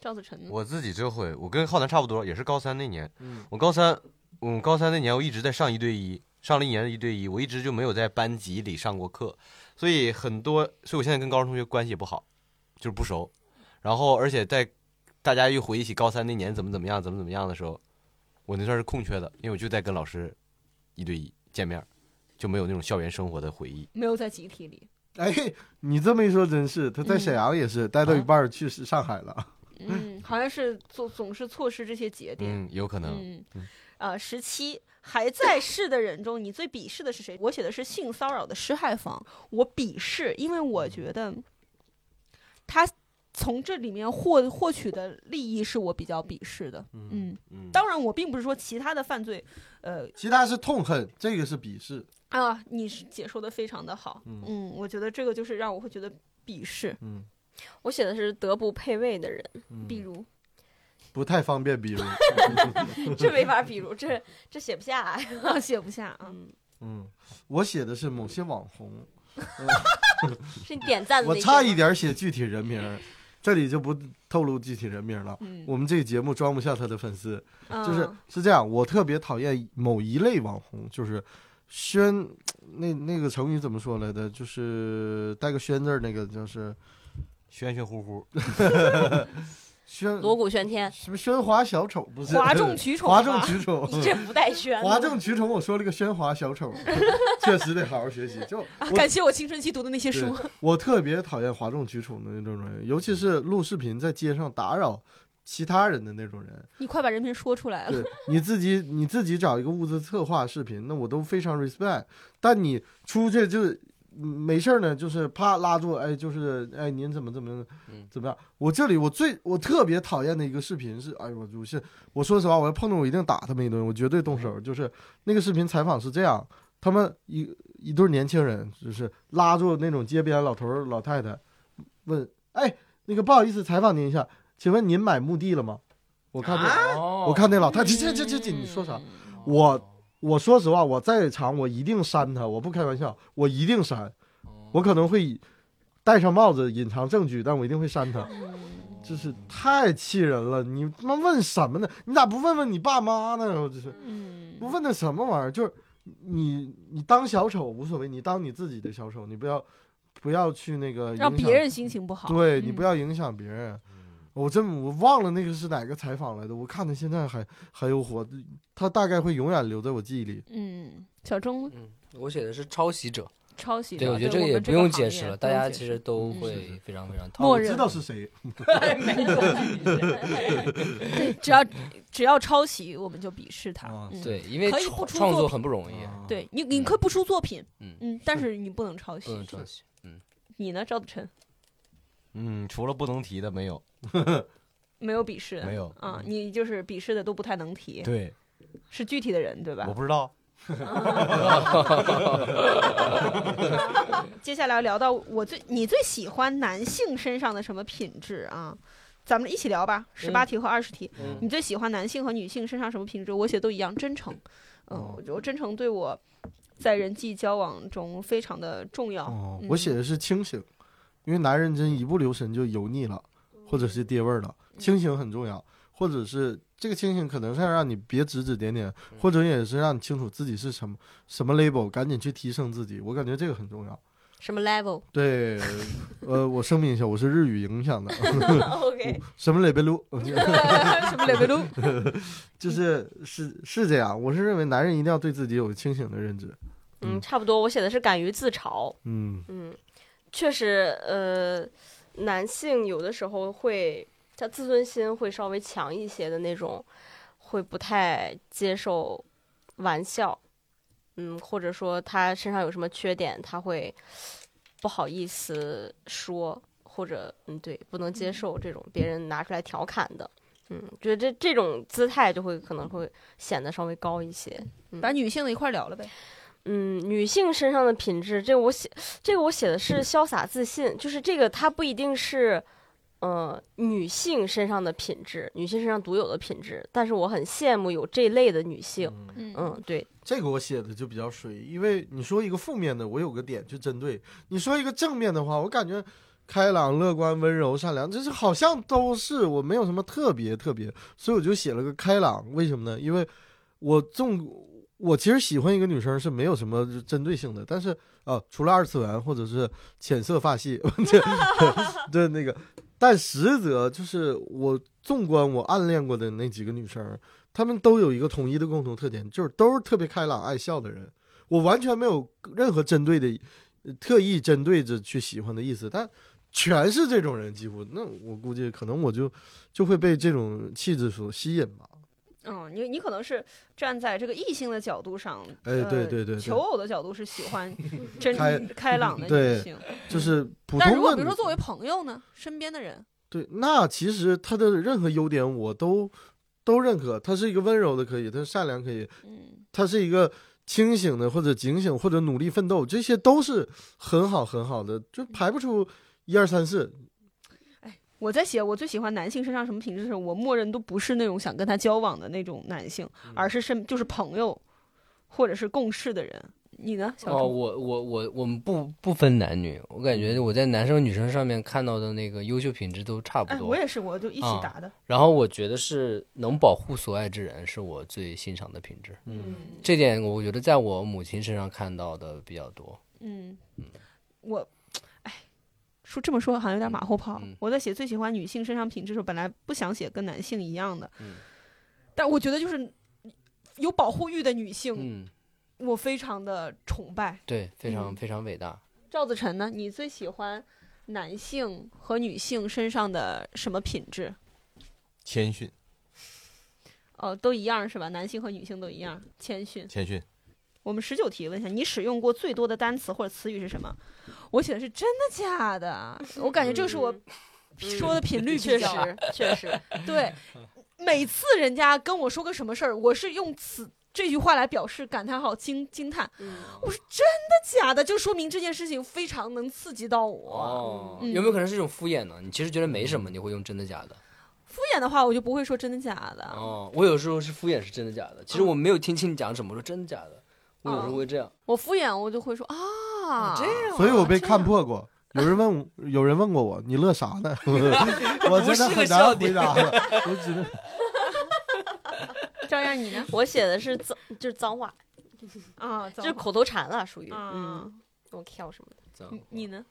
赵子晨呢，我自己这回我跟浩南差不多，也是高三那年。嗯我高三，我高三那年我一直在上一对一，上了一年一对一，我一直就没有在班级里上过课，所以很多，所以我现在跟高中同学关系也不好，就是不熟。然后而且在大家一回忆起高三那年怎么怎么样，怎么怎么样的时候，我那段是空缺的，因为我就在跟老师一对一见面，就没有那种校园生活的回忆。没有在集体里。 (laughs) 哎，你这么一说，真是他在嗯沈阳也是、待到一半儿去上海了。 (laughs) 嗯，好像是总总是错失这些节点。嗯，有可能。嗯，呃，十七还在世的人中，你最鄙视的是谁？我 (laughs) 写的是性骚扰的施害方，我鄙视，因为嗯我觉得他从这里面获获取的利益是我比较鄙视的。嗯，嗯，当然，我并不是说其他的犯罪，呃，其他是痛恨，这个是鄙视。啊，你是解说的非常的好，嗯嗯，我觉得这个就是让我会觉得鄙视， (laughs) 嗯，我写的是德不配位的人，嗯比如不太方便， (laughs) 比如， (laughs) 这没法比如，这这写不下呀。写不下啊，嗯，嗯，我写的是某些网红，嗯是你点赞的我那些差一吗点写具体人名儿，这里就不透露具体人名了。嗯，我们这个节目装不下他的粉丝，就是嗯是这样，我特别讨厌某一类网红，就是宣那那个成语怎么说来的？就是带个宣字儿那个，就是玄玄乎乎，宣锣鼓喧天，什么喧哗小丑不是？哗众 (laughs) 取宠吧，啊哗众取宠，你这不带宣的。哗众取宠。我说了个喧哗小 (laughs) 丑， (laughs) 确实得好好学习。就啊我感谢我青春期读的那些对书，我特别讨厌哗众取宠的那种人，尤其是录视频在街上打扰其他人的那种人。你快把人名说出来了，对，你自己你自己找一个物资策划视频，那我都非常 respect。但你出去就嗯没事儿呢，就是啪拉住，哎，就是哎，您怎么怎么嗯怎么样？我这里我最我特别讨厌的一个视频是，哎呦，我就是我说实话，我要碰到我一定打他们一顿，我绝对动手。就是那个视频采访是这样，他们一一对年轻人，就是拉住那种街边老头儿老太太，问，哎，那个不好意思，采访您一下，请问您买墓地了吗？我看这哦啊我看那老太太，这这这这，你说啥？嗯哦我我说实话，我在场我一定删他，我不开玩笑，我一定删，哦我可能会戴上帽子隐藏证据，但我一定会删哦他，就是太气人了！你他妈问什么呢？你咋不问问你爸妈呢？我就是嗯不问那什么玩意儿，就是你你当小丑无所谓，你当你自己的小丑，你不要不要去那个让影响别人心情不好，对你嗯不要影响别人。我真我忘了那个是哪个采访来的，我看他现在还还有火，他大概会永远留在我记忆里。嗯，小钟嗯，我写的是抄袭者，抄袭对者我觉得对这个我也们不个用行业解释了，大不用家解其释实都是嗯会非常非常默讨啊我认知道是谁，对，只要只要抄袭，我们就鄙视他啊，嗯，对，因为可以创不出创作作品很不容易，啊，对你你可以不出作品，嗯嗯，但是你不能抄袭不，能抄袭。你呢，赵子晨嗯，除了不能提的没有，没有鄙视，没有啊，嗯你就是鄙视的都不太能提，对，是具体的人对吧我？不知道，接下来聊到我最你最喜欢男性身上的什么品质啊？咱们一起聊嗯吧，十八题和二十题，嗯你最喜欢男性和女性身上什么品质？我写都一样，真诚。嗯，哦我觉得真诚对我在人际交往中非常的重要。哦嗯，我写的是清醒，因为男人真一不留神就油腻了，或者是爹味儿了。嗯清醒很重要，或者是这个清醒可能是要让你别指指点点，或者也是让你清楚自己是什么什么 label，赶紧去提升自己。我感觉这个很重要。什么 (laughs) level 对，呃，我声明一下，我是日语影响的。 (laughs) 哦？OK，什么雷贝鲁？什 (laughs) 么雷贝鲁？就是是是这样，我是认为男人一定要对自己有清醒的认知。嗯，差不多。我写的是敢于自嘲，嗯嗯，确实，呃，男性有的时候会他自尊心会稍微强一些的那种，会不太接受玩笑，嗯，或者说他身上有什么缺点，他会不好意思说，或者嗯，对，不能接受这种别人拿出来调侃的。嗯，觉得这这种姿态就会可能会显得稍微高一些。嗯把女性的一块儿聊了呗。嗯，女性身上的品质，这个我写，这个我写的是潇洒自信，就是这个它不一定是，呃，女性身上的品质，女性身上独有的品质，但是我很羡慕有这类的女性。嗯嗯，对，这个我写的就比较水，因为你说一个负面的，我有个点去针对；你说一个正面的话，我感觉开朗、乐观、温柔、善良，这是好像都是我没有什么特别特别，所以我就写了个开朗。为什么呢？因为我纵我其实喜欢一个女生是没有什么呃针对性的，但是啊，除了二次元或者是浅色发系， (laughs) 这对那个，但实则就是我纵观我暗恋过的那几个女生，她们都有一个统一的共同特点，就是都是特别开朗爱笑的人。我完全没有任何针对的、呃特意针对着去喜欢的意思，但全是这种人，几乎那我估计可能我就就会被这种气质所吸引吧。嗯，你你可能是站在这个异性的角度上，哎呃对对对对求偶的角度是喜欢真开开朗的对女性。就是普但如通果的比女如说作为朋友呢，身边的人，对，那其实他的任何优点我都都认可，他是一个温柔的可以，他是善良可以，嗯他是一个清醒的或者警醒或者努力奋斗，这些都是很好很好的，就排不出一二三四。我在写我最喜欢男性身上什么品质的时候，我默认都不是那种想跟他交往的那种男性，嗯而是甚就是朋友，或者是共事的人。你呢，小哦，朱？我我我我们不不分男女，我感觉我在男生女生上面看到的那个优秀品质都差不哎，多。我也是，我就一起啊答的。然后我觉得是能保护所爱之人，是我最欣赏的品质。嗯这点我觉得在我母亲身上看到的比较多。嗯，我，哎，说这么说好像有点马后炮。嗯我在写最喜欢女性身上品质的时候，本来不想写跟男性一样的，嗯但我觉得就是有保护欲的女性，嗯，我非常的崇拜。对，非常、嗯非常伟大。赵子晨呢？你最喜欢男性和女性身上的什么品质？谦逊，哦，都一样是吧？男性和女性都一样，谦逊。谦逊，我们十九题问一下，你使用过最多的单词或者词语是什么？我写的是真的假的？我感觉这个是我说的频率比嗯确较、 (laughs) 实确实，对。每次人家跟我说个什么事儿，我是用此这句话来表示感叹号、惊惊叹。嗯我说真的假的？就说明这件事情非常能刺激到我。哦嗯有没有可能是一种敷衍呢？你其实觉得没什嗯么，你会用真的假的。敷衍的话，我就不会说真的假的。哦，我有时候是敷衍是真的假的，嗯其实我没有听清你讲什么，我说真的假的，我有时候会这样。我敷衍，我就会说啊，这样所以我被看破过。有人问我，有人问过我，你乐啥呢？我真的很难回答了，我只能照样你呢？我写的是脏，就是脏话， (laughs) 啊，就就是口头禅了，属于啊嗯，，我跳什么的，这样你你呢？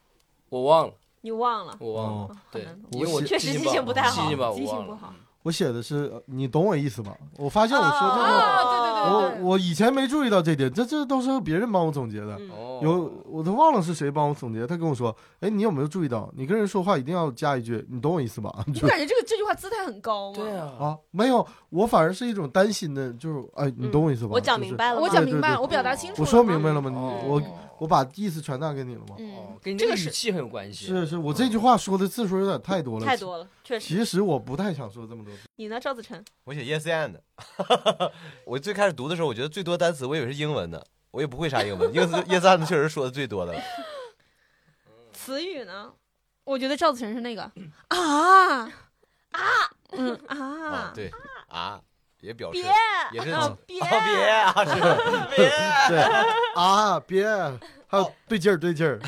我忘了，你忘了？我忘了，哦啊对好难懂因为我我是确实记记性不太好记性吧，我记性忘不了。好。我写的是，呃你懂我意思吗？我发现我哦说这个，啊我对对对对我以前没注意到这点，这这都是别人帮我总结的。嗯，哦，有我都忘了是谁帮我总结，他跟我说：“哎，你有没有注意到，你跟人说哦话一定要加一句，你懂我意思吧？”你就感觉这个这句话姿态很高吗？对啊，啊，没有，我反而是一种担心的，就是哎，你懂我意思吧？我讲就是明白了吗，我讲明白对对了，对我表达清楚我了。说明白了吗？你哦我我把意思传达给你了吗？嗯哦，，跟你这这个个是语气很有关系。嗯是是，我这句话说的字数有点太多了，太多了，确实其。其实我不太想说这么多字，你呢，赵子晨？我写 yes and (laughs) 的。我最开始读的时候，我觉得最多单词我以为是英文的，我也不会啥英文。yes yes and 确实说的最多的了。词语呢？我觉得赵子晨是那个啊啊嗯啊啊，，对啊，也表示别也是啊别啊别啊是别对啊，别，还有对劲儿对劲儿，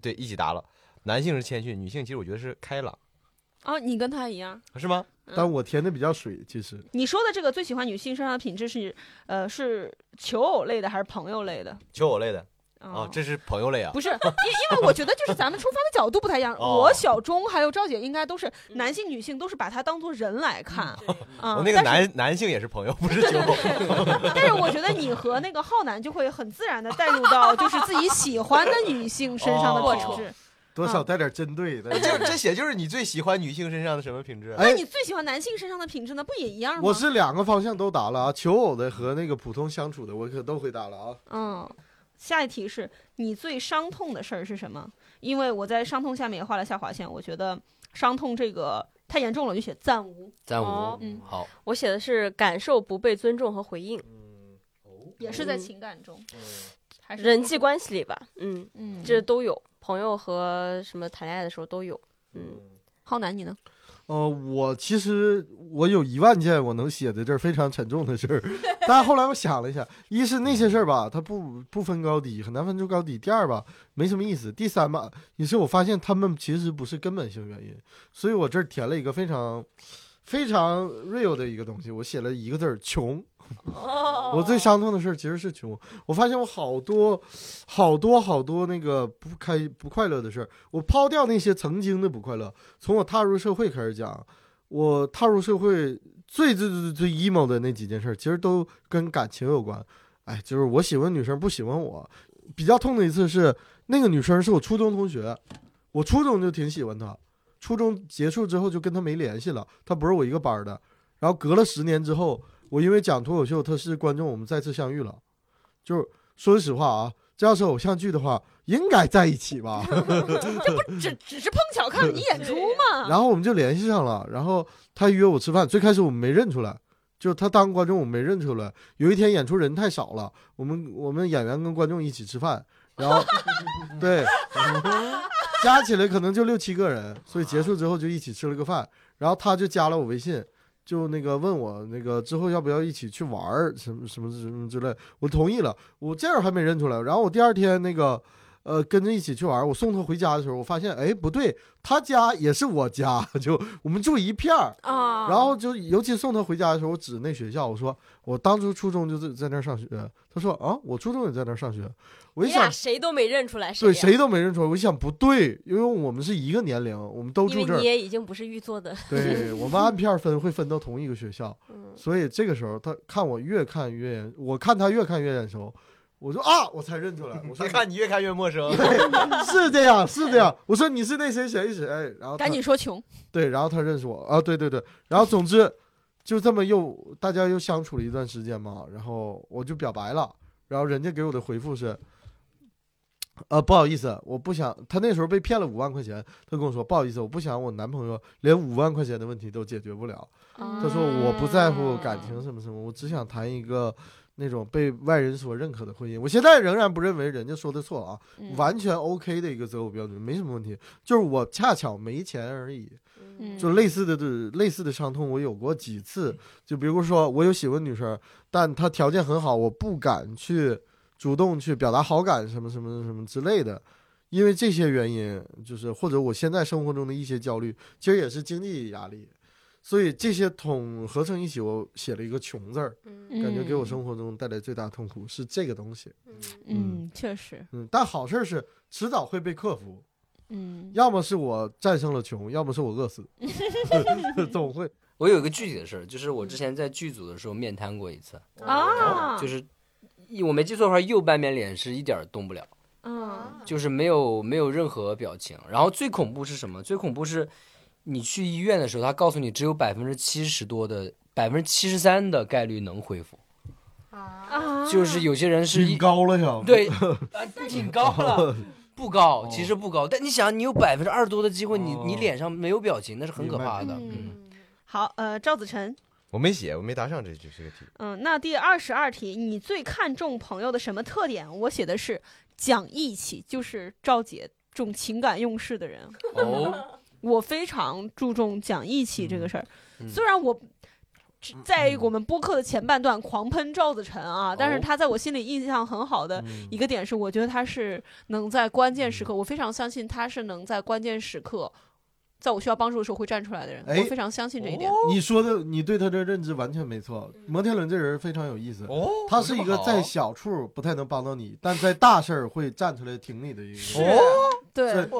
对一起答了。男性是谦逊，女性其实我觉得是开朗，啊！你跟他一样。是吗？但我填的比较水，其实你说的这个最喜欢女性身上的品质是，呃，是求偶类的还是朋友类的？求偶类的啊、啊，这是朋友类啊。不是，因因为我觉得就是咱们出发的角度不太一样。哦我小钟还有赵姐应该都是嗯男性、女性都是把他当做人来看。啊、嗯我那个男男性也是朋友，不是求偶。但是，但是我觉得你和那个浩南就会很自然的带入到就是自己喜欢的女性身上的哦品质。多少带点针 (laughs) 对的。 (laughs) 这这写就是你最喜欢女性身上的什么品质？啊那哎你，最喜欢男性身上的品质呢？不也一样吗？我是两个方向都答了啊，求偶的和那个普通相处的，我可都回答了啊。嗯，下一题是你最伤痛的事儿是什么？因为我在伤痛下面也画了下划线，我觉得伤痛这个太严重了，就写暂无，暂哦无嗯，好，我写的是感受不被尊重和回应，也是在情感中，嗯哦还是嗯人际关系里吧，嗯，嗯，这都有，朋友和什么谈恋爱的时候都有，嗯，浩南你呢？呃，我其实我有一万件我能写在这儿非常沉重的事儿， (laughs) 但后来我想了一下，一是那些事儿吧，它不不分高低，很难分出高低；第二吧，没什么意思；第三吧，也是我发现他们其实不是根本性原因，所以我这儿填了一个非常非常 real 的一个东西，我写了一个字儿穷。哦我最伤痛的事儿其实是穷，我发现我好多好多好多那个不开不快乐的事儿，我抛掉那些曾经的不快乐，从我踏入社会开始讲，我踏入社会最最最最 emo 的那几件事，其实都跟感情有关。哎，就是我喜欢女生不喜欢我，比较痛的一次是那个女生是我初中同学，我初中就挺喜欢她，初中结束之后就跟她没联系了，她不是我一个班儿的。然后隔了十年之后，我因为讲脱口秀，她是观众，我们再次相遇了。就是说实话啊，这要是偶像剧的话，应该在一起吧。只只是碰巧看了你演出嘛。然后我们就联系上了，然后他约我吃饭，最开始我没认出来，就他当观众我没认出来。有一天演出人太少了，我们我们演员跟观众一起吃饭，然后 (laughs) 对，加起来可能就六七个人，所以结束之后就一起吃了个饭。然后他就加了我微信，就那个问我那个之后要不要一起去玩儿什么什么什么之类，我同意了。我这样还没认出来。然后我第二天那个。呃，跟着一起去玩儿。我送他回家的时候，我发现，哎，不对，他家也是我家， (laughs) 就我们住一片儿。啊，然后就尤其送他回家的时候，我指那学校，我说我当初初中就在在那儿上学。他说啊，我初中也在那儿上学。我一你想俩，谁都没认出来对，呀谁都没认出来。我一想不对，因为我们是一个年龄，我们都住因这为儿你。也已经不是玉做的，对我们按片儿分会分到同一个学校， (laughs) 嗯所以这个时候他看我越看越眼，我看他越看越眼熟。我说啊，我才认出来。我 (laughs) 他说 (laughs) 看你越看越 (laughs) 陌生，是这样，是这样。我说你是那谁谁谁，哎然后他赶紧说穷，对，然后他认识我啊，对对对，然后总之就这么又大家又相处了一段时间嘛，然后我就表白了，然后人家给我的回复是，呃，不好意思，我不想，他那时候被骗了五万块钱，他跟我说不好意思，我不想我男朋友连五万块钱的问题都解决不了，嗯他说我不在乎感情什么什么，我只想谈一个。那种被外人所认可的婚姻，我现在仍然不认为人家说的错啊，嗯完全 OK 的一个择偶标准，没什么问题，就是我恰巧没钱而已。嗯就类似的对类似的伤痛，我有过几次。就比如说，我有喜欢女生，但她条件很好，我不敢去主动去表达好感，什么什么什么之类的。因为这些原因，就是或者我现在生活中的一些焦虑，其实也是经济压力，所以这些统合成一起，我写了一个“穷”字儿，嗯嗯感觉给我生活中带来最大痛苦是这个东西。嗯，确实，嗯，但好事儿是迟早会被克服，嗯，要么是我战胜了穷，要么是我 (laughs) 饿死， (laughs) 总会。我有一个具体的事儿，就是我之前在剧组的时候面瘫过一次，嗯嗯啊，就是一我没记错的话，右半边脸是一点儿动不了，哦啊嗯就是没有没有任何表情。然后最恐怖是什么？最恐怖是你去医院的时候，他告诉你只有百分之七十多的百分之七十三的概率能恢复，啊就是有些人是一挺高了呀， (laughs) 对，啊挺高了。不高，其实不高，但你想，你有百分之二十多的机会，你你哦脸上没有表情，那是很可怕的。嗯嗯，好，呃，赵子晨，我没写，我没答上这句这个题。嗯，那第二十二题，你最看重朋友的什么特点？我写的是讲义气，就是赵姐这种情感用事的人，嗯哦，我非常注重讲义气这个事儿。嗯虽然我只在我们播客的前半段狂喷赵子晨啊，但是哦他在我心里印象很好的嗯一个点是，我觉得他是能在关键时刻，我非常相信他是能在关键时刻，在我需要帮助的时候会站出来的人，哎我非常相信这一点。你说的，你对他的认知完全没错。嗯摩天轮这人非常有意思，哦他是一个在小处不太能帮到你，但在大事儿会站出来挺你的一个人。哦对是，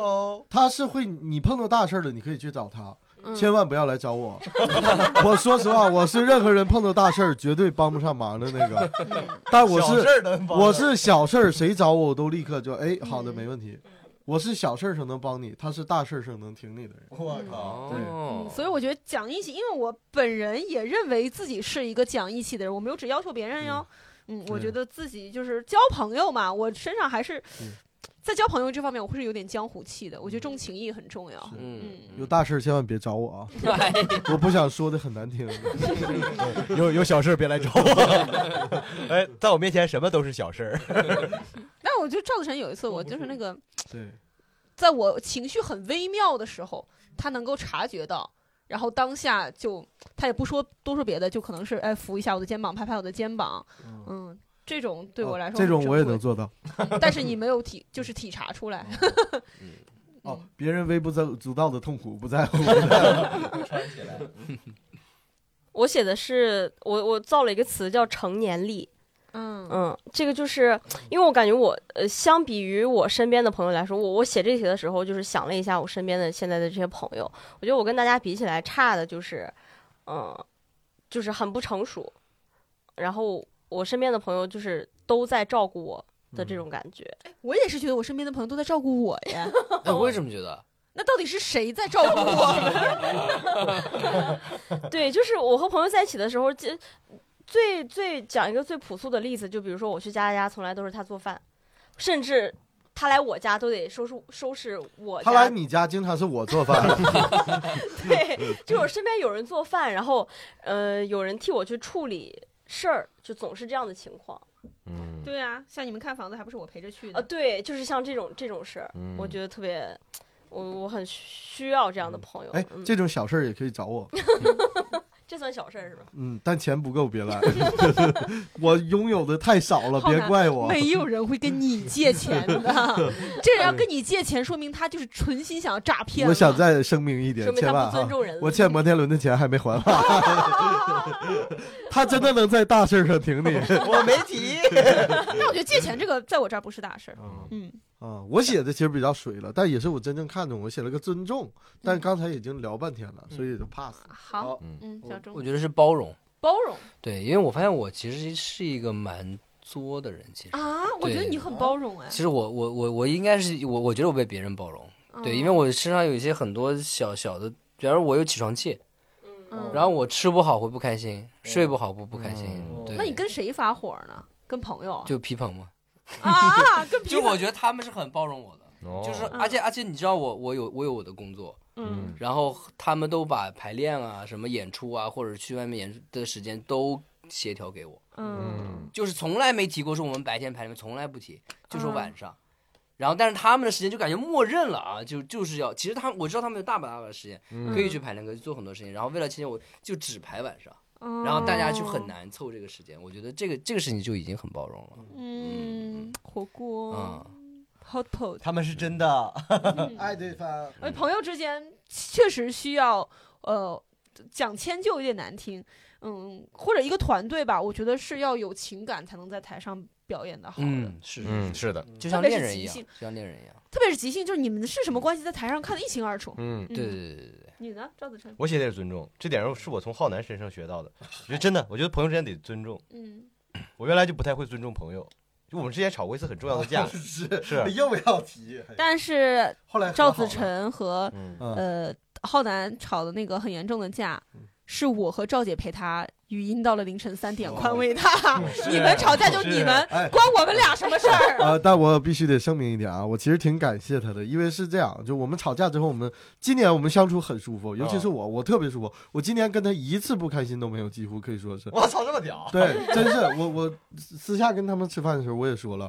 他是会，你碰到大事儿了，你可以去找他，嗯千万不要来找我。 (laughs) 我说实话，我是任何人碰到大事儿绝对帮不上忙的那个，嗯 (laughs) 但我小是事儿能帮我是小事儿，谁找我我都立刻就哎，好的，嗯没问题。我是小事儿上能帮你，他是大事儿上能挺你的人。我靠，哦嗯，所以我觉得讲义气，因为我本人也认为自己是一个讲义气的人，我没有只要求别人哟。嗯，我觉得自己就是交朋友嘛，我身上还是嗯在交朋友这方面，我会是有点江湖气的。我觉得重情义很重要。是嗯，有大事儿千万别找我啊！哎我不想说的很难听。有有小事儿别来找我。 (laughs) 哎，在我面前什么都是小事儿。但我觉得赵子晨有一次，我就是那个，对，在我情绪很微妙的时候，他能够察觉到，然后当下就他也不说多说别的，就可能是哎扶一下我的肩膀，拍拍我的肩膀，嗯，这种对我来说哦这很种珍我也贵能做到。但是你没有体，就是体察出来。 (laughs) 嗯嗯哦，别人微不足道的痛苦不在乎。我写的是我我造了一个词叫成年力，嗯嗯，这个就是因为我感觉我呃，相比于我身边的朋友来说，我我写这题的时候，就是想了一下我身边的现在的这些朋友，我觉得我跟大家比起来差的就是，嗯、就是很不成熟，然后我身边的朋友就是都在照顾我的这嗯种感觉，我也是觉得我身边的朋友都在照顾我呀， (laughs) 哎，我为什么觉得？那到底是谁在照顾我？对，就是我和朋友在一起的时候，这最最讲一个最朴素的例子，就比如说我去家家家，从来都是他做饭，甚至他来我家都得收拾收拾我他来家，你家经常是我 (laughs) 做饭， (laughs) 嗯对，就我身边有人做饭，然后呃有人替我去处理事儿，就总是这样的情况。(laughs) 嗯，对啊，像你们看房子还不是我陪着去啊，的？对，就是像这种这种事儿，嗯我觉得特别，我我很需要这样的朋友。哎，嗯、这种小事儿也可以 (laughs) 找我，这算小事儿是吧？嗯，但钱不够别来， (laughs) 我拥有的太少了，浩别南怪我。没有人会跟你借钱 (laughs) 的，这人要跟你借钱，说明他就是存心想要诈骗。我想，再声明一点说，明千他万不尊哈，重人了。我欠摩天轮的钱还没还完， (laughs) (laughs) 他真的能在大事儿上挺你。我没提。但我觉得借钱这个在我这儿不是大事儿。嗯嗯，啊，我写的其实比较水了，但也是我真正看中，我写了个尊重，嗯但刚才已经聊半天了，所以就 pass。好，好嗯，小我钟觉得是包容，包容对，因为我发现我其实是一个蛮作的人，其实。啊，我觉得你很包容哎其。实我我我我应该是我我觉得我被别人包容，对，因为我我身上有一些很多小小的，比方说我有起床气，嗯然后我吃不好会不开心，睡不好会不开心嗯，对。那你跟谁发火呢？跟朋友就皮捧嘛，啊，跟 (laughs) 就我觉得他们是很包容我的，就是嗯而且而且你知道我我有我有我的工作，嗯然后他们都把排练啊、什么演出啊，或者去外面演出的时间都协调给我，嗯嗯就是从来没提过说我们白天排练，从来不提，就嗯说晚上。然后，但是他们的时间就感觉默认了啊，就就是要，其实他们我知道他们有大把大把的时间可以去排练，可以做很多事情。然后为了庆幸，我就只排晚上，嗯然后大家就很。难凑这个时间。我觉得这个这个事情就已经很包容了。嗯，火锅嗯， hot (laughs) pot。他们是真的，爱对方，。嗯呃，朋友之间确实需要，呃，讲迁就有点难听，嗯，或者一个团队吧，我觉得是要有情感才能在台上表演的好的，嗯，是，嗯，是的，就像特别是恋人即一样，兴就像恋人一样。特别是即兴，就是你们是什么关系，在台上看得一清二楚。嗯，嗯对对对对对。你呢，赵子晨？我写的也是尊重，这点儿是我从浩南身上学到的。我觉得真的，我觉得朋友之间得尊重。嗯，我原来就不太会尊重朋友，就我们之前吵过一次很重要的架啊是是 (laughs) 又要提。但是后来和赵好子了，晨和嗯，嗯 (laughs) 呃浩南吵的那个很严重的架，是我和赵姐陪他语音到了凌晨三点，哦宽慰他。是 (laughs) 你们吵架就你们，哎，关我们俩什么事儿？呃，但我必须得声明一点啊，我其实挺感谢他的，因为是这样，就我们吵架之后，我们今年我们相处很舒服，尤嗯其是我，我特别舒服，我今年跟他一次不开心都没有，几乎可以说是，我操，这么屌！对，真是我我私下跟他们吃饭的时候我也说了，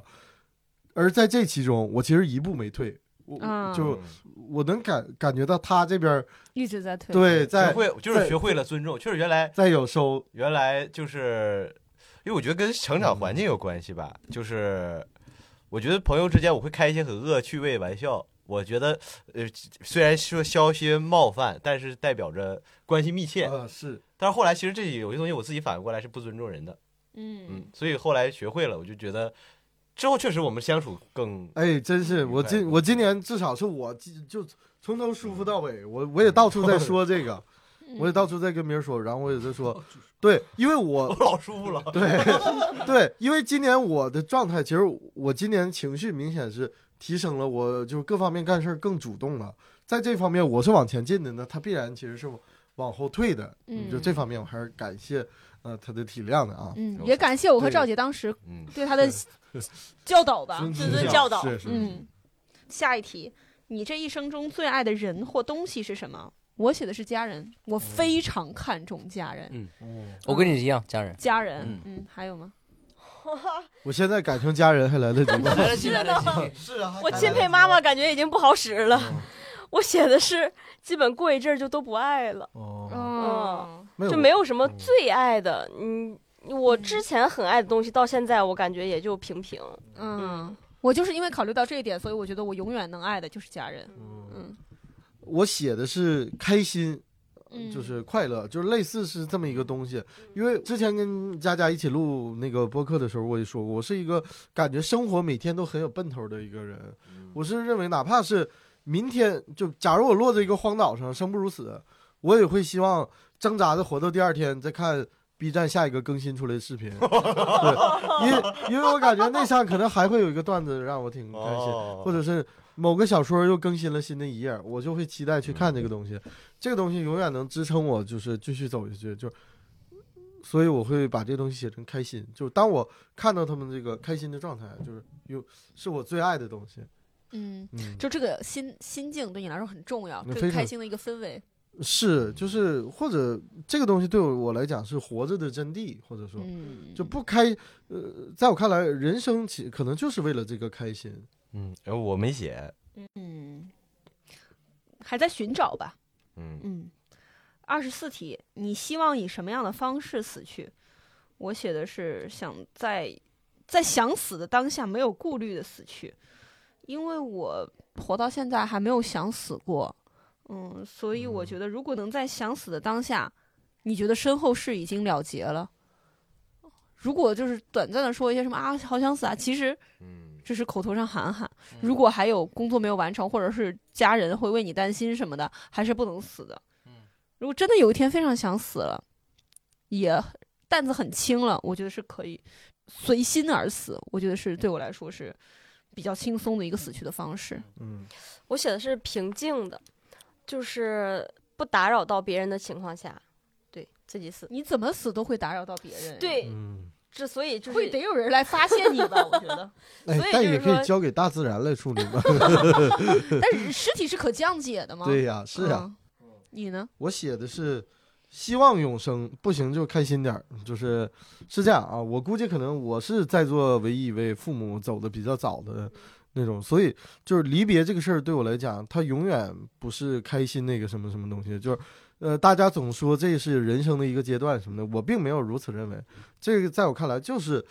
而在这其中，我其实一步没退，我、嗯就我能感感觉到他这边儿一直在推。对学在会就是对学会了尊重，确实原来在有收，原来就是，因为我觉得跟成长环境有关系吧。就是我觉得朋友之间，我会开一些很恶趣味玩笑。我觉得，呃，虽然说消些冒犯，但是代表着关系密切。呃是，但是后来，其实这有些东西我自己反过来是不尊重人的，嗯嗯，所以后来学会了，我就觉得之后确实我们相处更 (laughs) 哎，真是我明今白我今年至少是我今就从头舒服嗯到尾，我我也到处在说 (laughs) 这个。我也到处在跟别人说，然后我也在说，对，因为我 (laughs) 我老舒服了。对对，因为今年我的状态，其实我今年情绪明显是提升了，我就是各方面干事儿更主动了，在这方面我是往前进的呢，他必然其实是往后退的，嗯就这方面我还是感谢呃他的体谅的啊，嗯，也感谢我和赵姐当时嗯，对他的教导吧，尊谆谆教导是是，嗯，下一题，你这一生中最爱的人或东西是什么？我写的是家人，我嗯非常看重家人。哦我跟你一样，家人。家人，嗯嗯还有吗？我现在改成家人还来得及吗？来得及，来得 (laughs) 及。是嗯啊我钦佩妈妈，感觉已经不好使了。我写的是，基本过一阵儿就都不爱了， (laughs) 哦，哦，没有就没有什么最爱的。嗯，我之前很爱的东西，到现在我感觉也就平平。嗯，我就是因为考虑到这一点，所以我觉得我永远能爱的就是家人。嗯我写的是开心，嗯，就是快乐，就是类似是这么一个东西。因为之前跟佳佳一起录那个播客的时候，我也说过，我是一个感觉生活每天都很有奔头的一个人。嗯我是认为，哪怕是明天，就假如我落在一个荒岛上，生不如死，我也会希望挣扎着活到第二天，再看 B 站下一个更新出来的视频。对，因为因为我感觉那上可能还会有一个段子让我挺开心。哦，嗯或者是某个小说又更新了新的一页，我就会期待去看这个东西。这个东西永远能支撑我，就是继续走下去。就，所以我会把这东西写成开心。就当我看到他们这个开心的状态，就是有是我最爱的东西。嗯，嗯，就这个心心境对你来说很重要，那这非个常开心的一个氛围。是就是或者这个东西对我来讲是活着的真谛，或者说嗯，就不开，呃，在我看来，人生其可能就是为了这个开心。嗯，然后我没写，嗯，还在寻找吧。嗯，嗯，二十四题，你希望以什么样的方式死去？我写的是想在在想死的当下没有顾虑的死去，因为我活到现在还没有想死过，嗯，所以我觉得如果能在想死的当下，你觉得身后事已经了结了。如果就是短暂的说一些什么啊，好想死啊，其实嗯，这是口头上喊喊。嗯如果还有工作没有完成，或者是家人会为你担心什么的，还是不能死的。嗯如果真的有一天非常想死了，也担子很轻了，我觉得是可以随心而死。我觉得是对我来说是比较轻松的一个死去的方式。嗯，我写的是平静的，就是不打扰到别人的情况下，对自己死。你怎么死都会打扰到别人，，对，嗯，之所以就是会得有人来发现你吧？我觉 (laughs) 得，哎所以，但就是也可说以交给大自然来处理 (laughs) 嘛。 (laughs) 但是尸体是可降解哦的吗？对呀、是啊呀、嗯你呢？我写的是希望永生，不行就开心点儿，就是是这样啊。我估计可能我是在座唯一一位父母走的比较早的那种，所以就是离别这个事儿对我来讲，它永远不是开心那个什么什么东西，就是。呃，大家总说这是人生的一个阶段什么的，我并没有如此认为。这个在我看来就是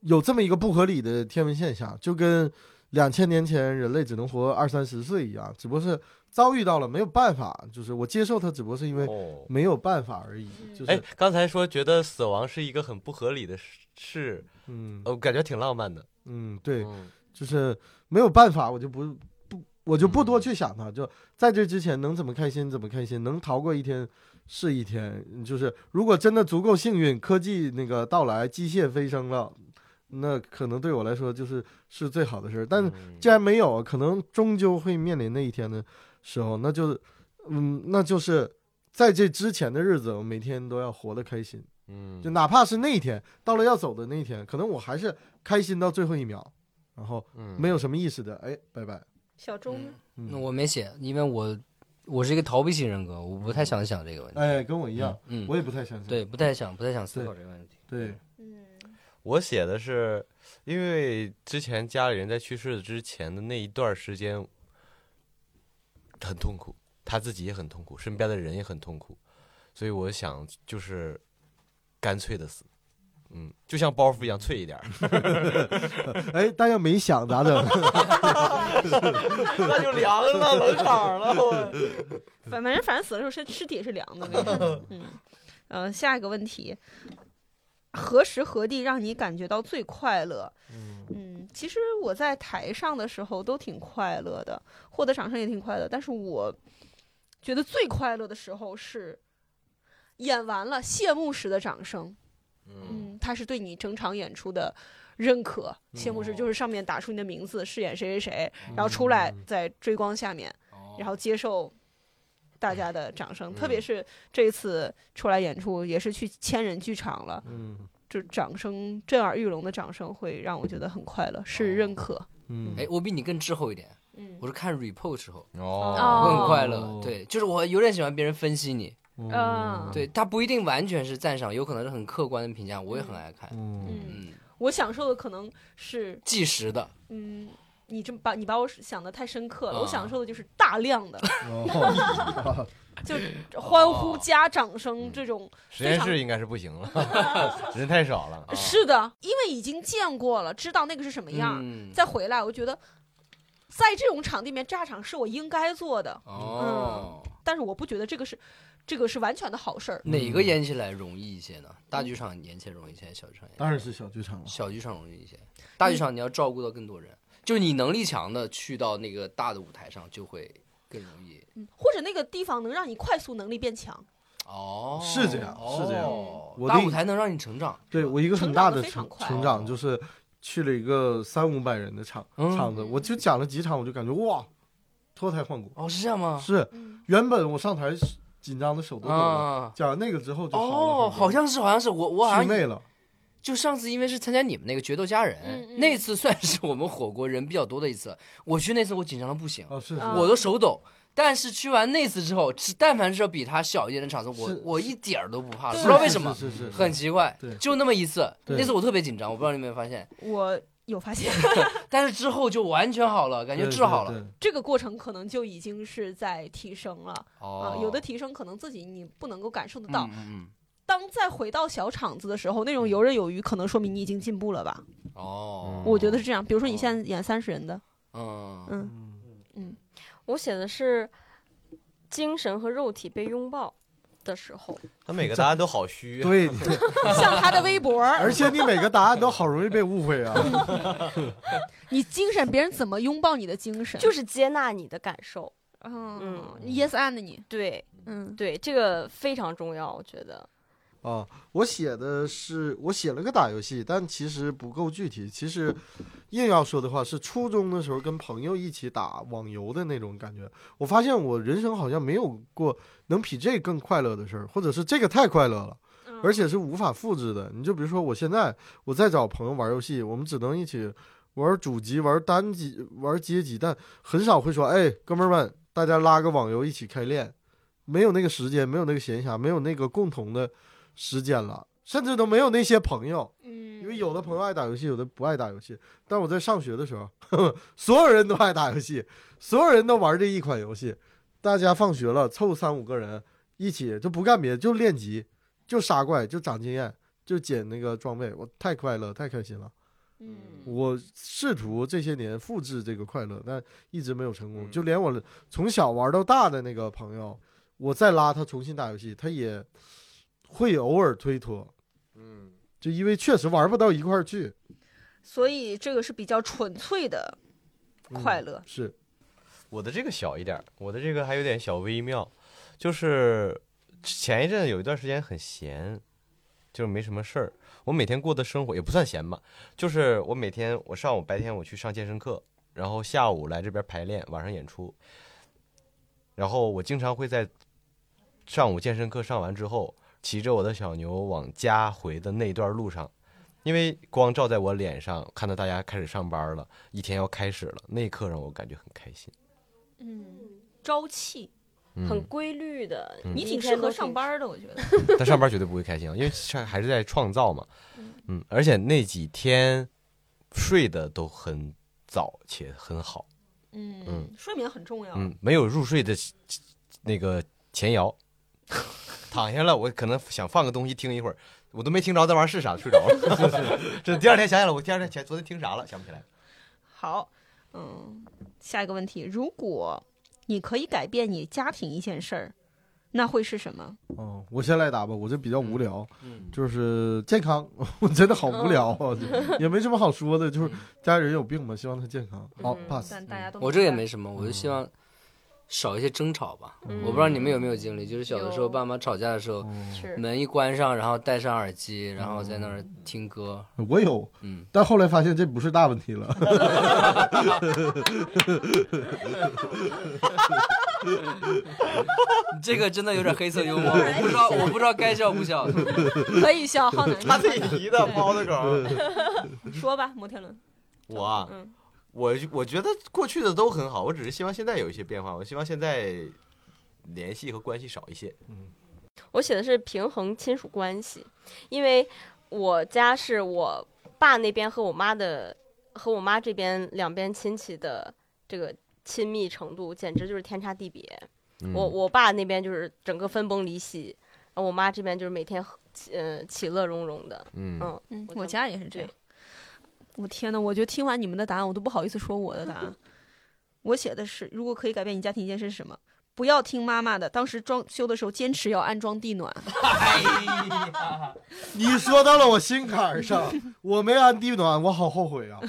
有这么一个不合理的天文现象，就跟两千年前人类只能活二三十岁一样，只不过是遭遇到了没有办法，就是我接受它，只不过是因为哦，没有办法而已。就是，哎，刚才说觉得死亡是一个很不合理的事，嗯呃，我感觉挺浪漫的。嗯，对，嗯就是没有办法，我就不不，我就不多嗯去想它。就在这之前，能怎么开心怎么开心，能逃过一天是一天。就是如果真的足够幸运，科技那个到来，机械飞升了，那可能对我来说就是是最好的事儿。但嗯既然没有，可能终究会面临那一天的时候，那就，嗯，那就是在这之前的日子，我每天都要活得开心。嗯，就哪怕是那一天到了要走的那一天，可能我还是开心到最后一秒，然后嗯没有什么意识的，哎，拜拜。小钟呢？那嗯，我没写，因为我我是一个逃避型人格，我不太想想这个问题。哎，跟我一样，嗯，我也不太相信。对，不太想不太想思对考这个问题。对，嗯，我写的是，因为之前家里人在去世之前的那一段时间很痛苦，他自己也很痛苦，身边的人也很痛苦，所以我想就是干脆的死，嗯，就像包袱一样脆一点儿，哎，但要没想咋整？ (laughs) 那就凉了，冷场了。我反反正反正死的时候，身尸体也是凉的。没 (laughs) 事嗯，呃，下一个问题，何时何地让你感觉到最快乐？嗯，其实我在台上的时候都挺快乐的，获得掌声也挺快乐，但是我觉得最快乐的时候是演完了谢幕时的掌声。嗯，嗯，他是对你整场演出的认可。谢幕式就是上面打出你的名字，饰演谁谁谁，然后出来在追光下面，哦然后接受大家的掌嗯声。特别是这一次出来演出，也是去千人剧场了，嗯就掌声震耳欲聋的掌声会让我觉得很快哦乐，是认可。嗯，哎，我比你更滞后一点，嗯我是看 report 之后，哦我哦，很快乐哦。对，就是我有点喜欢别人分析你，嗯啊，对他不一定完全是赞赏，有可能是很客观的评价，我也很爱看。嗯，嗯，嗯，我享受的可能是计时的，嗯。你这么把你把我想的太深刻了，我啊享受的就是大量 (laughs) 的 (laughs) 哦欢呼加掌声这种哦实验室应该是不行了， (laughs) 人太少了。是的，因为已经见过了，知道那个是什么样儿，嗯，再回来，我觉得在这种场地里面炸场是我应该做的，哦，嗯但是我不觉得这个是这个是完全的好事儿。哪个演起来容易一些呢？大剧场演起来容易一些，小剧场演起 (laughs) 来当然是小剧场了。小剧场容易一些，大剧场你要照顾到更多人，就是你能力强的去到那个大的舞台上就会更容易。嗯或者那个地方能让你快速能力变强，哦，是这样是这样哦我的大一舞台能让你成长。对是吧我一个很成大长得的非成常快哦成长就是去了一个三五百人的场嗯场子，我就讲了几场，我就感觉哇，脱胎换骨。哦，是这样吗？是嗯，原本我上台是紧张的手都抖了，啊，讲完那个之后就好了很哦，多。好像是，好像是我，我好祛像魅了，就上次因为是参加你们那个决斗家人，嗯嗯那次算是我们火锅人比较多的一次。我去那次我紧张的不行，哦，是啊我都手抖。但是去完那次之后，只但凡是比他小一点的场子，我是我一点儿都不怕了，对不知道为什么，是是是是很奇怪对。就那么一次，对那次我特别紧张，我不知道你们有没有发现。我有发现， (laughs) 但是之后就完全好了，感觉对治对好了。对这个过程可能就已经是在提升了啊、哦，有的提升可能自己你不能够感受得嗯到。嗯当再回到小场子的时候，那种游刃有余，可能说明你已经进步了吧？嗯哦，我觉得是这样。比如说你现在演三十人的，嗯嗯，嗯我写的是精神和肉体被拥抱的时候，他每个答案都好 (laughs) 虚，啊对，对像他的微博，而且你每个答案都好容易被误会啊。你精神别人怎么拥抱你的精神？就是接纳你的感受。嗯嗯，yes and 你，对嗯，对，这个非常重要，我觉得。 (laughs) 啊，我写的是我写了个打游戏，但其实不够具体。其实硬要说的话，是初中的时候跟朋友一起打网游的那种感觉。我发现我人生好像没有过能比这更快乐的事儿，或者是这个太快乐了，嗯而且是无法复制的。你就比如说，我现在我再找朋友玩游戏，我们只能一起玩主机、玩单机、玩街机，但很少会说，哎，哥们儿们，大家拉个网游一起开练。没有那个时间，没有那个闲暇，没有那个共同的时间了，甚至都没有那些朋友，嗯因为有的朋友爱打游戏，有的不爱打游戏。但我在上学的时候，呵呵所有人都爱打游戏，所有人都玩这一款游戏，大家放学了凑三五个人一起就不干别的，就练级，就杀怪，就长经验，就捡那个装备，我太快乐，太开心了。嗯我试图这些年复制这个快乐，但一直没有成功。嗯就连我从小玩到大的那个朋友，我再拉他重新打游戏，他也会偶尔推脱。嗯，就因为确实玩不到一块儿去，所以这个是比较纯粹的嗯快乐。是我的这个小一点儿，我的这个还有点小微妙，就是前一阵有一段时间很闲，就是没什么事儿。我每天过的生活也不算闲吧，就是我每天我上午白天我去上健身课，然后下午来这边排练，晚上演出。然后我经常会在上午健身课上完之后，骑着我的小牛往家回的那段路上，因为光照在我脸上，看到大家开始上班了，一天要开始了，那一刻让我感觉很开心。嗯，朝气，很嗯，规律的，嗯你挺一适天合都上挺。班的，我觉得。但上班绝对不会开心啊，因为上还是在创造嘛。嗯，而且那几天睡得都很早且很好，嗯嗯，睡眠很重要。嗯，没有入睡的那个前摇。 (laughs) 躺下了，我可能想放个东西听一会儿，我都没听着那玩意儿是啥，睡着 (laughs) 了。这第二天想起来，我第二天前昨天听啥了，想不起 (laughs) 来。好，嗯，下一个问题，如果你可以改变你家庭一件事儿，那会是什么？嗯，我先来打吧，我这比较无聊，嗯就是健康， (laughs) 我真的好无嗯聊啊，也没什么好说的，就是家里人有病嘛，希望他健康。好嗯，pass。但大家都我这个也没什么，我就希望少一些争吵吧。嗯我不知道你们有没有经历，就是小的时候有爸妈吵架的时候，哦是门一关上，然后戴上耳机，然后在那儿听歌。我有，嗯，但后来发现这不是大问题了。 (laughs) 这个真的有点黑色幽 (laughs) 默，我不知道，我不知道该笑不笑。可以笑，浩 (laughs) 南自己提 (laughs) 的猫的狗，说吧，摩天轮。我啊，嗯我我觉得过去的都很好，我只是希望现在有一些变化，我希望现在联系和关系少一些。我写的是平衡亲属关系，因为我家是我爸那边和我妈的和我妈这边两边亲戚的这个亲密程度，简直就是天差地别。嗯我我爸那边就是整个分崩离析，然后我妈这边就是每天和呃其乐融融的，嗯嗯，嗯，我我家家也是这样。我天呐，我觉得听完你们的答案，我都不好意思说我的答案。 (laughs) 我写的是，如果可以改变你家庭一件事是什么？不要听妈妈的。当时装修的时候，坚持要安装地暖。你说到了我心坎儿上，我没安地暖，我好后悔啊。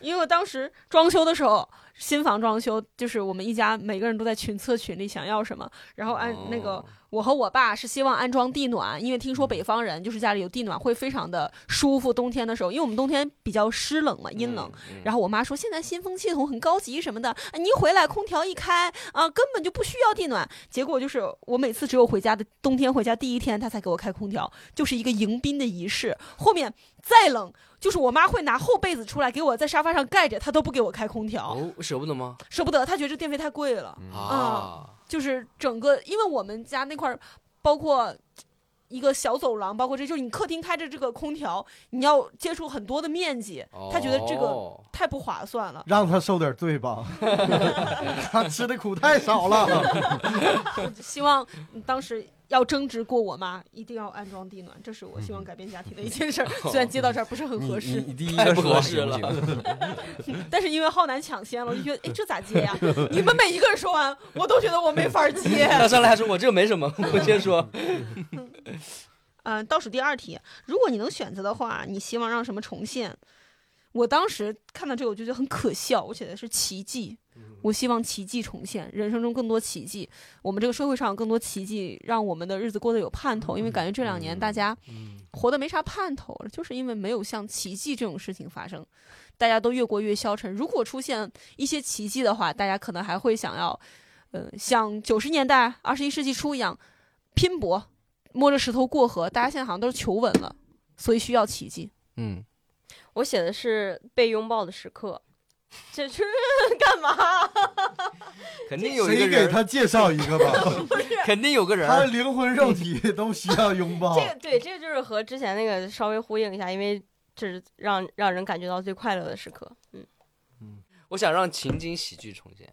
因为我当时装修的时候，新房装修，就是我们一家每个人都在群策群力想要什么，然后按那个、我和我爸是希望安装地暖，因为听说北方人就是家里有地暖会非常的舒服，冬天的时候，因为我们冬天比较湿冷嘛，阴嗯冷。然后我妈说现在新风系统很高级什么的，啊你一回来空调一开啊，根本就不需要地暖。结果就是我每次只有回家的冬天回家第一天，她才给我开空调，就是一个迎宾的仪式。后面再冷，就是我妈会拿厚被子出来给我在沙发上盖着，她都不给我开空调，哦，舍不得吗？舍不得，她觉得这电费太贵嗯了。啊，就是整个，因为我们家那块儿，包括一个小走廊，包括这就是你客厅开着这个空调，你要接触很多的面积，他觉得这个哦太不划算了。让他受点罪吧， (laughs) 他吃的苦太少了。希望嗯当时要争执过我妈，一定要安装地暖，这是我希望改变家庭的一件事儿。虽然接到这儿嗯不是很你合你适，你第一太个不说合适行不 (laughs) 行但是因为浩南抢先了，我就觉得哎，这咋接呀？你们每一个人说完，我都觉得我没法接。他上来还说我这没 (laughs) 什么，我接着说，嗯、倒数第二题，如果你能选择的话，你希望让什么重现？我当时看到这个，我就觉得很可笑，我写的是奇迹。我希望奇迹重现，人生中更多奇迹，我们这个社会上有更多奇迹，让我们的日子过得有盼头。因为感觉这两年大家嗯活得没啥盼头了，就是因为没有像奇迹这种事情发生，大家都越过越消沉。如果出现一些奇迹的话，大家可能还会想要，呃，像九十年代、二十一世纪初一样拼搏，摸着石头过河，大家现在好像都是求稳了，所以需要奇迹。嗯，我写的是被拥抱的时刻，这是 (laughs) 干嘛？肯定有一个谁给人，他介绍一 (laughs) 个吧？肯定有个人 (laughs) 他的灵魂肉体都需要拥抱。这个对，这个就是和之前那个稍微呼应一下，因为这是让让人感觉到最快乐的时刻。嗯，我想让情景喜剧重现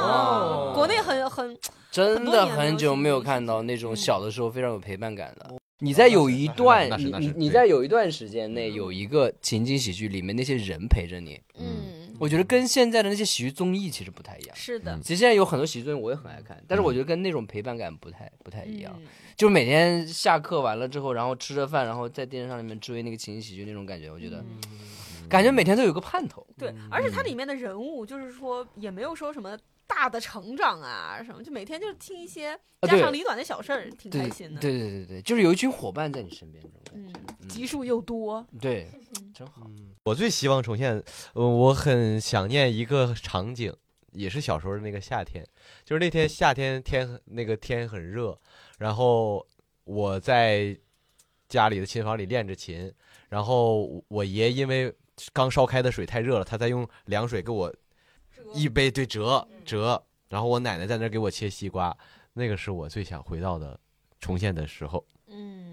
哦国内很很真很多的年没有很久没有看到那种小的时候非常有陪伴感的。你在有一段，那是你那是你那是你对在有一段时间内有一个情景喜剧里面那些人陪着你，嗯，我觉得跟现在的那些喜剧综艺其实不太一样。是的，其实现在有很多喜剧综艺我也很爱看，但是我觉得跟那种陪伴感不太不太一样。嗯就是每天下课完了之后，然后吃着饭，然后在电视上里面追那个情景喜剧那种感觉，我觉得、嗯嗯感觉每天都有个盼头。对，而且它里面的人物就是说也没有说什么大的成长啊什么，就每天就是听一些啊家对长里短的小事儿，挺对开对心的。对对对，就是有一群伙伴在你身边，这种感嗯，集数又多，觉对，真好。我最希望重现，呃，我很想念一个场景，也是小时候的那个夏天，就是那天夏天天很那个天很热，然后我在家里的琴房里练着琴，然后我爷因为刚烧开的水太热了，他在用凉水给我一杯对折折，然后我奶奶在那儿给我切西瓜，那个是我最想回到的重现的时候。嗯。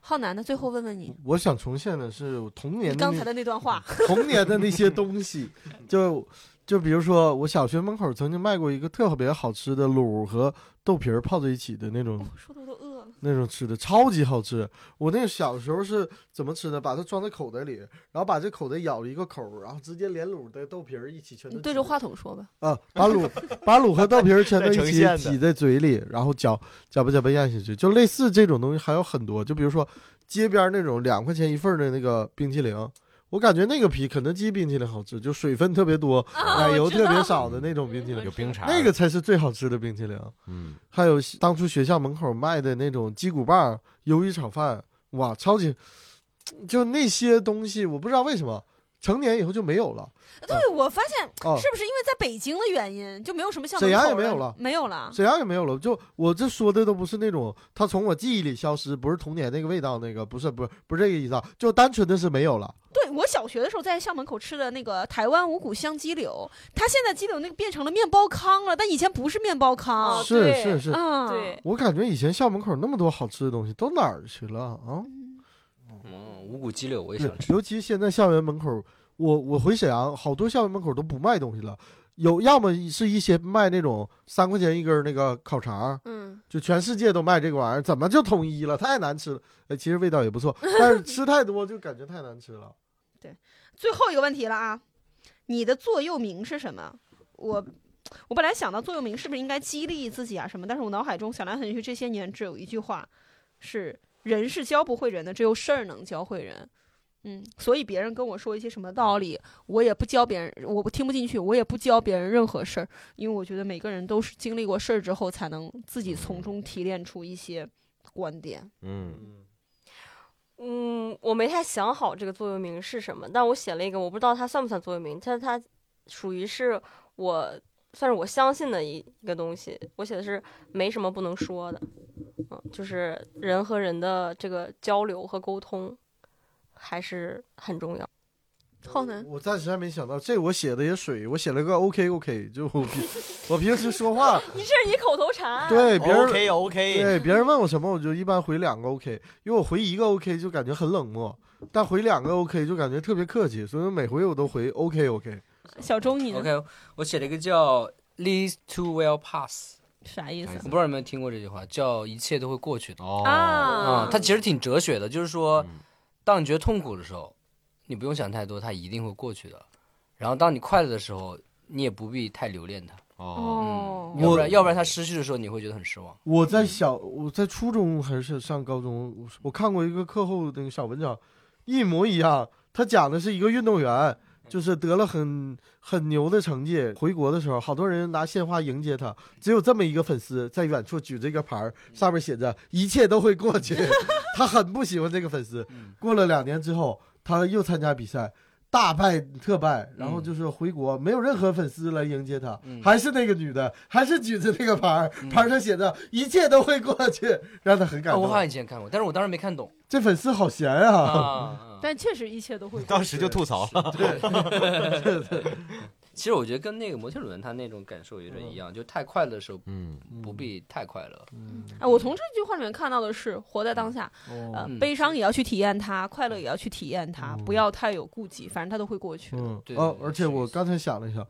浩南呢？最后问问你，我想重现的是我童你年的刚那才的那段话， (laughs) 童年的那些东西，就就比如说，我小学门口曾经卖过一个特别好吃的卤和豆皮儿泡在一起的那种我哦说的我都饿了。那种吃的，超级好吃。我那小时候是怎么吃的？把它装在口袋里，然后把这口袋咬一个口，然后直接连卤带豆皮儿一起全都你挤对着话筒说吧。啊，把卤把卤和豆皮儿 (laughs) 全都在一呈起现的挤在嘴里，然后嚼嚼吧嚼吧咽下去，就类似这种东西还有很多。就比如说街边那种两块钱一份儿的那个冰淇淋，我感觉那个比肯德基冰淇淋好吃，就水分特别多、哦奶油特别少的那种冰淇淋有，冰碴儿，那个才是最好吃的冰淇淋。嗯，还有当初学校门口卖的那种鸡骨棒、鱿鱼炒饭，哇，超级！就那些东西，我不知道为什么成年以后就没有了对，我发现啊。是不是因为在北京的原因，就没有什么像沈阳门也口没有的了没有了。沈阳也没有了，就我这说的都不是那种它从我记忆里消失，不是童年那个味道，那个不是不是不是这个意思啊，就单纯的是没有了。对我小学的时候在校门口吃的那个台湾五谷香鸡柳，它现在鸡柳那个变成了面包糠了，但以前不是面包糠。哦是对是是，啊，对，我感觉以前校门口那么多好吃的东西都哪儿去了啊？哦嗯，五谷鸡柳我也对想吃。尤其现在校园门口，我我回沈阳，好多校园门口都不卖东西了，有要么是一些卖那种三块钱一根儿那个烤肠儿，嗯，就全世界都卖这个玩意儿，怎么就统一了？太难吃了。哎，其实味道也不错，但是吃太多就感觉太难吃了。最后一个问题了啊，你的座右铭是什么？我我本来想到座右铭是不是应该激励自己啊什么，但是我脑海中想来想去，这些年只有一句话是“人是教不会人的，只有事儿能教会人”。嗯，所以别人跟我说一些什么道理，我也不教别人，我不听不进去，我也不教别人任何事儿，因为我觉得每个人都是经历过事儿之后，才能自己从中提炼出一些观点。嗯，嗯嗯，我没太想好这个座右铭是什么，但我写了一个，我不知道它算不算座右铭，但它属于是我算是我相信的一一个东西。我写的是没什么不能说的，嗯，就是人和人的这个交流和沟通还是很重要。浩南，我暂时还没想到，这我写的也水，我写了个 OK OK，就我平我平时说话，你这是你口头禅，对别人 OK OK，对别人问我什么，我就一般回两个 OK，因为我回一个 OK 就感觉很冷漠，但回两个 OK 就感觉特别客气，所以每回我都回 OK OK。小周你呢 OK，我写了一个叫 “Least too well pass”，啥意思我？不知道有没有听过这句话，叫“一切都会过去的”。哦啊啊、它其实挺哲学的，就是说嗯，当你觉得痛苦的时候，你不用想太多，它一定会过去的。然后当你快乐的时候，你也不必太留恋它，嗯哦，哦，要不然要不然它失去的时候，你会觉得很失望。我在小我在初中还是上高中，我我看过一个课后那个小文章，一模一样。他讲的是一个运动员，就是得了很很牛的成绩，回国的时候，好多人拿鲜花迎接他，只有这么一个粉丝在远处举着一个牌儿，上面写着“一切都会过去” 。他很不喜欢这个粉丝。过了两年之后，他又参加比赛。大败特败，然后就是回国，没有任何粉丝来迎接他，嗯还是那个女的，还是举着那个牌儿，牌儿上写着“一切都会过去”， (laughs) 让他很感哦我动。好像以前看过，但是我当时没看懂。这粉丝好闲啊！ (laughs) 啊，但确实一切都会。当时就吐槽了，其实我觉得跟那个摩天轮它那种感受有点一样，就太快乐的时候嗯，不必太快乐。嗯哎，我从这句话里面看到的是活在当下，哦呃，嗯悲伤也要去体验它，快乐也要去体验它，不要太有顾忌，反正它都会过去。嗯对哦，对而且是我是刚才想了一下，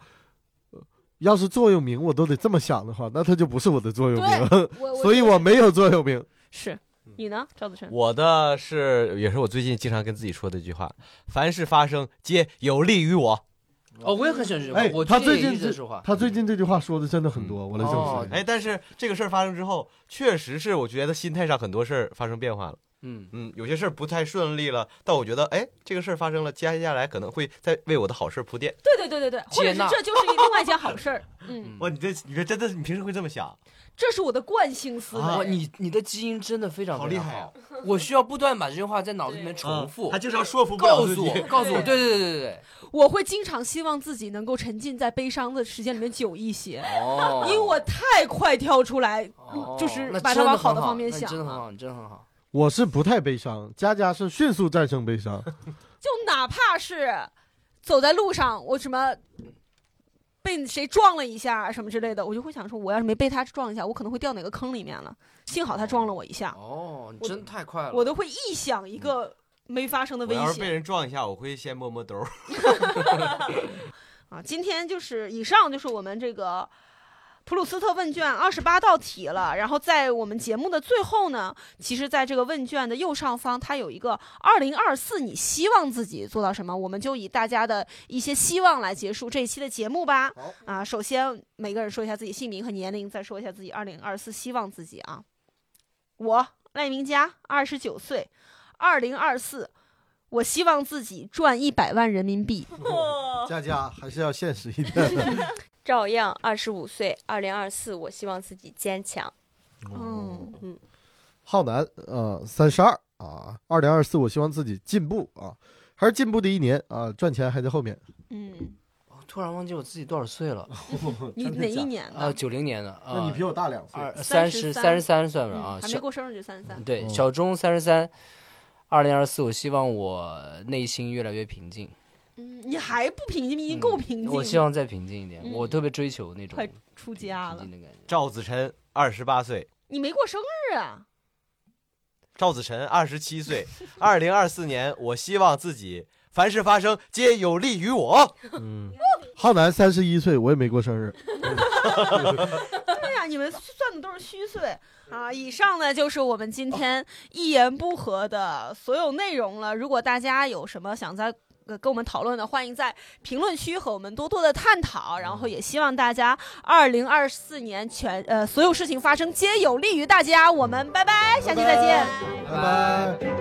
呃要是座右铭我都得这么想的话，那他就不是我的座右 (laughs) 铭，我所以我没有座右铭。是嗯你呢，赵子琛？我的是也是我最近经常跟自己说的一句话：凡事发生皆有利于我。哦，我也很喜欢这句话，哎我他最最近也一近直在是说话。他最近这句话说的真的很多，我来证哦实。哎，但是这个事儿发生之后，确实是我觉得心态上很多事儿发生变化了。嗯，嗯，有些事儿不太顺利了，但我觉得，哎，这个事儿发生了，接下来可能会再为我的好事儿铺垫。对对对对对，或者接是纳这就是另外一件好事儿。嗯，哇，你这你这真的，你平时会这么想？这是我的惯性思维。哎哇，啊你你的基因真的非常好非常厉害啊我需要不断把这句话在脑子里面重复，经常说服告诉 (laughs) 我，告诉我，对对对对对。我会经常希望自己能够沉浸在悲伤的时间里面久一些，哦因为我太快跳出来，嗯就是那把它真往的好很的方面那你想真的很了好，你真的很好。我是不太悲伤，佳佳是迅速战胜 (laughs) 悲伤。就哪怕是走在路上，我什么。被谁撞了一下啊什么之类的，我就会想说，我要是没被他撞一下，我可能会掉哪个坑里面了。幸好他撞了我一下，哦，你啊我真太快了，我都会臆想一个没发生的我危要是被险人撞一下，我会先摸摸兜儿。啊！今天就是以上就是我们这个普鲁斯特问卷二十八道题了。然后在我们节目的最后呢，其实在这个问卷的右上方，它有一个二零二四，你希望自己做到什么？我们就以大家的一些希望来结束这一期的节目吧。啊，首先每个人说一下自己姓名和年龄，再说一下自己二零二四希望自己啊。我赖明佳，二十九岁，二零二四，我希望自己赚一百万人民币。嗯佳佳还是要现实一 (laughs) 点。照样二十五岁，二零二四，我希望自己坚强。哦嗯，浩南，呃，三十二啊，二零二四，我希望自己进步啊，还是进步的一年啊，赚钱还在后面。嗯，哦突然忘记我自己多少岁 (laughs) 了你哪一年的？啊？九零年的那啊你，比我大两岁。二三三十十三三十三算吧嗯啊，还没小过生日就三十三。对嗯小钟三十三，二零二四，我希望我内心越来越平静，嗯，你还不平静，已经够平静了。嗯我希望再平静一点，嗯我特别追求那种快平出家了静。的感觉。赵子晨二十八岁，你没过生日啊？赵子晨二十七岁，二零二四年，我希望自己凡事发生皆有利于我。嗯，浩南三十一岁，我也没过生日。对哎呀、你们算的都是虚岁啊！以上呢就是我们今天一言不合的所有内容了。如果大家有什么想在呃跟我们讨论的，欢迎在评论区和我们多多的探讨。然嗯后也希望大家二零二四年全呃所有事情发生皆有利于大家。我们拜拜，下期再见。拜拜。